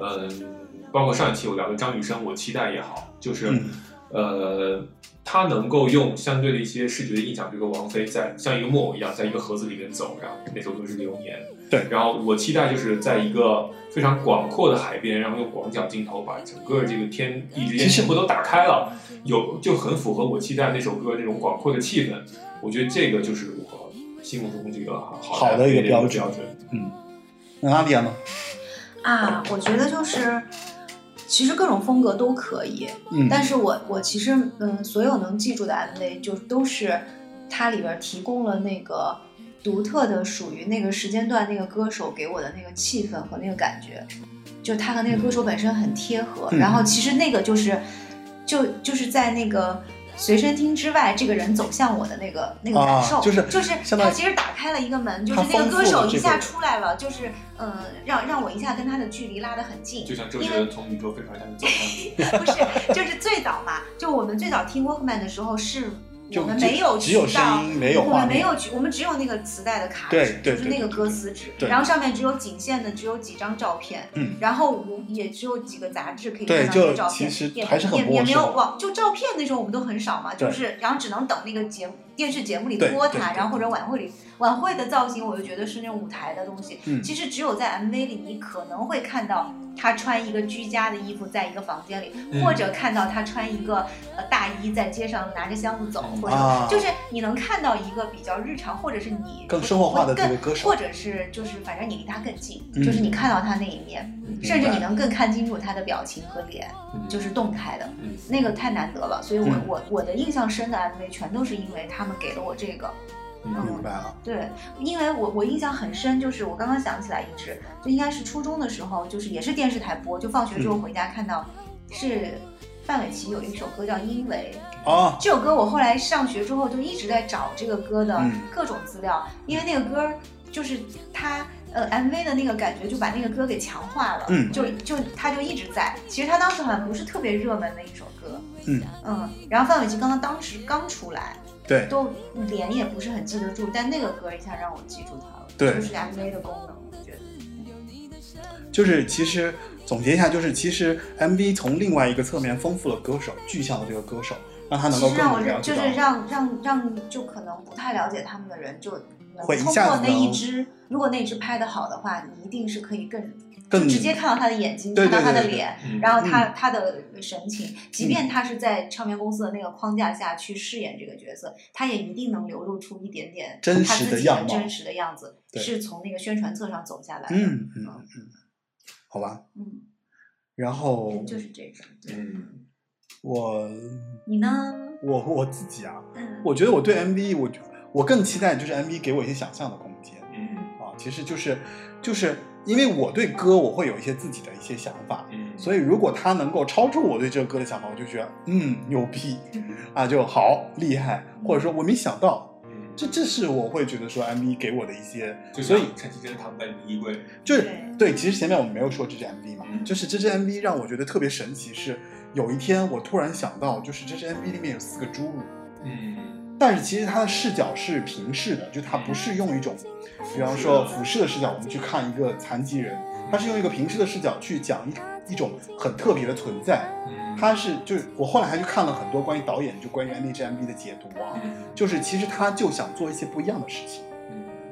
C: 嗯、包括上一期我聊的张雨生，我期待也好，就是、
D: 嗯
C: 呃，他能够用相对的一些视觉的印象，比如说王菲在像一个木偶一样，在一个盒子里面走，然后那首歌是《流年》。
D: 对
C: 然后我期待就是在一个非常广阔的海边，然后用广角镜头把整个这个天地之间
D: 其实
C: 全部都打开了，有就很符合我期待那首歌那种广阔的气氛。我觉得这个就是我心目中的这个好
D: 好的一个
C: 的
D: 标
C: 标
D: 准嗯，那阿迪亚呢？
E: 啊，我觉得就是，其实各种风格都可以，
D: 嗯，
E: 但是我我其实嗯，所有能记住的 MV 就都是它里边提供了那个独特的属于那个时间段那个歌手给我的那个气氛和那个感觉，就他和那个歌手本身很贴合，
D: 嗯
E: 然后其实那个就是就就是在那个。随身听之外，这个人走向我的那个那个感受，
D: 啊就是
E: 就是
D: 相当
E: 他
D: 于
E: 其实打开了一个门，就
D: 他
E: 是那
D: 丰
E: 个
D: 富
E: 歌手
D: 了这
E: 一下
D: 个
E: 出来了，就是嗯、呃让让我一下跟他的距离拉得很近，
C: 就像周杰伦从宇宙飞船上面走 上来，
E: 不是，就是最早嘛，就我们最早听 Walkman 的时候是。
D: 就
E: 我们没有
D: 只有
E: 渠道
D: 声音没有
E: 我
D: 画
E: 们
D: 面
E: 没有渠，我们只有那个磁带的卡
D: 对
E: 纸，
D: 对
E: 就
D: 对
E: 是那个
D: 对
E: 歌
D: 对
E: 词纸，
D: 对
E: 然后上面只有仅限的只有几张照片，
D: 嗯
E: 然后无也只有几个杂志可以
D: 对
E: 看到这
D: 就
E: 个照片，
D: 其实
E: 也
D: 还是很
E: 也
D: 陌
E: 也没有
D: 生
E: 网，就照片那时候我们都很少嘛，
D: 对
E: 就是然后只能等那个节目电视节目里
D: 对
E: 播
D: 对
E: 它，
D: 对
E: 然后或者晚会里晚会的造型，我就觉得是那种舞台的东西，
D: 嗯
E: 其实只有在 MV 里，你可能会看到他穿一个居家的衣服在一个房间里，
C: 嗯
E: 或者看到他穿一个呃大衣在街上拿着箱子走，
C: 嗯
E: 或者、
D: 啊
E: 就是你能看到一个比较日常，或者是你
D: 更生活化的
E: 更
D: 这个歌手
E: 或者是就是反正你离他更近，
D: 嗯
E: 就是你看到他那一面，甚至你能更看清楚他的表情和脸，
C: 嗯
E: 就是动态的
C: 嗯，
E: 那个太难得了。所以我、
D: 嗯
E: 我我的印象深的 MV 全都是因为他们给了我这个，
D: 明
E: 嗯
D: 白了，
E: 对，因为我我印象很深，就是我刚刚想起来一支，就应该是初中的时候，就是也是电视台播，就放学
D: 嗯
E: 之后回家看到，是范玮琪有一首歌叫《因为》，
D: 哦，
E: 这首歌我后来上学之后就一直在找这个歌的
D: 嗯
E: 各种资料，因为那个歌就是它呃 MV 的那个感觉就把那个歌给强化了，
D: 嗯
E: 就就它就一直在。其实它当时好像不是特别热门的一首歌，
D: 嗯
E: 嗯，然后范玮琪刚刚当时刚出来，
D: 对
E: 都脸也不是很记得住，但那个歌一下让我记住它了，
D: 对
E: 就是 MV 的功能，我觉得。
D: 就是其实总结一下，就是其实 MV 从另外一个侧面丰富了歌手，具象了这个歌手，让他能
E: 其
D: 够
E: 实
D: 更
E: 让
D: 了
E: 我
D: 解到。
E: 就是让让让就可能不太了解他们的人就能
D: 会一
E: 通
D: 下
E: 过
D: 子
E: 那一
D: 能
E: 支，如果那支拍的好的话，你一定是可以更
D: 更
E: 就直接看到他的眼睛，
D: 对对
E: 看到他的
D: 对对嗯
E: 脸，
C: 嗯
E: 然后他、他的神情，即便他是在唱片公司的那个框架下去饰演这个角色，他也一定能流露出一点点
D: 真
E: 他
D: 实
E: 自
D: 的
E: 己
D: 样貌
E: 真实的样子，
D: 对
E: 是从那个宣传册上走下来的。
D: 嗯嗯嗯，好吧。
E: 嗯
D: 然后
E: 就是这种。对
C: 嗯，
D: 我
E: 你呢？
D: 我我自己啊，
E: 嗯，
D: 我觉得我对 MV 我我更期待就是 MV 给我一些想象的空间。
C: 嗯
D: 啊，其实就是就是因为我对歌我会有一些自己的一些想法，
C: 嗯，
D: 所以如果它能够超出我对这个歌的想法，我就觉得嗯牛逼
E: 嗯
D: 啊就好厉害，或者说我没想到。
C: 嗯
D: 这这是我会觉得说 MV 给我的一些，
C: 就
D: 所以
C: 像陈绮贞躺在你衣柜，
D: 就是
E: 对
D: 对，其实前面我们没有说这支 MV 嘛，
C: 嗯
D: 就是这支 MV 让我觉得特别神奇，是有一天我突然想到，就是这支 MV 里面有四个侏儒，
C: 嗯
D: 但是其实它的视角是平视的，就它不是用一种，比方说俯视的视角，我们去看一个残疾人，
C: 嗯
D: 它是用一个平视的视角去讲一一种很特别的存在。
C: 嗯，
D: 它是就是我后来还去看了很多关于导演就关于那支 MV 的解读啊，
C: 嗯
D: 就是其实他就想做一些不一样的事情，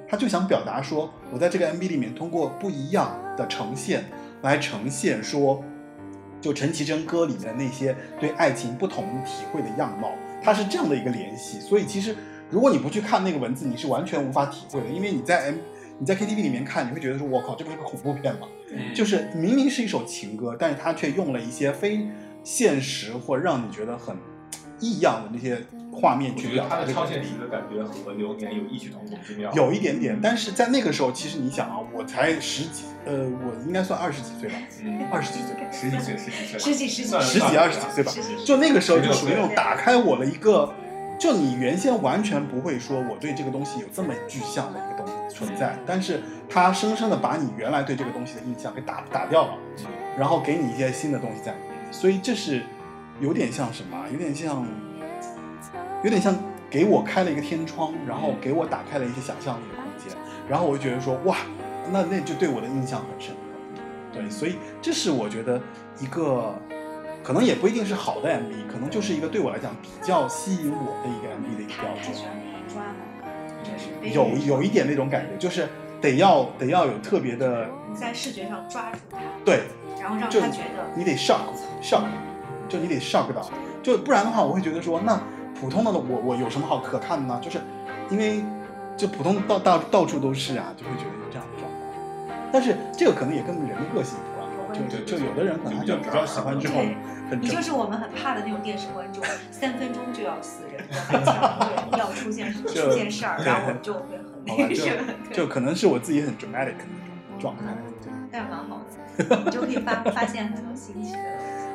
D: 他就想表达说，我在这个 MV 里面通过不一样的呈现来呈现说，就陈绮贞歌里面那些对爱情不同体会的样貌，它是这样的一个联系。所以其实如果你不去看那个文字，你是完全无法体会的，因为你在 M 你在 KTV 里面看，你会觉得说，我靠，这不是个恐怖片吗？
C: 嗯
D: 就是明明是一首情歌，但是它却用了一些非现实或让你觉得很异样的那些画面
C: 我
D: 去
C: 觉得
D: 表
C: 他
D: 达
C: 的
D: 这
C: 超
D: 个。
C: 现实的感觉和流年有异曲同工之妙。
D: 有一点点，但是在那个时候，其实你想啊，我才十几，呃，我应该算二十几岁吧，
E: 哎
C: 嗯，
D: 二十几岁，
C: 十几岁，十几岁，
E: 十几十几
C: 算了
D: 十几
C: 算了
D: 二十几岁吧
E: 是是，是
D: 就那个时候就
C: 16
D: 属于那种打开我了一个，就你原先完全不会说我对这个东西有这么具象的一个东西存在，但是它生生的把你原来对这个东西的印象给打打掉了，然后给你一些新的东西在里面，所以这是有点像什么啊？有点像，有点像给我开了一个天窗，然后给我打开了一些想象力的空间，然后我就觉得说哇，那那就对我的印象很深刻。对，所以这是我觉得一个可能也不一定是好的 MV，可能就是一个对我来讲比较吸引我的一个 MV 的一个标
E: 他他喜
D: 准。
E: 欢那种抓马，就是被
D: 有有一点那种感觉，就是得要得要有特别的，
E: 在视觉上抓住他，
D: 对
E: 然后让
D: 就
E: 他觉得
D: 你得 shock shock，就你得 shock 到，就不然的话我会觉得说那普通的我我有什么好可看的呢？就是因为就普通到到到处都是啊，就会觉得有这样的状况。但是这个可能也跟人的个性不一样，就就就有的人可能他就比较喜欢这种很
E: 你
D: 正
E: 就是我们很怕的那种电视观众，三分钟就要死人，要抢人，要出 现出现事儿，然后我们就会很
D: 好吧
E: 那个什么，
D: 就就可能是我自己很 dramatic 的那种状态。
E: 但是蛮好的，你就可以发发现很多新奇的。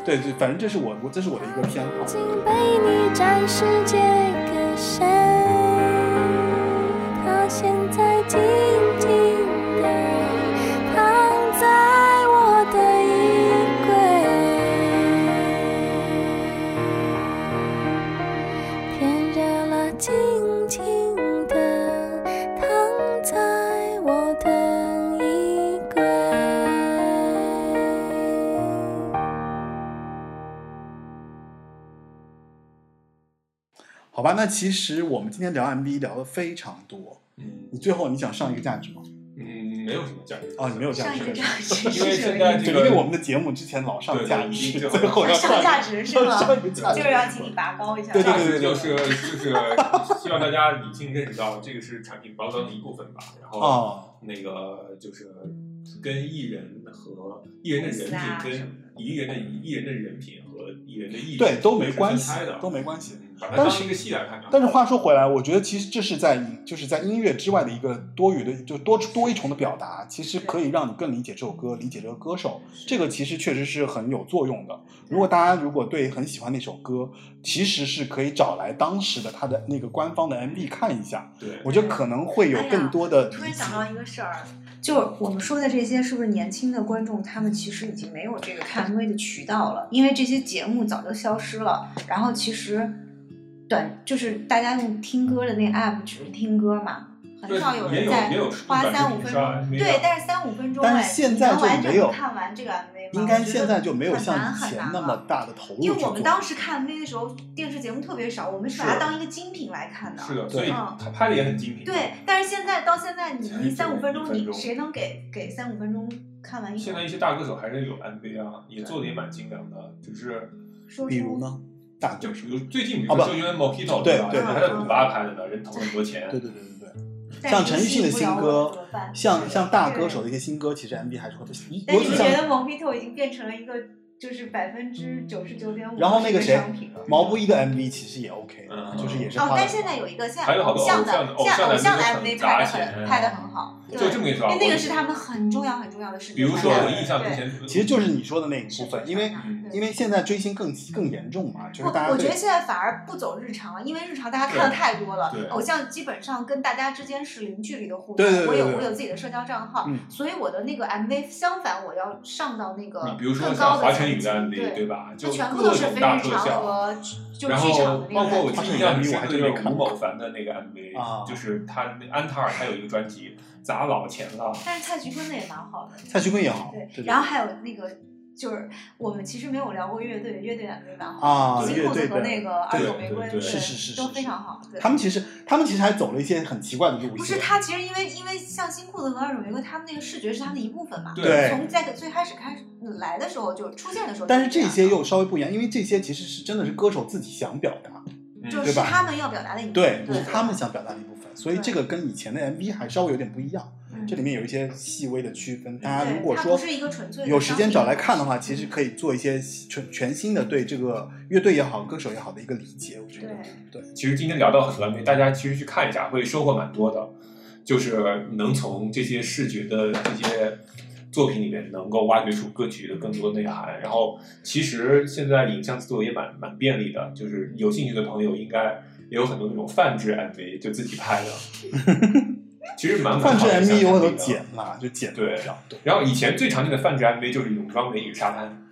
D: 对对，就反正这是我我这是我的一个偏好。
A: 竟被你暂时借给谁？他现在静静地躺在我的衣柜，偏热了，静静地躺在我的衣柜。
D: 好吧，那其实我们今天聊 MV 聊的非常多，
C: 嗯
D: 你最后你想上一个价值吗？
C: 嗯，没有什么价值
D: 哦，你没有价
E: 上一
D: 值
E: 个，价值
C: 因为
E: 是什
C: 现
E: 么
C: 在
E: 意
D: 对，
C: 这
D: 因
C: 个
D: 为我们的节目之前老上价值，
C: 对 对
D: 最后要
E: 思？ 上价
D: 上
E: 值是
D: 要
E: 吗？
D: 上一个价值，
E: 就是要请你拔高一 下。
D: 对对
C: 价
D: 对
C: 值就是就是希望大家理性认识到这个是产品包装的一部分吧，然后
D: 哦，
C: 那个就是跟艺人和艺人的人
E: 公司
C: 品
E: 啊什么
C: 跟艺人的艺人的人品和艺人的艺
D: 对都没
C: 是分
D: 关系
C: 开的，
D: 都没关系
C: 嗯把它
D: 但
C: 当
D: 是
C: 一个戏来看吧。
D: 但是话说回来，我觉得其实这是在就是在音乐之外的一个多余的，就多多一重的表达，其实可以让你更理解这首歌，理解这个歌手。这个其实确实是很有作用的。如果大家如果对很喜欢那首歌，其实是可以找来当时的他的那个官方的 MV 看一下，
C: 对，
D: 我觉得可能会
B: 哎
D: 有更多的
E: 我
D: 理
E: 突然
D: 解
E: 想。到一个事儿，
B: 就我们说的这些，是不是年轻的观众他们其实已经没有这个看 MV 的渠道了？因为这些节目早就消失了。然后其实短就是大家用听歌的那个 app 只是听歌嘛，很少
C: 也
B: 人
C: 有
B: 在
C: 也有
B: 花
C: 短视
B: 三
C: 频
B: 五分
C: 刷
B: 钟。
C: 没有
B: 对，但是三五分钟哎，
D: 但是现在
B: 你能
D: 就
B: 完整
D: 没有
B: 看完这个 MV 吗？
D: 应该
B: 我觉得
D: 现在就没有像
B: 很难
D: 以
B: 很
D: 前
B: 难
D: 那
B: 了
D: 么大的投入去
B: 因
D: 做。
B: 为我们当时看 MV 的时候，电视节目特别少，我们是把它
C: 是
B: 当一个精品来看的。
C: 是的，所以
B: 嗯
C: 他拍的也很精品。
B: 对，但是现在到现在你，
C: 现在
B: 你
C: 只
B: 三
C: 有
B: 五分钟，
C: 一分
B: 你
C: 钟
B: 谁能给给三五分钟看完一首
C: 现在一些大歌手还是有 MV 啊，也做的也蛮精良的，就是
B: 说
D: 比
B: 出
D: 如呢，大
C: 就
D: 歌手
C: 比，如最近比如
D: 哦不
C: 说就因为 Mojito
D: 对
C: 吧，
D: 对
C: 还在古巴拍的呢，人投了很多钱，
D: 对对对对对，
B: 但
D: 像
B: 是
D: 陈奕迅的
B: 不
D: 新
B: 了我
D: 歌
B: 怎么办
D: 像
B: 对
D: 像大歌
B: 对
D: 手的一些新歌，其实 MV 还是会被。
E: 但
D: 我
E: 你
D: 只
E: 们
D: 想
E: 觉得 Mojito 已经变成了一个就是百分之九十九点五
D: 然后那个谁
E: 商品了。
D: 毛不易的 MV 其实也 OK，
C: 嗯
D: 就是也是
B: 哦，
D: 花了
B: 但现在有一个像
C: 还有好多
B: 偶像
C: 偶像的
B: 的
C: 偶
B: 像
C: 像的
B: 偶像的
C: 那个很
B: MV 拍的很
C: 砸钱哎
B: 拍的很好，对，
C: 就这么跟你说啊
B: 因为那个是他们很重要很重要的事情。
C: 比如说我
D: 对
C: 印象之前，
D: 其实就是你说的那一部分，因为
C: 嗯
D: 因为现在追星更更严重嘛，就是
B: 我
D: 大家
B: 我觉
D: 对
B: 得现在反而不走日常了，因为日常大家看的太多了
C: 对对，
B: 偶像基本上跟大家之间是零距离的互动。
D: 对对对
B: 我有
D: 对对
B: 我有自己的社交账号，
D: 嗯
B: 所以我的那个 MV 相反，我要上到那个
C: 你嗯比如说
B: 更
C: 像
B: 高
C: 华
B: 的
C: 晨
B: 层
C: 宇
B: 级
C: 的 MV
B: 对
C: 对吧？就
B: 它全部
C: 各
B: 都是
C: 种
B: 非
C: 大
B: 日
C: 特
B: 常
C: 效。
B: 和就
C: 然
B: 剧场
C: 后
B: 的那
C: 包
B: 个
C: 括我
B: 感觉
C: 印象很深刻的就是
D: 我还真没看
C: 吴某凡的那个 MV，、
D: 啊
C: 就是他那安踏尔他有一个专题砸老钱了，
E: 但是蔡徐坤的也蛮好的，
D: 蔡徐坤也好，
E: 对，
D: 对
E: 然后还有那个
B: 就是我们其实没有聊过乐队，乐队感觉蛮好
D: 啊，
B: 金
D: 乐
B: 扣子
D: 队
B: 和
D: 的
B: 那个二手玫瑰
C: 对对对
D: 是是是是
B: 都非常好。对
D: 他们其实他们其实还走了一些很奇怪的路线，
B: 不是他，其实因为因为像新裤子和二手玫瑰，他们那个视觉是他们的一部分嘛。
D: 对
B: 从在最开始开始嗯来的时候就出现的时候就
D: 但是
B: 这
D: 这
B: 样
D: 些又稍微不一样，因为这些其实是真的是歌手自己想表达，
C: 嗯
B: 就
D: 对
B: 是
D: 吧
B: 他们要表达的一部
D: 对
B: 分，
D: 是他们想表达的一部分，所以
B: 对
D: 这个跟以前的 MV 还稍微有点不一样，
B: 嗯
D: 这里面有一些细微的区分。大家
B: 对
D: 如果
B: 它
D: 说
B: 不是一个纯粹的
D: 有时间找来看的话，
B: 商品嗯
D: 其实可以做一些全全新的对这个乐队也好、歌手也好的一个理解，我觉得
B: 对。
C: 其实今天聊到很多蓝莓，大家其实去看一下，会收获蛮多的，就是能从这些视觉的这些作品里面能够挖掘出歌曲的更多内涵。然后，其实现在影像制作也蛮蛮便利的，就是有兴趣的朋友应该也有很多那种泛制 MV，就自己拍的， 其实蛮
D: 泛
C: 蛮
D: 制
C: 好的
D: MV 有很多
C: 剪。
D: 剪啦，就剪
C: 对
D: 比较多。
C: 然后以前最常见的泛制 MV 就是泳装美女沙滩，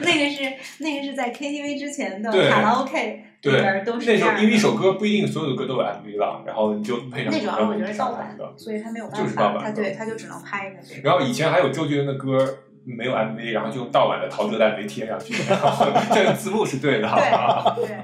B: 那个是那个是在 KTV 之前的
C: 对
B: 卡拉 OK 里
C: 对，
B: 边都是
C: 那
B: 这
C: 时
B: 样
C: 候
B: 的
C: 因为一首歌不一定所有的歌都有 MV 了，然后你就配上
B: 那
C: 泳
B: 种啊
C: 装
B: 我
C: 美
B: 觉
C: 女
B: 得
C: 沙
B: 盗
C: 滩
B: 版
C: 的。，
B: 所以他没有办
C: 就是
B: 法，
C: 盗版
B: 他
C: 的
B: 对他就只能拍一个 这个。
C: 然后以前还有周杰伦的歌没有 MV，然后就用盗版的陶喆的 MV 贴上去，然后这个字幕是对 的。嗯
B: 对对，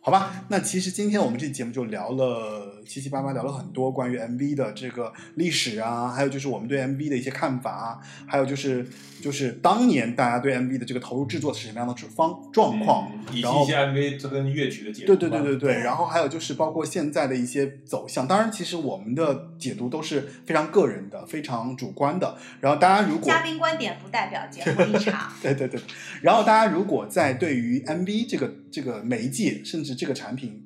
D: 好吧，那其实今天我们这期节目就聊了七七八八，聊了很多关于 MV 的这个历史啊，还有就是我们对 MV 的一些看法啊，还有就是就是当年大家对 MV 的这个投入制作是什么样的方状况，
C: 嗯以及
D: 然
C: 一
D: 后
C: 些 MV 它跟乐曲的解读
D: 对
C: 吧。
D: 对对对对，然后还有就是包括现在的一些走向，当然其实我们的解读都是非常个人的、非常主观的。然后大家如果
B: 嘉宾观点不代表节目立场。
D: 对对对，然后大家如果在对于 MV 这个这个媒介，甚至这个产品，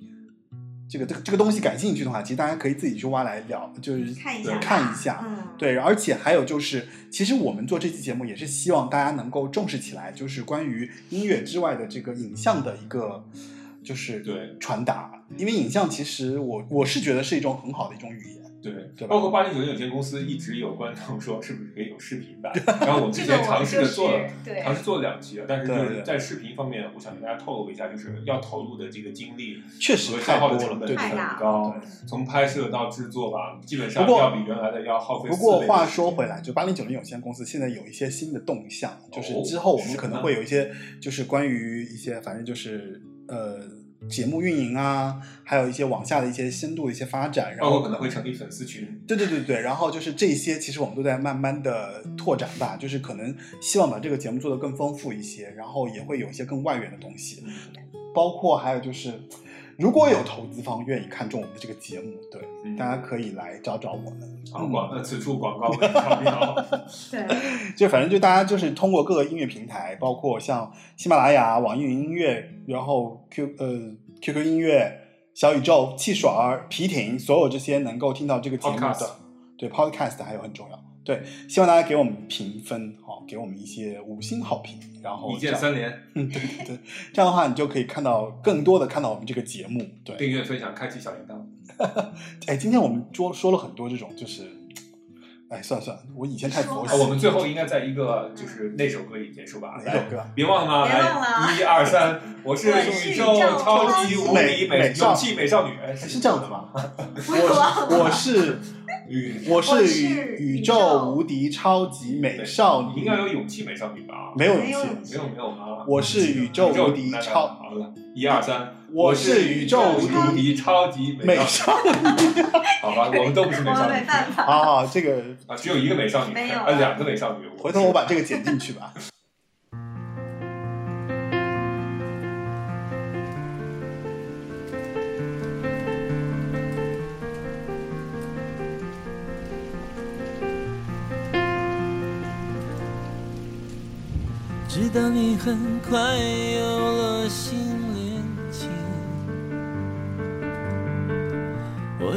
D: 这个这个这个东西感兴趣的话，其实大家可以自己去挖来聊， 就是
B: 看一下吧
D: 看一下。
B: 嗯，
D: 对，而且还有就是，其实我们做这期节目也是希望大家能够重视起来，就是关于音乐之外的这个影像的一个，就是
C: 对
D: 传达，因为影像其实我我是觉得是一种很好的一种语言。
C: 对
D: 对吧
C: 包括八零九零有限公司一直有观众说是不是可以有视 频版，然后我们之
B: 这个
C: 前
B: 我
C: 尝
B: 们
C: 试
B: 就
C: 着
B: 是
C: 做了。
B: 对
C: 尝试做了两期了，啊但是就
D: 对
C: 是
D: 对
C: 在视频方面，我想跟大家透露一下，就是要投入的这个精力
D: 确实
C: 和
D: 太
C: 消耗的
D: 多
C: 成
D: 了
C: 本
D: 对
C: 是
B: 太大
C: 很
B: 了
C: 高
D: 对，
C: 从拍摄到制作吧，基本上
D: 不过
C: 要比原来的要耗费
D: 不
C: 四倍的时间。
D: 过话说回来，就八零九零有限公司现在有一些新的动向，就是之后我们可能会有一些，就是关于一些反正就是呃节目运营啊，还有一些往下的一些深度的一些发展，然
C: 包
D: 后
C: 括可能会成立粉丝群，
D: 对对对对，然后就是这些，其实我们都在慢慢的拓展吧，就是可能希望把这个节目做得更丰富一些，然后也会有一些更外援的东西，包括还有就是，如果有投资方愿意看中我们的这个节目，对，
C: 嗯
D: 大家嗯可以来找找我们。
C: 好广呃此处广告为商标。
B: 对，
D: 就反正就大家就是通过各个音乐平台，包括像喜马拉雅、网易云音乐，然后 Q 呃 QQ 音乐、小宇宙、汽水儿、皮艇，所有这些能够听到这个节目的
C: Podcast
D: 对 Podcast 还有很重要。对，希望大家给我们评分，好、给我们一些五星 好评，然后
C: 一键
D: 这样
C: 三连，
D: 这样的话，你就可以看到更多的看到我们这个节目。对，
C: 订阅、分享、开启小铃铛。
D: 哎，今天我们说说了很多这种，就是，哎，算了算了，我以前太佛
B: 说
D: 系
C: 啊，
D: 了。
C: 我们最后应该在一个就是那首歌里结束吧？
D: 哪
C: 来
D: 首，歌？啊
C: 别忘了，
B: 嗯别忘了
C: 来一二三，我是
B: 我是
C: 宇
B: 宇
C: 宙
B: 宙
C: 超
B: 超
C: 级
B: 级
C: 无敌
D: 美
C: 美
D: 美少
C: 勇气美少女，哎
D: 是这样子？ 吗？
B: 我也忘了
D: 我是
C: 宇，
D: 我
B: 我
D: 是
B: 是
D: 宇
B: 宇
D: 宙
B: 宙
D: 无敌超级美少
C: 应
D: 女，
C: 该有勇气美少女吧？
D: 没有勇
B: 没有
D: 气。
B: 勇
C: 没有没有啊，
D: 嗯我是宇宙无敌
C: 来来
D: 超
C: 好了，一二三，
D: 我是宇宙
C: 我是宇无敌超级
D: 美
C: 美少
D: 少女
C: 女，好吧，我们都不是
B: 我
C: 美
B: 们
C: 少女
B: 没办法。
D: 啊，这个
C: 啊，只有一个美少女，
B: 没有啊
C: 呃，两个美少女，
D: 回头我把这个剪进去吧。
H: 直到你很快有了新恋情，我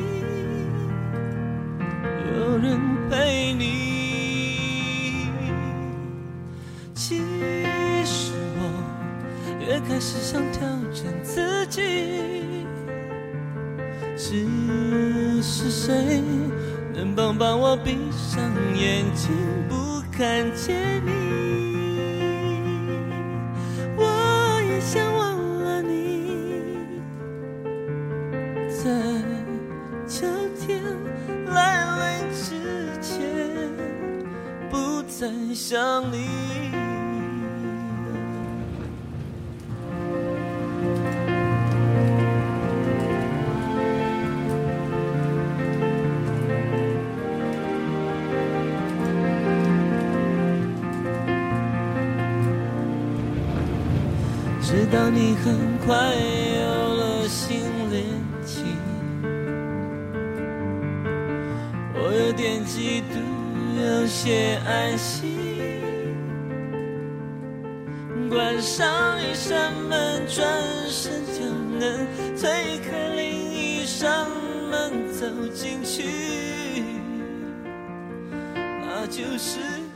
H: 有人陪你。开始想调整自己。只是谁能帮帮我闭上眼睛不看见你？我也想忘了你，在秋天来临之前不再想你。直到你很快有了新恋情，我有点嫉妒，有些安心。关上一扇门，转身就能推开另一扇门，走进去，那就是。